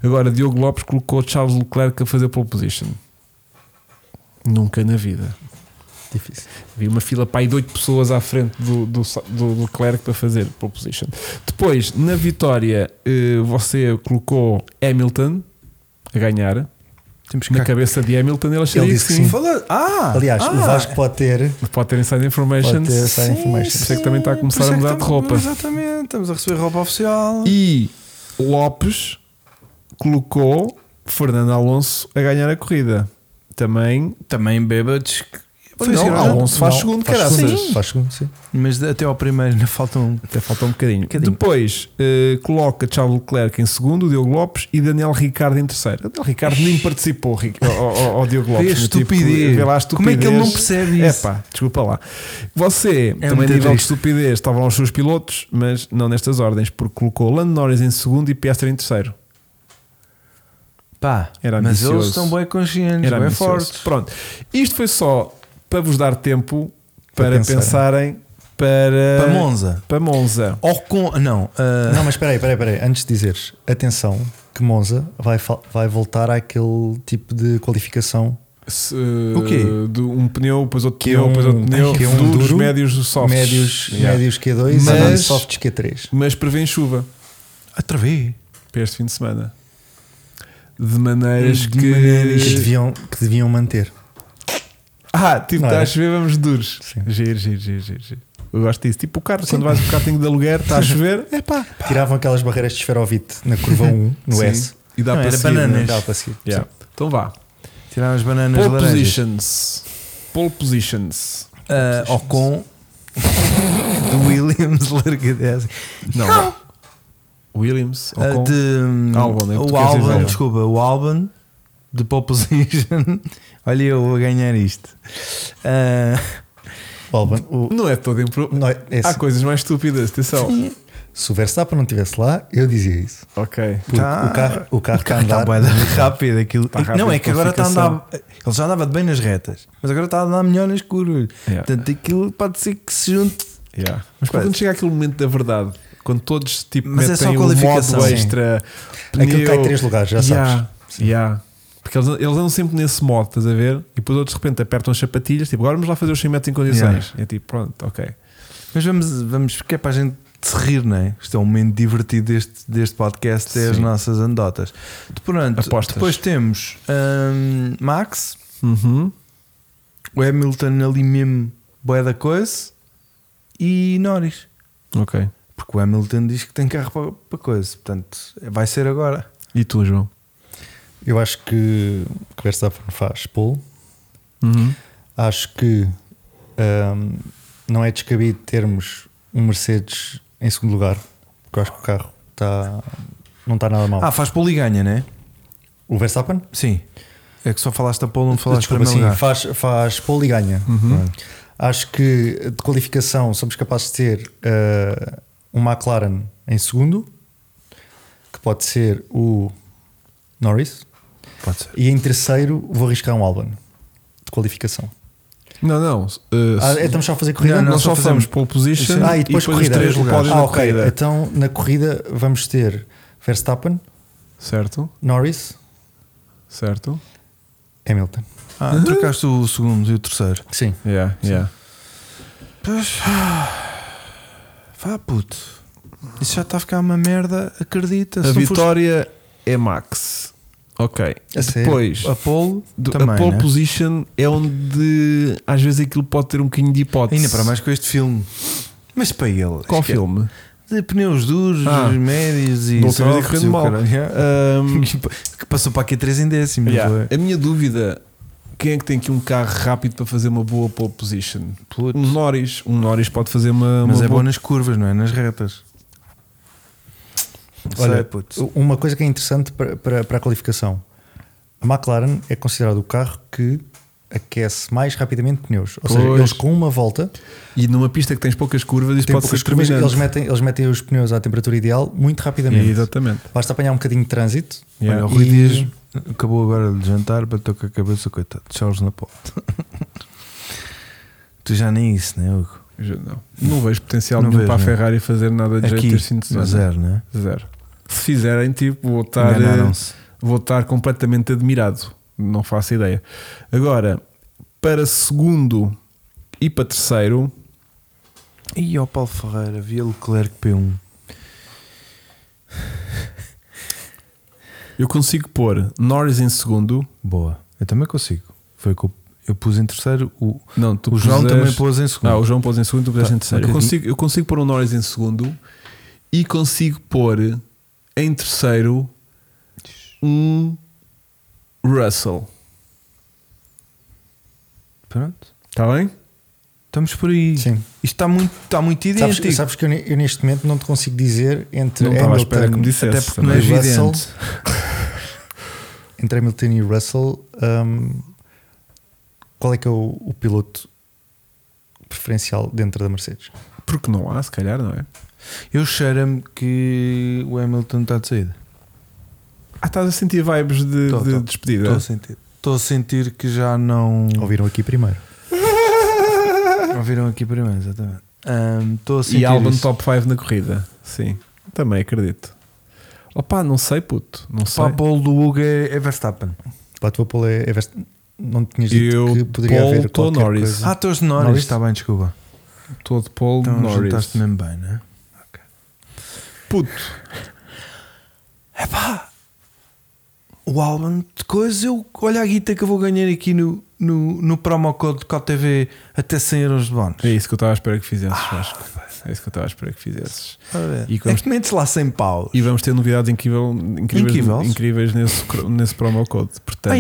S1: Agora Diogo Lopes colocou Charles Leclerc a fazer pole position. Nunca na vida.
S2: Difícil.
S1: Vi uma fila para aí de 8 pessoas à frente do, do, Sa- do Leclerc para fazer pole position. Depois, na vitória, eh, você colocou Hamilton a ganhar.
S3: Temos
S1: Na
S3: cá-
S1: cabeça de Hamilton, ele acharia
S2: Ele
S1: que
S2: disse que
S1: sim.
S3: Fala- Ah!
S2: Aliás,
S3: ah,
S2: o Vasco pode ter.
S1: Pode ter inside information.
S2: Pode ter inside
S1: Sim,
S2: information.
S1: Por isso é que também está a começar
S3: Por isso
S1: a
S3: é que
S1: mudar de
S3: estamos-
S1: roupa.
S3: Exatamente, estamos a receber roupa oficial.
S1: E Lopes colocou Fernando Alonso a ganhar a corrida. Também.
S3: Também bêbados.
S1: Não,
S3: assim,
S1: Alonso faz segundo, assim.
S2: faz
S1: caraças.
S2: segundo, Faz segundo, sim.
S3: Mas até ao primeiro ainda falta um.
S1: Até falta um bocadinho.
S3: bocadinho.
S1: Depois eh, coloca Charles Leclerc em segundo, Diogo Lopes e Daniel Ricardo em terceiro. Daniel Ricardo nem participou Ric- ao- ao ao Diogo Lopes.
S3: Vê a
S1: no tipo,
S3: estupidez.
S1: vê lá a
S3: Como é que ele não
S1: estupidez.
S3: percebe
S1: É
S3: isso? É
S1: pá, desculpa lá. Você, também a
S3: muito
S1: nível de
S3: triste.
S1: estupidez, estavam os seus pilotos, mas não nestas ordens, porque colocou Lando Norris em segundo e Piastri em terceiro.
S3: Pá,
S1: Era
S3: mas
S1: ambicioso.
S3: eles estão bem conscientes,
S1: Era
S3: bem
S1: ambicioso.
S3: fortes.
S1: é Pronto, isto foi só para vos dar tempo
S2: Para
S1: para,
S2: pensar.
S1: pensarem para,
S3: Para Monza.
S1: Para Monza.
S3: Ou com. Não, ah,
S2: Não, mas espera aí, espera aí, espera aí. Antes de dizeres, atenção, que Monza vai, fal- vai voltar àquele tipo de qualificação
S1: Se,
S3: O quê?
S1: De um pneu, depois outro
S2: Que é
S1: pneu, depois outro
S2: um-
S1: pneu,
S2: que é um
S1: duros,
S2: duro,
S1: médios, softs.
S2: médios,
S1: Yeah.
S2: médios Q2
S1: Mas-
S2: e softs é Q3.
S1: Mas prevê chuva
S3: outra vez.
S1: para este fim de semana. De maneiras
S3: De
S1: que.
S3: maneiras
S2: Que deviam, que deviam manter.
S1: Ah, tipo,
S2: Não
S1: está
S2: era?
S1: a chover, vamos duros.
S2: Sim.
S1: Giro, giro, giro, giro, giro. Eu gosto disso. Tipo o carro, quando vais buscar carro de aluguer, está
S2: *laughs*
S1: a chover, é pá.
S2: Tiravam aquelas barreiras de esferovite na curva 1, no
S1: Sim.
S2: S.
S1: E dá
S3: Não,
S1: para
S3: era
S1: seguir, né?
S3: bananas.
S2: Dá para seguir.
S1: Yeah. Então vá.
S3: Tiraram as bananas
S1: Pole
S3: laranjas.
S1: positions. Pole positions.
S3: Ah, ou *laughs* com. Williams larga dessa. Não,
S1: Williams.
S3: ah,
S1: Ocon.
S3: de.
S1: Albon, é que tu queres
S3: o
S1: dizer
S3: Alban,
S1: Albon.
S3: desculpa, o Alban de pole position. *laughs* Olha, eu vou ganhar isto. Ah,
S2: O Albon, o-
S1: Não é todo impro...
S2: não é- esse-
S1: Há coisas mais estúpidas, atenção.
S2: se o Verstappen não estivesse lá, eu dizia isso.
S1: Ok.
S2: Porque
S3: Tá.
S2: o carro, o carro está a
S3: Está
S2: andar.
S3: bué de rápido aquilo.
S1: Tá rápido
S3: não, é que agora está a andar.
S1: qualificação.
S3: Ele já andava de bem nas retas, mas agora está a andar melhor nas curvas.
S1: Yeah.
S3: Portanto, aquilo pode ser que se junte.
S1: Yeah. Mas
S3: Quase.
S1: quando chega aquele momento da verdade, quando todos tipo,
S3: Mas é
S1: metem
S3: só
S1: o
S3: qualificação.
S1: modo
S3: Sim.
S1: extra,
S2: Aquilo cai três lugares, já
S1: yeah.
S2: sabes.
S1: yeah. Porque eles, eles andam sempre nesse modo, estás a ver? E depois outros de repente apertam as chapatilhas, tipo, agora vamos lá fazer os 100 metros em condições.
S3: Yeah.
S1: E é tipo, pronto, ok.
S3: Mas vamos, vamos, porque é para a gente se rir, não é? Isto é um momento divertido deste, deste podcast, é as
S1: Sim.
S3: nossas anedotas. De- Portanto,
S1: Apostas.
S3: depois temos hum, Max,
S1: Uhum.
S3: o Hamilton ali mesmo, boé da coisa, e Norris.
S1: Ok.
S3: Porque o Hamilton diz que tem carro para, para coisa, portanto, vai ser agora.
S1: E tu, João?
S2: Eu acho que o que Verstappen faz pole.
S1: Uhum.
S2: Acho que hum, não é descabido termos um Mercedes em segundo lugar, porque eu acho que o carro está, não está nada mal.
S3: Ah, faz pole e ganha, não é?
S2: o Verstappen?
S3: Sim. É que só falaste a pole, não falaste para
S2: Desculpa,
S3: primeiro
S2: sim,
S3: lugar. Uhum.
S2: faz, faz pole e ganha. Pronto. Acho que de qualificação somos capazes de ter eh, um McLaren em segundo, que pode ser o Norris,
S3: Pode ser.
S2: e em terceiro vou arriscar um Albon de qualificação.
S1: Não, não. uh,
S2: Ah, é, estamos só a fazer corrida?
S3: Não, não,
S1: nós
S3: só
S1: só fazemos
S3: fazemos-
S1: pole position
S2: Ah, e depois, corrida.
S1: os três
S3: lugares.
S1: podem
S2: Ah,
S1: na
S2: ok.
S1: corrida.
S2: Então na corrida vamos ter Verstappen,
S1: Certo,
S2: Norris,
S1: certo.
S2: Hamilton.
S3: Ah, trocaste o segundo e o terceiro.
S2: Sim.
S1: Yeah, yeah.
S3: Pois. ah, Vá, puto. Isso já está a ficar uma merda, acredita.
S2: Então,
S1: A
S3: se não fosse
S1: vitória é Max. Ok.
S2: A sério?
S1: Depois,
S3: A pole
S1: do-
S3: também.
S1: a pole
S3: né?
S1: position é onde às vezes aquilo pode ter um bocadinho de hipótese.
S3: Ainda para mais com este filme. Mas para ele.
S1: Qual
S2: é.
S3: esquece.
S2: *laughs*
S1: filme?
S3: De pneus duros,
S1: Ah.
S3: médios e.
S1: Da última vez é que
S3: softs
S1: correu
S3: e o
S1: mal.
S3: caralho. Yeah.
S1: Ahm,
S3: *laughs* que passou para aqui 3 em é? décimo.
S1: yeah. A minha dúvida: quem é que tem aqui um carro rápido para fazer uma boa pole position? Um Norris. Um Norris pode fazer uma,
S3: Mas
S1: uma
S3: é bom
S1: boa.
S3: nas curvas, não é? Nas retas. Não
S2: Olha,
S3: sei, puto.
S2: Uma coisa que é interessante para, para, para a qualificação: a McLaren é considerado o carro que aquece mais rapidamente pneus. Ou seja,
S1: Pois.
S2: eles com uma volta,
S1: E numa pista que tens poucas curvas, isso
S2: tem
S1: pode
S2: poucas
S1: ser
S2: curvas, eles
S1: determinante.
S2: metem, eles metem os pneus à temperatura ideal muito rapidamente.
S1: Exatamente.
S2: Basta apanhar um bocadinho de trânsito.
S1: Yeah.
S2: e-
S1: O
S3: Rui Dias acabou agora de jantar, bateu com a cabeça, coitado, Charles na porta. *laughs* tu já nem isso, né, Hugo?
S1: Já Não, não vejo potencial
S3: Não
S1: nenhum
S3: vejo,
S1: para a
S3: não.
S1: Ferrari fazer nada de jeito
S3: Aqui,
S1: este fim de semana.
S3: zero, né?
S1: Zero. Se fizerem, tipo, vou estar, eh,
S3: Enganaram-se.
S1: vou estar completamente admirado. Não faço ideia. Agora, para segundo e para terceiro,
S3: E ao Paulo Ferreira, via Leclerc P1.
S1: eu consigo pôr Norris em segundo.
S3: Boa, eu também consigo. Foi o que eu, eu pus em terceiro, o,
S1: Não, tu
S3: o João
S1: puseste-
S3: também pôs em segundo.
S1: Ah, o João pôs em segundo, tu puseste
S3: Tá,
S1: em terceiro.
S3: um
S1: eu,
S3: bocadinho.
S1: consigo, eu consigo pôr o Norris em segundo e consigo pôr em terceiro um Russell.
S3: Pronto,
S1: Está Tá bem?
S3: estamos por aí.
S2: Sim.
S3: Isto está muito, está muito
S2: Sabes,
S3: idêntico.
S2: sabes que eu, ne- eu neste momento não te consigo dizer entre
S1: Não estava à espera que me
S2: Hamilton,
S1: dissesse.
S3: Até porque não é
S1: também.
S2: também.
S3: evidente.
S2: Russell. entre Hamilton e Russell hum, qual é que é o, o piloto preferencial dentro da Mercedes.
S1: Porque não há, se calhar, não é?
S3: Eu cheiro-me que o Hamilton está de saída.
S1: Ah, estás a sentir vibes de,
S3: Tô,
S1: de
S3: tô.
S1: despedida?
S3: Estou a sentir. Estou a sentir que já não.
S1: Hum.
S2: Ouviram aqui primeiro.
S3: Não viram aqui primeiro, exatamente. Ahm, Estou a sentir.
S1: E álbum
S3: isso.
S1: top 5 na corrida. Sim, também acredito. Opa, não sei, puto. Não
S3: Pá,
S1: sei.
S3: Paulo do Hugo é é Verstappen.
S2: Lá a tua pole é, é Verst- não tinhas dito
S1: Eu,
S2: que poderia
S1: pole,
S2: haver
S1: tô
S2: qualquer
S1: Norris.
S2: coisa.
S3: Ah, tu és de Norris.
S2: Norris.
S3: Está bem, desculpa.
S1: Todo polo
S3: Então
S1: Norris.
S3: juntaste mesmo bem, né?
S1: Puto.
S3: O álbum de coisa, eu olha a guita que eu vou ganhar aqui no, no, no promo code KTV até 100 euros de bónus.
S1: É isso que eu estava à espera que fizesses,
S3: Ah,
S1: Vasco. É isso que eu estava à espera que fizesses.
S3: Ora,
S1: E
S3: é
S1: que vamos-
S3: que metes lá 100 pau.
S1: E vamos ter novidades incrível, incríveis,
S3: Incríveis?
S1: incríveis nesse, cro- nesse promo code. Portanto,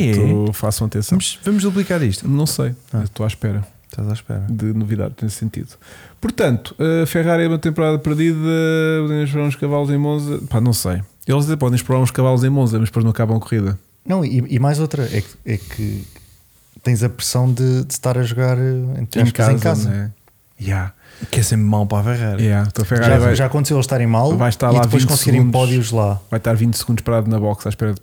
S3: Ah,
S1: façam atenção.
S3: Vamos, vamos duplicar isto.
S1: Não sei,
S3: Ah.
S1: eu estou à espera
S3: Estás à espera.
S1: de novidade nesse sentido. Portanto, a Ferrari é uma temporada perdida, podem esperar uns cavalos em Monza. Pá, não sei. Eles até podem esperar uns cavalos em Monza, mas depois não acabam a corrida.
S2: Não, e, e mais outra, é que, é que tens a pressão de, de estar a jogar eh, entre aspas, em casa.
S1: né? Yeah.
S3: Que é sempre mal para a Ferrari.
S1: Yeah. Então a Ferrari
S2: Já,
S1: vai,
S2: já aconteceu eles estarem mal
S1: vai estar
S2: e
S1: lá
S2: depois
S1: 20
S2: conseguirem
S1: segundos.
S2: pódios lá.
S1: vai estar 20 segundos parado na box à espera de.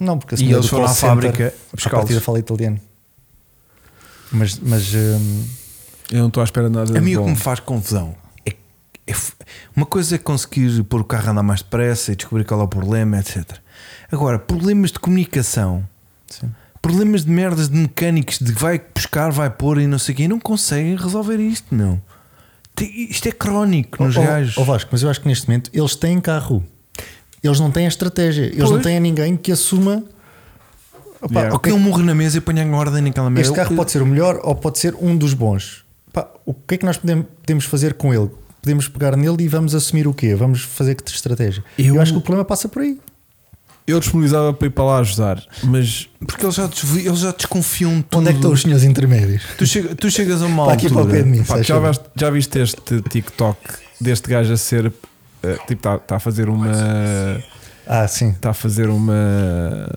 S2: Não, porque a
S3: E
S2: senhora
S3: eles
S2: do
S3: foram
S2: call
S3: à
S2: center,
S3: fábrica
S2: A
S3: buscá-los.
S2: partida fala italiano. Mas, mas hum,
S1: Eu não estou à espera de nada.
S3: A mim
S1: de
S3: o É que
S1: bom.
S3: me faz confusão é, é f- uma coisa é conseguir pôr o carro a andar mais depressa e descobrir qual é o problema, etc. Agora, problemas de comunicação,
S2: sim.
S3: problemas de merdas de mecânicos de vai buscar, vai pôr e não sei o quê, e não conseguem resolver isto, meu. Te- Isto é crónico nos
S2: Ó- ó-
S3: gajos.
S2: ó Vasco, mas eu acho que neste momento eles têm carro. Eles não têm a estratégia. Eles
S3: Pois.
S2: não têm ninguém que assuma. Opa,
S1: Yeah.
S3: Ou que eu morro na mesa e ponho em ordem naquela merda.
S2: Este carro pode ser o melhor ou pode ser um dos bons. Pá, o que é que nós podemos, podemos fazer com ele? Podemos pegar nele e vamos assumir o quê? Vamos fazer que estratégia? Eu,
S1: Eu-
S2: acho que o problema passa por aí.
S1: Eu disponibilizava para ir para lá ajudar, mas
S3: Porque eles já, desvi- eles já desconfiam de tudo.
S2: Onde é que estão os senhores intermédios?
S3: tu, chega- tu chegas a uma
S2: Está aqui é para o
S3: altura-
S2: pé de mim.
S1: Pá,
S2: se
S1: já,
S2: achas.
S1: viste, já viste este TikTok deste gajo a ser eh, tipo está tá a fazer uma
S2: Ah, sim.
S1: está a fazer uma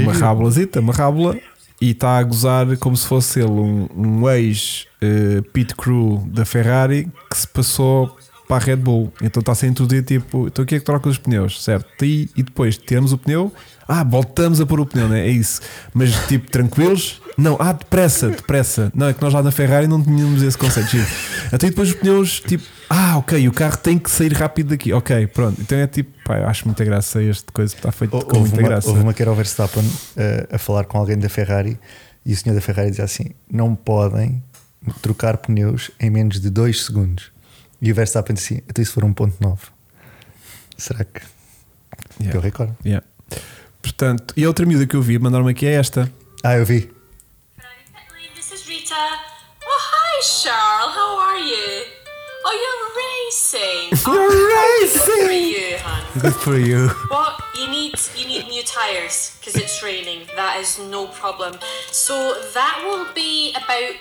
S1: uma rábolazita, uma rábula e está a gozar como se fosse ele um, um ex eh, pit crew da Ferrari que se passou para a Red Bull. Então está sem tudo e tipo, então o que é que troca os pneus, certo? E, e depois tiramos o pneu, ah, voltamos a pôr o pneu, né? é isso. Mas tipo, tranquilos? Não, ah, depressa, depressa. Não, é que nós lá na Ferrari não tínhamos esse conceito. Giro. Até depois os pneus, tipo, ah, ok, o carro tem que sair rápido daqui. Ok, pronto. Então é tipo, pá, eu acho muita graça este coisa, está feito
S2: Hou-
S1: com
S2: Houve
S1: muita
S2: uma,
S1: graça.
S2: houve uma que era o Verstappen eh, a falar com alguém da Ferrari e o senhor da Ferrari dizia assim: não podem trocar pneus em menos de 2 segundos. E o Verstappen disse assim: até isso for 1,9. Será que, que é o
S1: Yeah.
S2: recorde?
S1: Yeah. Portanto, e a outra miúda que eu vi mandar-me aqui é esta.
S2: Ah, eu vi.
S4: This is Rita. Oh, hi, Charles. How are you? Oh, you're racing. *laughs* Oh, you're racing. you, hon.
S3: Good for you.
S4: Well, you need you need new tires because it's raining. That is no problem. So that will be about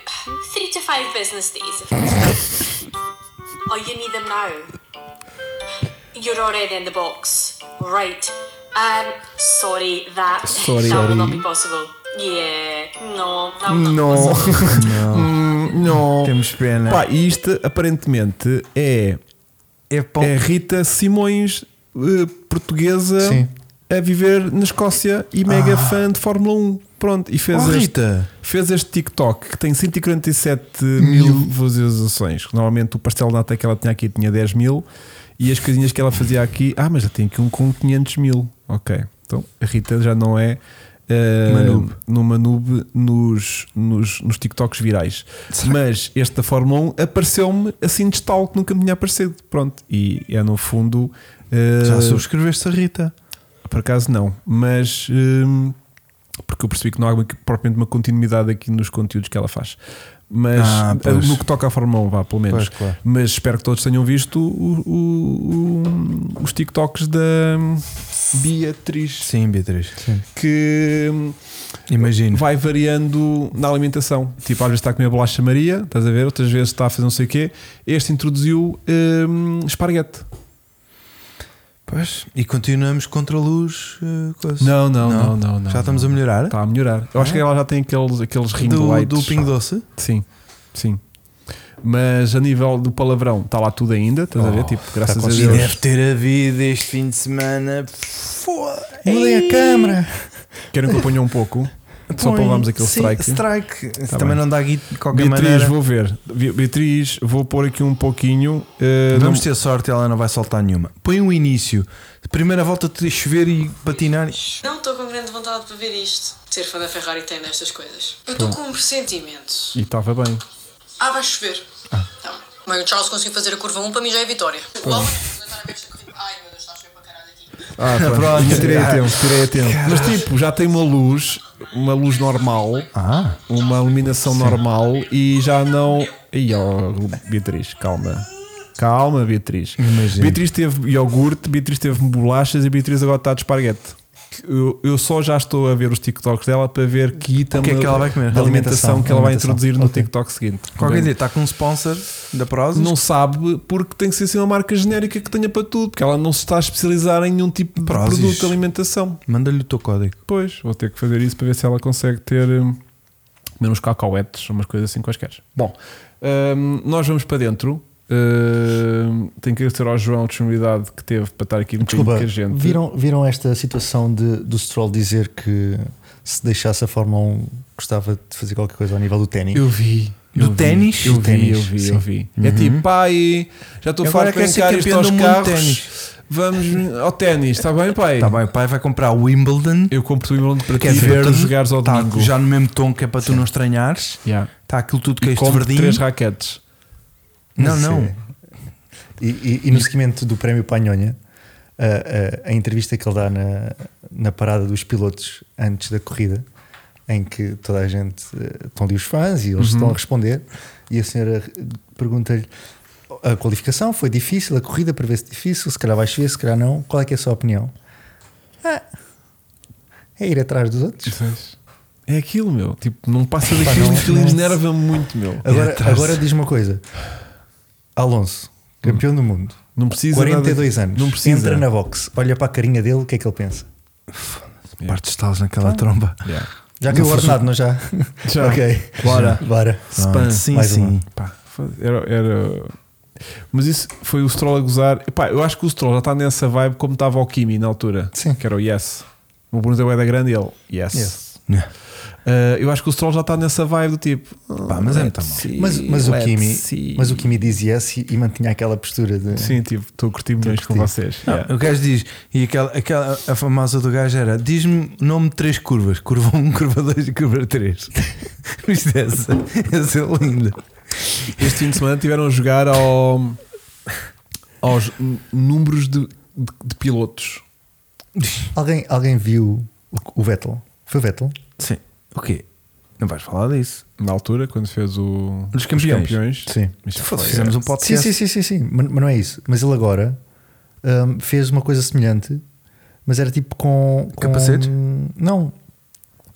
S4: three to five business *laughs* days. oh, you need them now. You're already in the box. Right. Um, sorry, that,
S1: Sorry.
S4: that will
S1: Sorry.
S4: not be possible. Yeah, no, that would not
S2: *laughs*
S4: be
S1: Não.
S4: possible.
S1: Não.
S5: Temos pena.
S1: Pá, e isto aparentemente é,
S5: é pão.
S1: é Rita Simões, eh, portuguesa,
S2: Sim.
S1: a viver na Escócia e mega fã de Fórmula 1. Pronto, e fez,
S3: Ah. Oh,
S1: este,
S3: Rita.
S1: fez este TikTok que tem 147 mil visualizações. que Normalmente o pastel de nata que ela tinha aqui tinha 10 mil e as coisinhas que ela fazia aqui. Ah, mas já tem aqui um com 500 mil. Ok, então a Rita já não é. eh,
S3: Manube.
S1: numa nube nos, nos, nos TikToks virais, mas este da Fórmula 1 apareceu-me assim de estal que nunca me tinha aparecido. Pronto, e é no fundo eh,
S3: Já subscreveste a Rita.
S1: por acaso não, mas hum, porque eu percebi que não há uma- propriamente uma continuidade aqui nos conteúdos que ela faz. Mas
S3: Ah, pois.
S1: no que toca à Fórmula 1, vá, pelo menos.
S3: Pois, claro.
S1: Mas espero que todos tenham visto o- o- o- os TikToks da hum, Beatriz
S3: Sim, Beatriz.
S1: que hum,
S3: Imagino.
S1: vai variando na alimentação. Tipo, às vezes está a comer bolacha Maria, estás a ver? Outras vezes está a fazer não sei o quê. Este introduziu hum, esparguete.
S3: Pois. E continuamos contra a luz. eh, coisa.
S1: Não, não, não, não, não,
S3: Já estamos a
S1: não. Tá,
S3: melhorar? Ah.
S1: Está a melhorar. Eu acho que ela já tem aqueles, aqueles ring
S3: Do,
S1: lights.
S3: do Pingo Doce?
S1: Sim, sim. Mas a nível do palavrão, está lá tudo ainda, estás
S5: Oh,
S1: a ver? Tipo, graças a
S3: E
S1: Deus.
S3: deve ter havido este fim de semana. Foda.
S2: Mudei a câmara.
S1: *laughs* Querem que eu ponha um pouco? Só para levarmos aquele
S3: Sim,
S1: strike.
S3: Strike.
S1: Tá
S5: Também
S1: bem.
S5: não dá guito de qualquer
S1: Beatriz,
S5: maneira.
S1: vou ver. Be- Beatriz, vou pôr aqui um pouquinho. eh,
S3: Vamos
S1: não-
S3: ter sorte, ela não vai soltar nenhuma. Põe o início. Primeira volta de chover e patinar.
S4: Não estou com grande vontade de beber isto. Ser fã da Ferrari tem destas coisas. Eu estou com um pressentimento.
S1: E estava bem.
S4: Ah, vai chover. Tá bem. Bem, o Charles conseguiu fazer a curva 1, para mim já é vitória. O Albon vai levantar a cabeça da corrida. Ai meu Deus, está a chover para
S1: Ah,
S4: caralho aqui.
S1: pronto.
S3: Pronto.
S1: Tirei a tempo, tirei a tempo. Mas tipo, já tem uma luz, uma luz normal,
S3: Ah.
S1: uma iluminação normal e já não. Ih, ó, Beatriz, calma. Calma, Beatriz.
S3: Imagino.
S1: Beatriz teve iogurte, Beatriz teve bolachas e Beatriz agora está de esparguete. Eu, eu só já estou a ver os TikToks dela para ver que item
S3: O que é que ela vai comer?
S1: da alimentação
S2: Alimentação,
S1: que ela vai
S2: alimentação.
S1: introduzir no TikTok seguinte.
S3: Qualquer dia está com um sponsor da Prozis.
S1: Não sabe porque tem que ser assim uma marca genérica que tenha para tudo, porque ela não se está a especializar em nenhum tipo de
S3: Prozis.
S1: produto de alimentação.
S3: Manda-lhe o teu código.
S1: Pois, vou ter que fazer isso para ver se ela consegue ter hum, comer uns cacauetes, umas coisas assim quaisquer. Bom, hum, nós vamos para dentro. Hum, tenho que agradecer ao João a disponibilidade que teve para estar aqui um bocadinho
S2: Desculpa,
S1: com a gente.
S2: viram, viram esta situação de, do Stroll dizer que se deixasse a Fórmula 1 gostava de fazer qualquer coisa ao nível do ténis?
S1: Eu vi. eu
S3: Do
S1: vi,
S3: ténis? Uhum.
S1: Eu
S2: Do
S1: vi,
S2: ténis,
S1: eu vi,
S2: sim.
S1: eu vi. É tipo, pai, já estou
S3: Agora
S1: farto de
S3: quer ser
S1: brincar isto
S3: campeão
S1: aos
S3: do mundo de
S1: carros.
S3: ténis.
S1: Vamos ao ténis, está bem, pai?
S3: Está Tá bem, o pai vai comprar o Wimbledon.
S1: Eu compro o Wimbledon para
S3: que
S1: ti para tu jogares ao
S3: tá
S1: domingo.
S3: já no mesmo tom que é para tu não estranhares.
S1: Yeah.
S3: Está aquilo tudo que é
S1: E
S3: este
S1: compro três
S3: verdinho.
S1: raquetes.
S3: Não, não.
S2: Sim. E, e- e no seguimento do Prémio Panhonha, a, a- a entrevista que ele dá na, na parada dos pilotos antes da corrida, em que toda a gente eh, estão ali os fãs e eles
S3: Uhum.
S2: estão a responder, e a senhora eh, pergunta-lhe. A qualificação foi difícil, a corrida prevê-se difícil, se calhar vai chover, se calhar não. Qual é que é a sua opinião? Ah, é ir atrás dos outros.
S1: É aquilo, meu. Tipo, não passa
S2: Pá,
S1: daquilo
S2: não- é
S1: e aquilo
S2: não-
S1: enerva-me muito, meu.
S2: Agora,
S3: atrás.
S2: agora diz uma coisa: Alonso, campeão do mundo,
S1: Não precisa.
S2: 42
S1: nada-
S2: anos,
S1: Não precisa.
S2: entra na box, olha para a carinha dele, o que é que ele pensa?
S3: Partes talos
S1: Tá.
S3: naquela tromba.
S1: Yeah.
S2: Já caiu o ordenado, não já?
S1: *laughs* Já.
S2: ok.
S1: Bora.
S2: Bora.
S1: Spam.
S3: sim,
S2: mais
S3: sim.
S2: uma.
S1: Pá, foda- era, era- Mas isso foi o Stroll a gozar. Epá, eu acho que o Stroll já está nessa vibe como estava o Kimi na altura.
S2: Sim.
S1: Que era o Yes. O Bruno da grande e ele, Yes.
S2: Yes.
S3: Yeah.
S1: Ah, eu acho que o Stroll já está nessa vibe do tipo.
S3: Pá, mas é muito
S1: let's
S3: mal.
S1: see,
S2: Mas, mas, o
S1: let's
S2: Kimi,
S1: see.
S2: mas o Kimi diz yes e, e mantinha aquela postura de.
S1: Sim, tipo, estou a curtir milhões com vocês.
S3: Não,
S1: Yeah.
S3: O gajo diz, e aquela, aquela a famosa do gajo era: diz-me nome de três curvas: curva 1, *laughs* curva 2 e curva *laughs* 3. Viste essa? Essa é linda.
S1: Este fim de semana tiveram a jogar ao- aos n- números de- de- de pilotos.
S2: Alguém, alguém viu o, o Vettel? Foi o Vettel?
S3: Sim. O quê? Não vais falar disso. *laughs*
S1: Na altura, quando fez o.
S3: Dos campeões.
S1: Os campeões.
S2: Sim.
S1: Mas já foi,
S3: Foda-se,
S1: é.
S3: Fizemos um
S2: Sim,
S3: podcast.
S2: sim, sim, sim, sim. Mas, mas não é isso. Mas ele agora hum, fez uma coisa semelhante, mas era tipo com. com
S3: Capacetes?
S2: Não.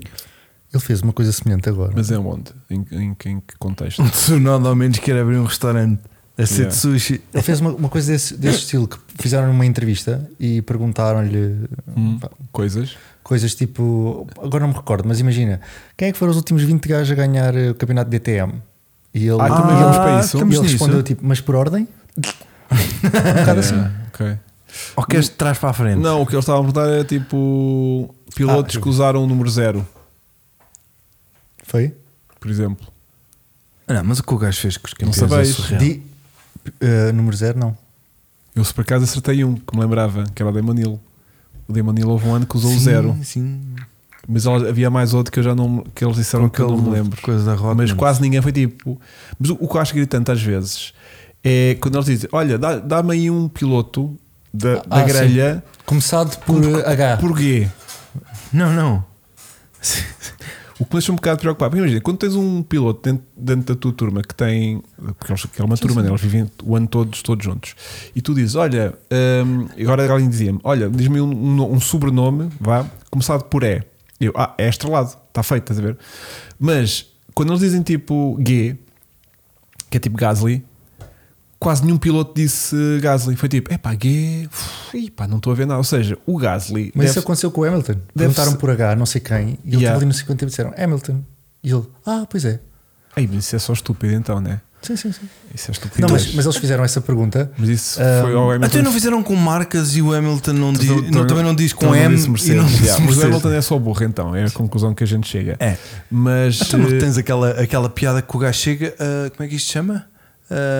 S2: Ele fez uma coisa semelhante agora.
S3: *laughs*
S1: Mas é onde? Em, em, em que contexto?
S3: Um tsunoda ao menos quer abrir um restaurante. A ser de
S1: Yeah.
S3: sushi.
S2: Ele fez uma, uma coisa desse, desse estilo que fizeram uma entrevista e perguntaram-lhe
S1: Hum.
S2: pá,
S1: Coisas.
S2: coisas tipo. Agora não me recordo, mas imagina, quem é que foram os últimos 20 gajos a ganhar eh, o campeonato de DTM? E ele,
S1: Ah, também vamos para isso?
S2: e
S3: estamos
S2: ele
S3: nisso.
S2: respondeu tipo, mas por ordem?
S1: Yeah, É, ok.
S5: Ou queres de trás para a frente?
S1: Não, o que eles estavam a perguntar era tipo pilotos
S2: Ah,
S1: que usaram o número zero,
S2: Foi?
S1: por exemplo.
S5: Não, mas o que o gajo fez com os campeões é
S1: sabeis.
S5: surreal.
S2: Di- eh, número zero, não.
S1: Eu se por acaso acertei um que me lembrava, que era o Damon Hill. O Damon Hill houve um ano que usou o
S3: Sim,
S1: zero.
S3: Sim.
S1: Mas ela- havia mais outro que eu já não me- que eles disseram que eu não me lembro.
S5: Coisa da roda.
S1: Mas quase ninguém foi tipo. Mas o, o que eu acho gritante às vezes é quando eles dizem: Olha, dá- dá-me aí um piloto da, da
S2: Ah, sim.
S1: grelha,
S2: Começado por eh, H.
S1: porquê?
S5: Não, não.
S1: O que me deixa um bocado preocupado. Porque imagina, quando tens um piloto dentro, dentro da tua turma que tem. Porque eles- que é uma turma, né? eles vivem o ano todos, todos juntos. E tu dizes: Olha, hum, agora alguém dizia-me: Olha, diz-me um, um- um sobrenome, vá, começado por E. Eu, ah, é estrelado, está feito, estás a ver? Mas quando eles dizem tipo G, que é tipo Gasly, quase nenhum piloto disse eh, Gasly. Foi tipo: É pá, G, uf, ih, pá, não estou a ver nada. Ou seja, o Gasly.
S2: Mas isso é
S1: deve-
S2: aconteceu com o Hamilton. Perguntaram
S1: ser-
S2: por H, não sei quem, e ele
S1: Yeah.
S2: estava ali no 50 e disseram Hamilton. E ele, ah, pois é.
S1: Ei, mas isso é só estúpido então, né?
S2: Sim, sim, sim.
S1: Isso é estúpido.
S2: Não, mas, mas eles fizeram essa pergunta.
S1: Mas isso
S2: Ah,
S1: foi um ao Hamilton.
S3: Até não fizeram com marcas e o Hamilton não diz,
S1: Então,
S3: não-
S1: então,
S3: também não diz com
S1: então
S3: M
S1: disse
S3: e
S1: Mercedes,
S3: não diz
S1: yeah. Mas o
S3: Mercedes.
S1: Hamilton é só burro, então. É a conclusão que a gente chega.
S3: É.
S1: Mas.
S3: Então não
S1: eh,
S3: tens aquela, aquela piada que o gajo chega a. Como é que isto se chama?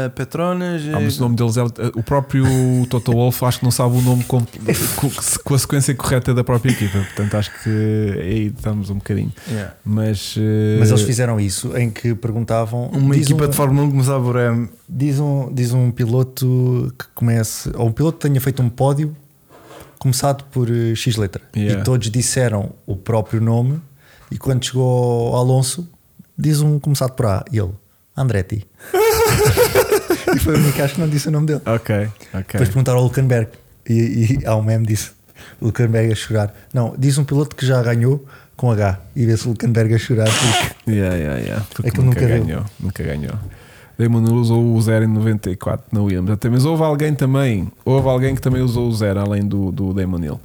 S3: A Petronas. eh,
S1: ah, mas o nome deles é. O próprio Toto Wolff acho que não sabe o nome com, com, com a sequência correta da própria equipa. Portanto, acho que aí estamos um bocadinho.
S3: Yeah.
S1: Mas. eh,
S2: Mas eles fizeram isso em que perguntavam.
S3: Uma
S2: diz
S3: equipa
S2: um-
S3: de Fórmula 1 começava por M.
S2: Diz um, diz um piloto que comece, ou um piloto que tenha feito um pódio começado por eh, X letra.
S1: Yeah.
S2: E todos disseram o próprio nome. E quando chegou ao Alonso, diz um começado por A. E ele, Andretti. *laughs* e foi o único que acho que não disse o nome dele.
S1: Ok, ok.
S2: Depois perguntaram ao Hulkenberg. E, e há um meme disso. O Hulkenberg a chorar. Não, diz um piloto que já ganhou com H. E vê-se o Hulkenberg a chorar. porque-
S1: Yeah, yeah, yeah. Porque
S2: Aquilo
S1: nunca,
S2: É nunca deu.
S1: ganhou. Nunca ganhou. Damon Hill usou o 0 em 94 na Williams. Até, mas houve alguém também. Houve alguém que também usou o 0 além do, do Damon Hill.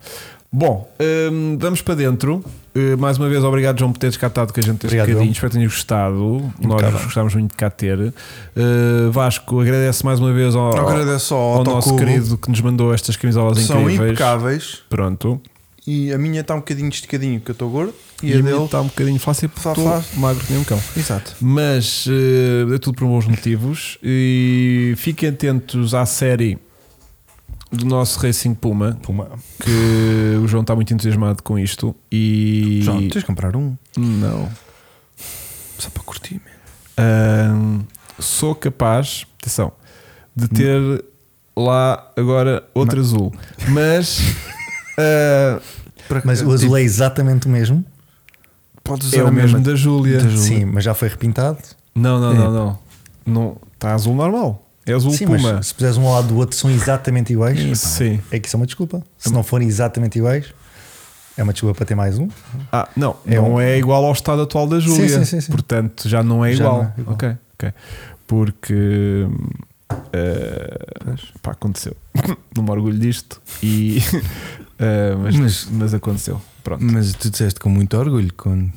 S1: Bom, hum, vamos para dentro. Uh, mais uma vez, obrigado, João, por teres cá estado com a gente este
S2: Obrigado,
S1: bocadinho.
S2: João.
S1: Espero que tenhas gostado. Nós
S2: Impecável.
S1: gostámos muito de cá ter. Uh, Vasco, agradeço mais uma vez ao,
S3: Agradeço ao
S1: ao nosso
S3: Autocubo.
S1: querido que nos mandou estas camisolas
S3: São
S1: incríveis.
S3: impecáveis.
S1: Pronto.
S3: E a minha está um bocadinho esticadinho, que eu estou gordo.
S1: E,
S3: E, a
S1: a
S3: dele.
S1: está um bocadinho fácil porque
S3: Fá-
S1: estou
S3: fá-
S1: magro que nem um cão.
S3: Exato.
S1: Mas eh, é tudo por bons motivos. E fiquem atentos à série do nosso Racing Puma,
S2: Puma.
S1: que o João está muito entusiasmado com isto. E.
S3: João, tens de comprar um.
S1: Não.
S3: Só para curtir, man.
S1: Ahn, sou capaz, atenção, de ter lá agora outro azul. Mas. ah,
S2: Mas o
S1: tipo-
S2: azul é exatamente o mesmo.
S3: tipo, Podes usar
S1: é o
S3: a
S1: mesmo
S3: mesma.
S1: da Júlia.
S3: da Júlia.
S2: Sim, mas já foi repintado.
S1: Não, não,
S3: É.
S1: não, não. Não. Está azul normal. É azul
S2: Sim,
S1: Puma.
S2: mas se puseres um ao lado do outro são exatamente iguais.
S1: Sim.
S2: É que isso é uma desculpa. Se não forem exatamente iguais, é uma desculpa para ter mais um.
S1: Ah, não,
S2: É
S1: não
S2: um-
S1: é igual ao estado atual da Júlia.
S2: sim, sim, sim.
S1: Portanto, já não é
S2: Já
S1: igual.
S2: não é igual.
S1: Ok, ok. Porque eh, pá, aconteceu. *coughs* não me orgulho disto e *laughs* eh, mas, mas,
S5: Mas-
S1: aconteceu. Pronto.
S5: Mas tu disseste com muito orgulho. Quando...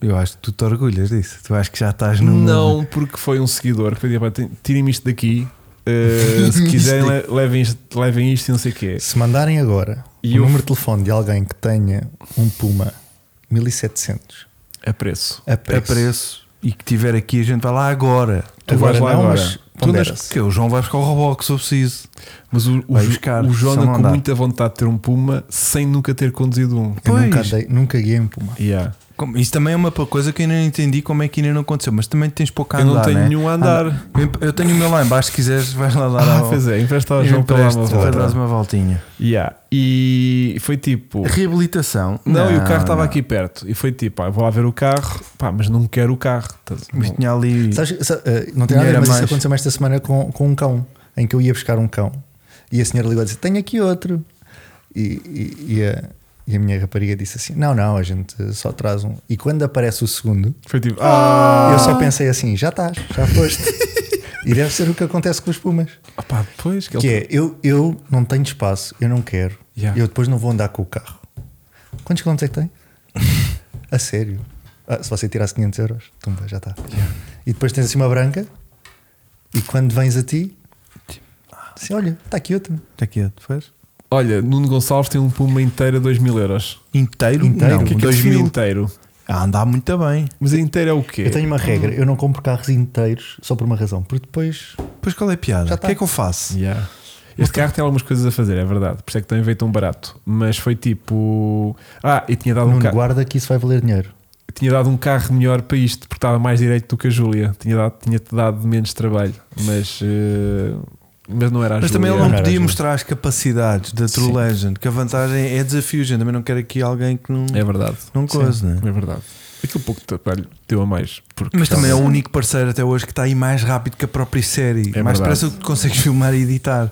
S5: Eu acho que tu te orgulhas disso. Tu acho que já estás num.
S1: Não, porque foi um seguidor que foi tipo, tirem-me isto daqui. eh, se
S2: *laughs*
S5: Tirem-me
S1: quiserem,
S5: isto
S1: le- levem isto, levem isto e não sei o quê.
S2: Se mandarem agora
S1: É. E eu-
S2: o número de telefone de alguém que tenha um Puma 1700
S1: A preço.
S2: a É preço,
S3: A preço. E que tiver aqui, a gente vai lá agora.
S1: Tu
S2: Agora
S1: vais lá
S2: não,
S1: agora. Tu
S2: mas
S1: andas-
S2: pondera-se.
S3: Porque o João vai buscar o Roblox, eu preciso.
S1: Mas o, o,
S3: Vai
S1: Jo-
S3: buscar,
S1: o
S3: só
S1: Jonas
S3: não
S1: com
S3: dá.
S1: muita vontade de ter um Puma sem nunca ter conduzido um.
S2: Eu nunca,
S3: Pois.
S2: dei, nunca guiei um Puma.
S1: Yeah.
S3: Como- Isso também é uma coisa que eu ainda não entendi como é que ainda não aconteceu, mas também tens pouco a
S1: Eu não
S3: andar.
S1: tenho
S3: né?
S1: nenhum a andar.
S3: Eu- Eu tenho o meu lá em baixo, se quiseres, vais lá dar
S1: Ah,
S3: a
S1: pois é, empresta ao
S3: Eu
S1: João para dar uma
S3: empresto, vai dar
S1: volta.
S3: uma voltinha.
S1: Yeah. E foi tipo.
S3: Reabilitação.
S1: Não, e o carro estava
S3: não.
S1: aqui perto. E foi tipo, ah, vou lá ver o carro, pá, mas não quero o carro. Estás-
S3: Mas
S1: não-
S3: tinha ali.
S2: Sabes, sa- eh, não tem nada a ver,
S3: Dinheiro a
S2: mas isso
S3: mais.
S2: aconteceu esta semana com, com um cão, em que eu ia buscar um cão e a senhora ligou e disse: Tenho aqui outro. E, e- e a, e a minha rapariga disse assim: Não, não, a gente só traz um. E quando aparece o segundo,
S1: Foi tipo, ah,
S2: eu só pensei assim: Já estás, já foste. E deve ser o que acontece com os pumas.
S1: Opá, pois, que,
S2: Ah! Que
S1: ele-
S2: é, eu, eu não tenho espaço, eu não quero,
S1: Yeah.
S2: eu depois não vou andar com o carro. Quantos quilómetros é
S1: *laughs*
S2: que tem? A sério? Ah, se você tirasse 500 euros, tumba, já está. E depois tens assim uma branca, e quando vens a ti,
S1: Ah.
S2: assim, olha, está aqui outro.
S3: Está aqui, é, ó, depois.
S1: Olha, Nuno Gonçalves tem um puma inteiro a 2 mil euros.
S3: Inteiro?
S2: Inteiro?
S3: Não,
S1: O que é que é
S3: 2000.
S1: inteiro?
S3: Ah, andar muito bem.
S1: Mas inteiro é o quê?
S2: Eu tenho uma regra, eu não compro carros inteiros só por uma razão, porque depois
S3: Pois qual é a piada?
S2: Já
S3: O
S2: tá.
S3: que é que eu faço?
S1: Yeah. Este carro tem algumas coisas a fazer, é verdade. Por isso é que também veio tão barato. Mas foi tipo. Ah, e tinha dado, um
S2: não
S1: ca...
S2: guarda que isso vai valer dinheiro.
S1: tinha dado um carro melhor para isto, porque estava mais direito do que a Júlia. Tinha dado- Tinha-te dado menos trabalho, mas. eh, Mas não era a
S3: Mas também ele
S1: Júlia.
S3: não
S2: Não era
S3: podia
S2: ajuda.
S3: mostrar as capacidades da True
S1: Sim.
S3: Legend, que a vantagem é desafio, gente. Também não quero aqui alguém que não,
S1: É verdade.
S3: não coisa, né?
S1: É verdade. Aquele pouco de trabalho deu a mais. Porque
S3: Mas também é o único parceiro até hoje que está aí mais rápido que a própria série.
S1: É verdade.
S3: mais depressa do que consegues filmar e editar.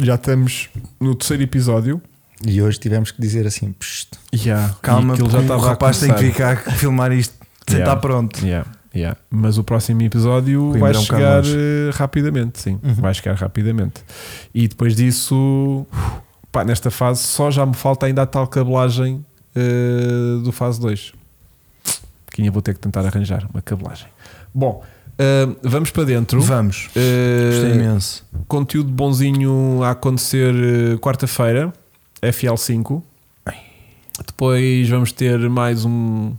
S1: já estamos no terceiro episódio.
S2: E hoje tivemos que dizer assim, "Psst,
S1: Yeah. e
S3: Calma,
S1: aquilo
S3: porque
S1: já
S3: o
S1: estava a
S3: rapaz tem que
S1: começar.
S3: ficar a filmar isto sem
S1: Yeah.
S3: estar pronto.
S1: Yeah, yeah. Mas o próximo episódio
S3: Coimbra
S1: vai
S3: é um bocado
S1: chegar
S3: longe. Uhum.
S1: eh, rapidamente, sim. Vai chegar rapidamente. E depois disso, pá, nesta fase só já me falta ainda a tal cabelagem eh, do fase 2. Que ainda vou ter que tentar arranjar uma cabelagem. Bom, eh, vamos para dentro.
S3: Vamos.
S1: Eh,
S3: Gostei imenso.
S1: conteúdo bonzinho a acontecer eh, quarta-feira, FL5. Depois vamos ter mais um,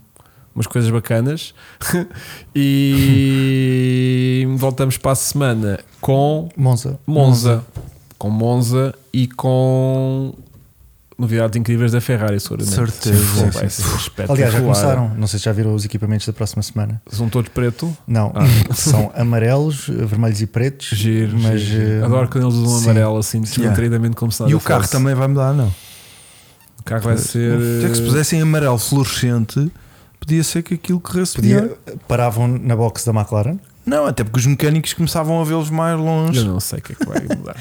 S1: umas coisas bacanas. *laughs* e voltamos para a semana com
S2: Monza,
S1: Monza. Com Monza e com novidades incríveis da Ferrari, seguramente.
S3: Certeza.
S1: Vai ser espetacular.
S2: aliás já começaram, não sei se já viram os equipamentos da próxima semana.
S1: São todos preto.
S2: Não, *laughs* são amarelos, vermelhos e pretos.
S1: Ah. Giro,
S2: mas
S1: giro.
S2: eh,
S1: Adoro quando eles usam
S2: sim.
S1: amarelo assim,
S3: Yeah.
S1: descontraídamente, como se nada
S3: E o carro
S1: fosse.
S3: também vai mudar, não?
S1: O carro vai ser.
S3: Até que se pusessem amarelo fluorescente, podia ser que aquilo corresse melhor.
S2: Podia, paravam na box da McLaren.
S3: Não, até porque os mecânicos começavam a vê-los mais
S1: Eu
S3: longe.
S1: não sei o que é que vai mudar.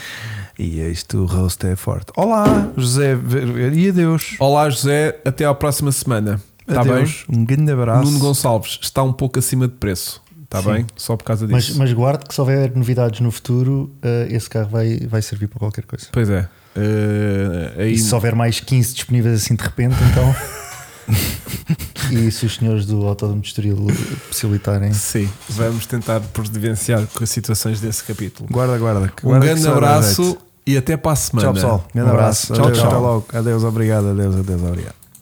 S3: E isto, o rosto é forte. Olá, José Ver- e adeus.
S1: *laughs* Olá, José. Até à próxima semana. Está bem?
S3: adeus. Um grande abraço.
S1: Nuno Gonçalves está um pouco acima de preço. Está bem? Só por causa
S2: Mas,
S1: disso.
S2: mas guarde que se houver novidades no futuro, eh, esse carro vai, vai servir para qualquer coisa.
S1: Pois é. Eh, aí-
S2: E se houver mais 15 disponíveis assim de repente,
S1: *laughs*
S2: então. e se os senhores do Autódromo de Estoril possibilitarem.
S1: Sim, vamos tentar providenciar com as situações desse capítulo.
S3: Guarda, guarda. que-
S1: Um
S3: guarda que
S1: grande
S3: só dá
S1: abraço
S3: jeito.
S1: e até para a semana.
S3: Tchau, pessoal. Grande
S2: Um abraço.
S3: abraço. Adeus,
S1: Tchau, tchau.
S3: Até logo. Adeus, obrigado. Adeus, adeus, obrigado.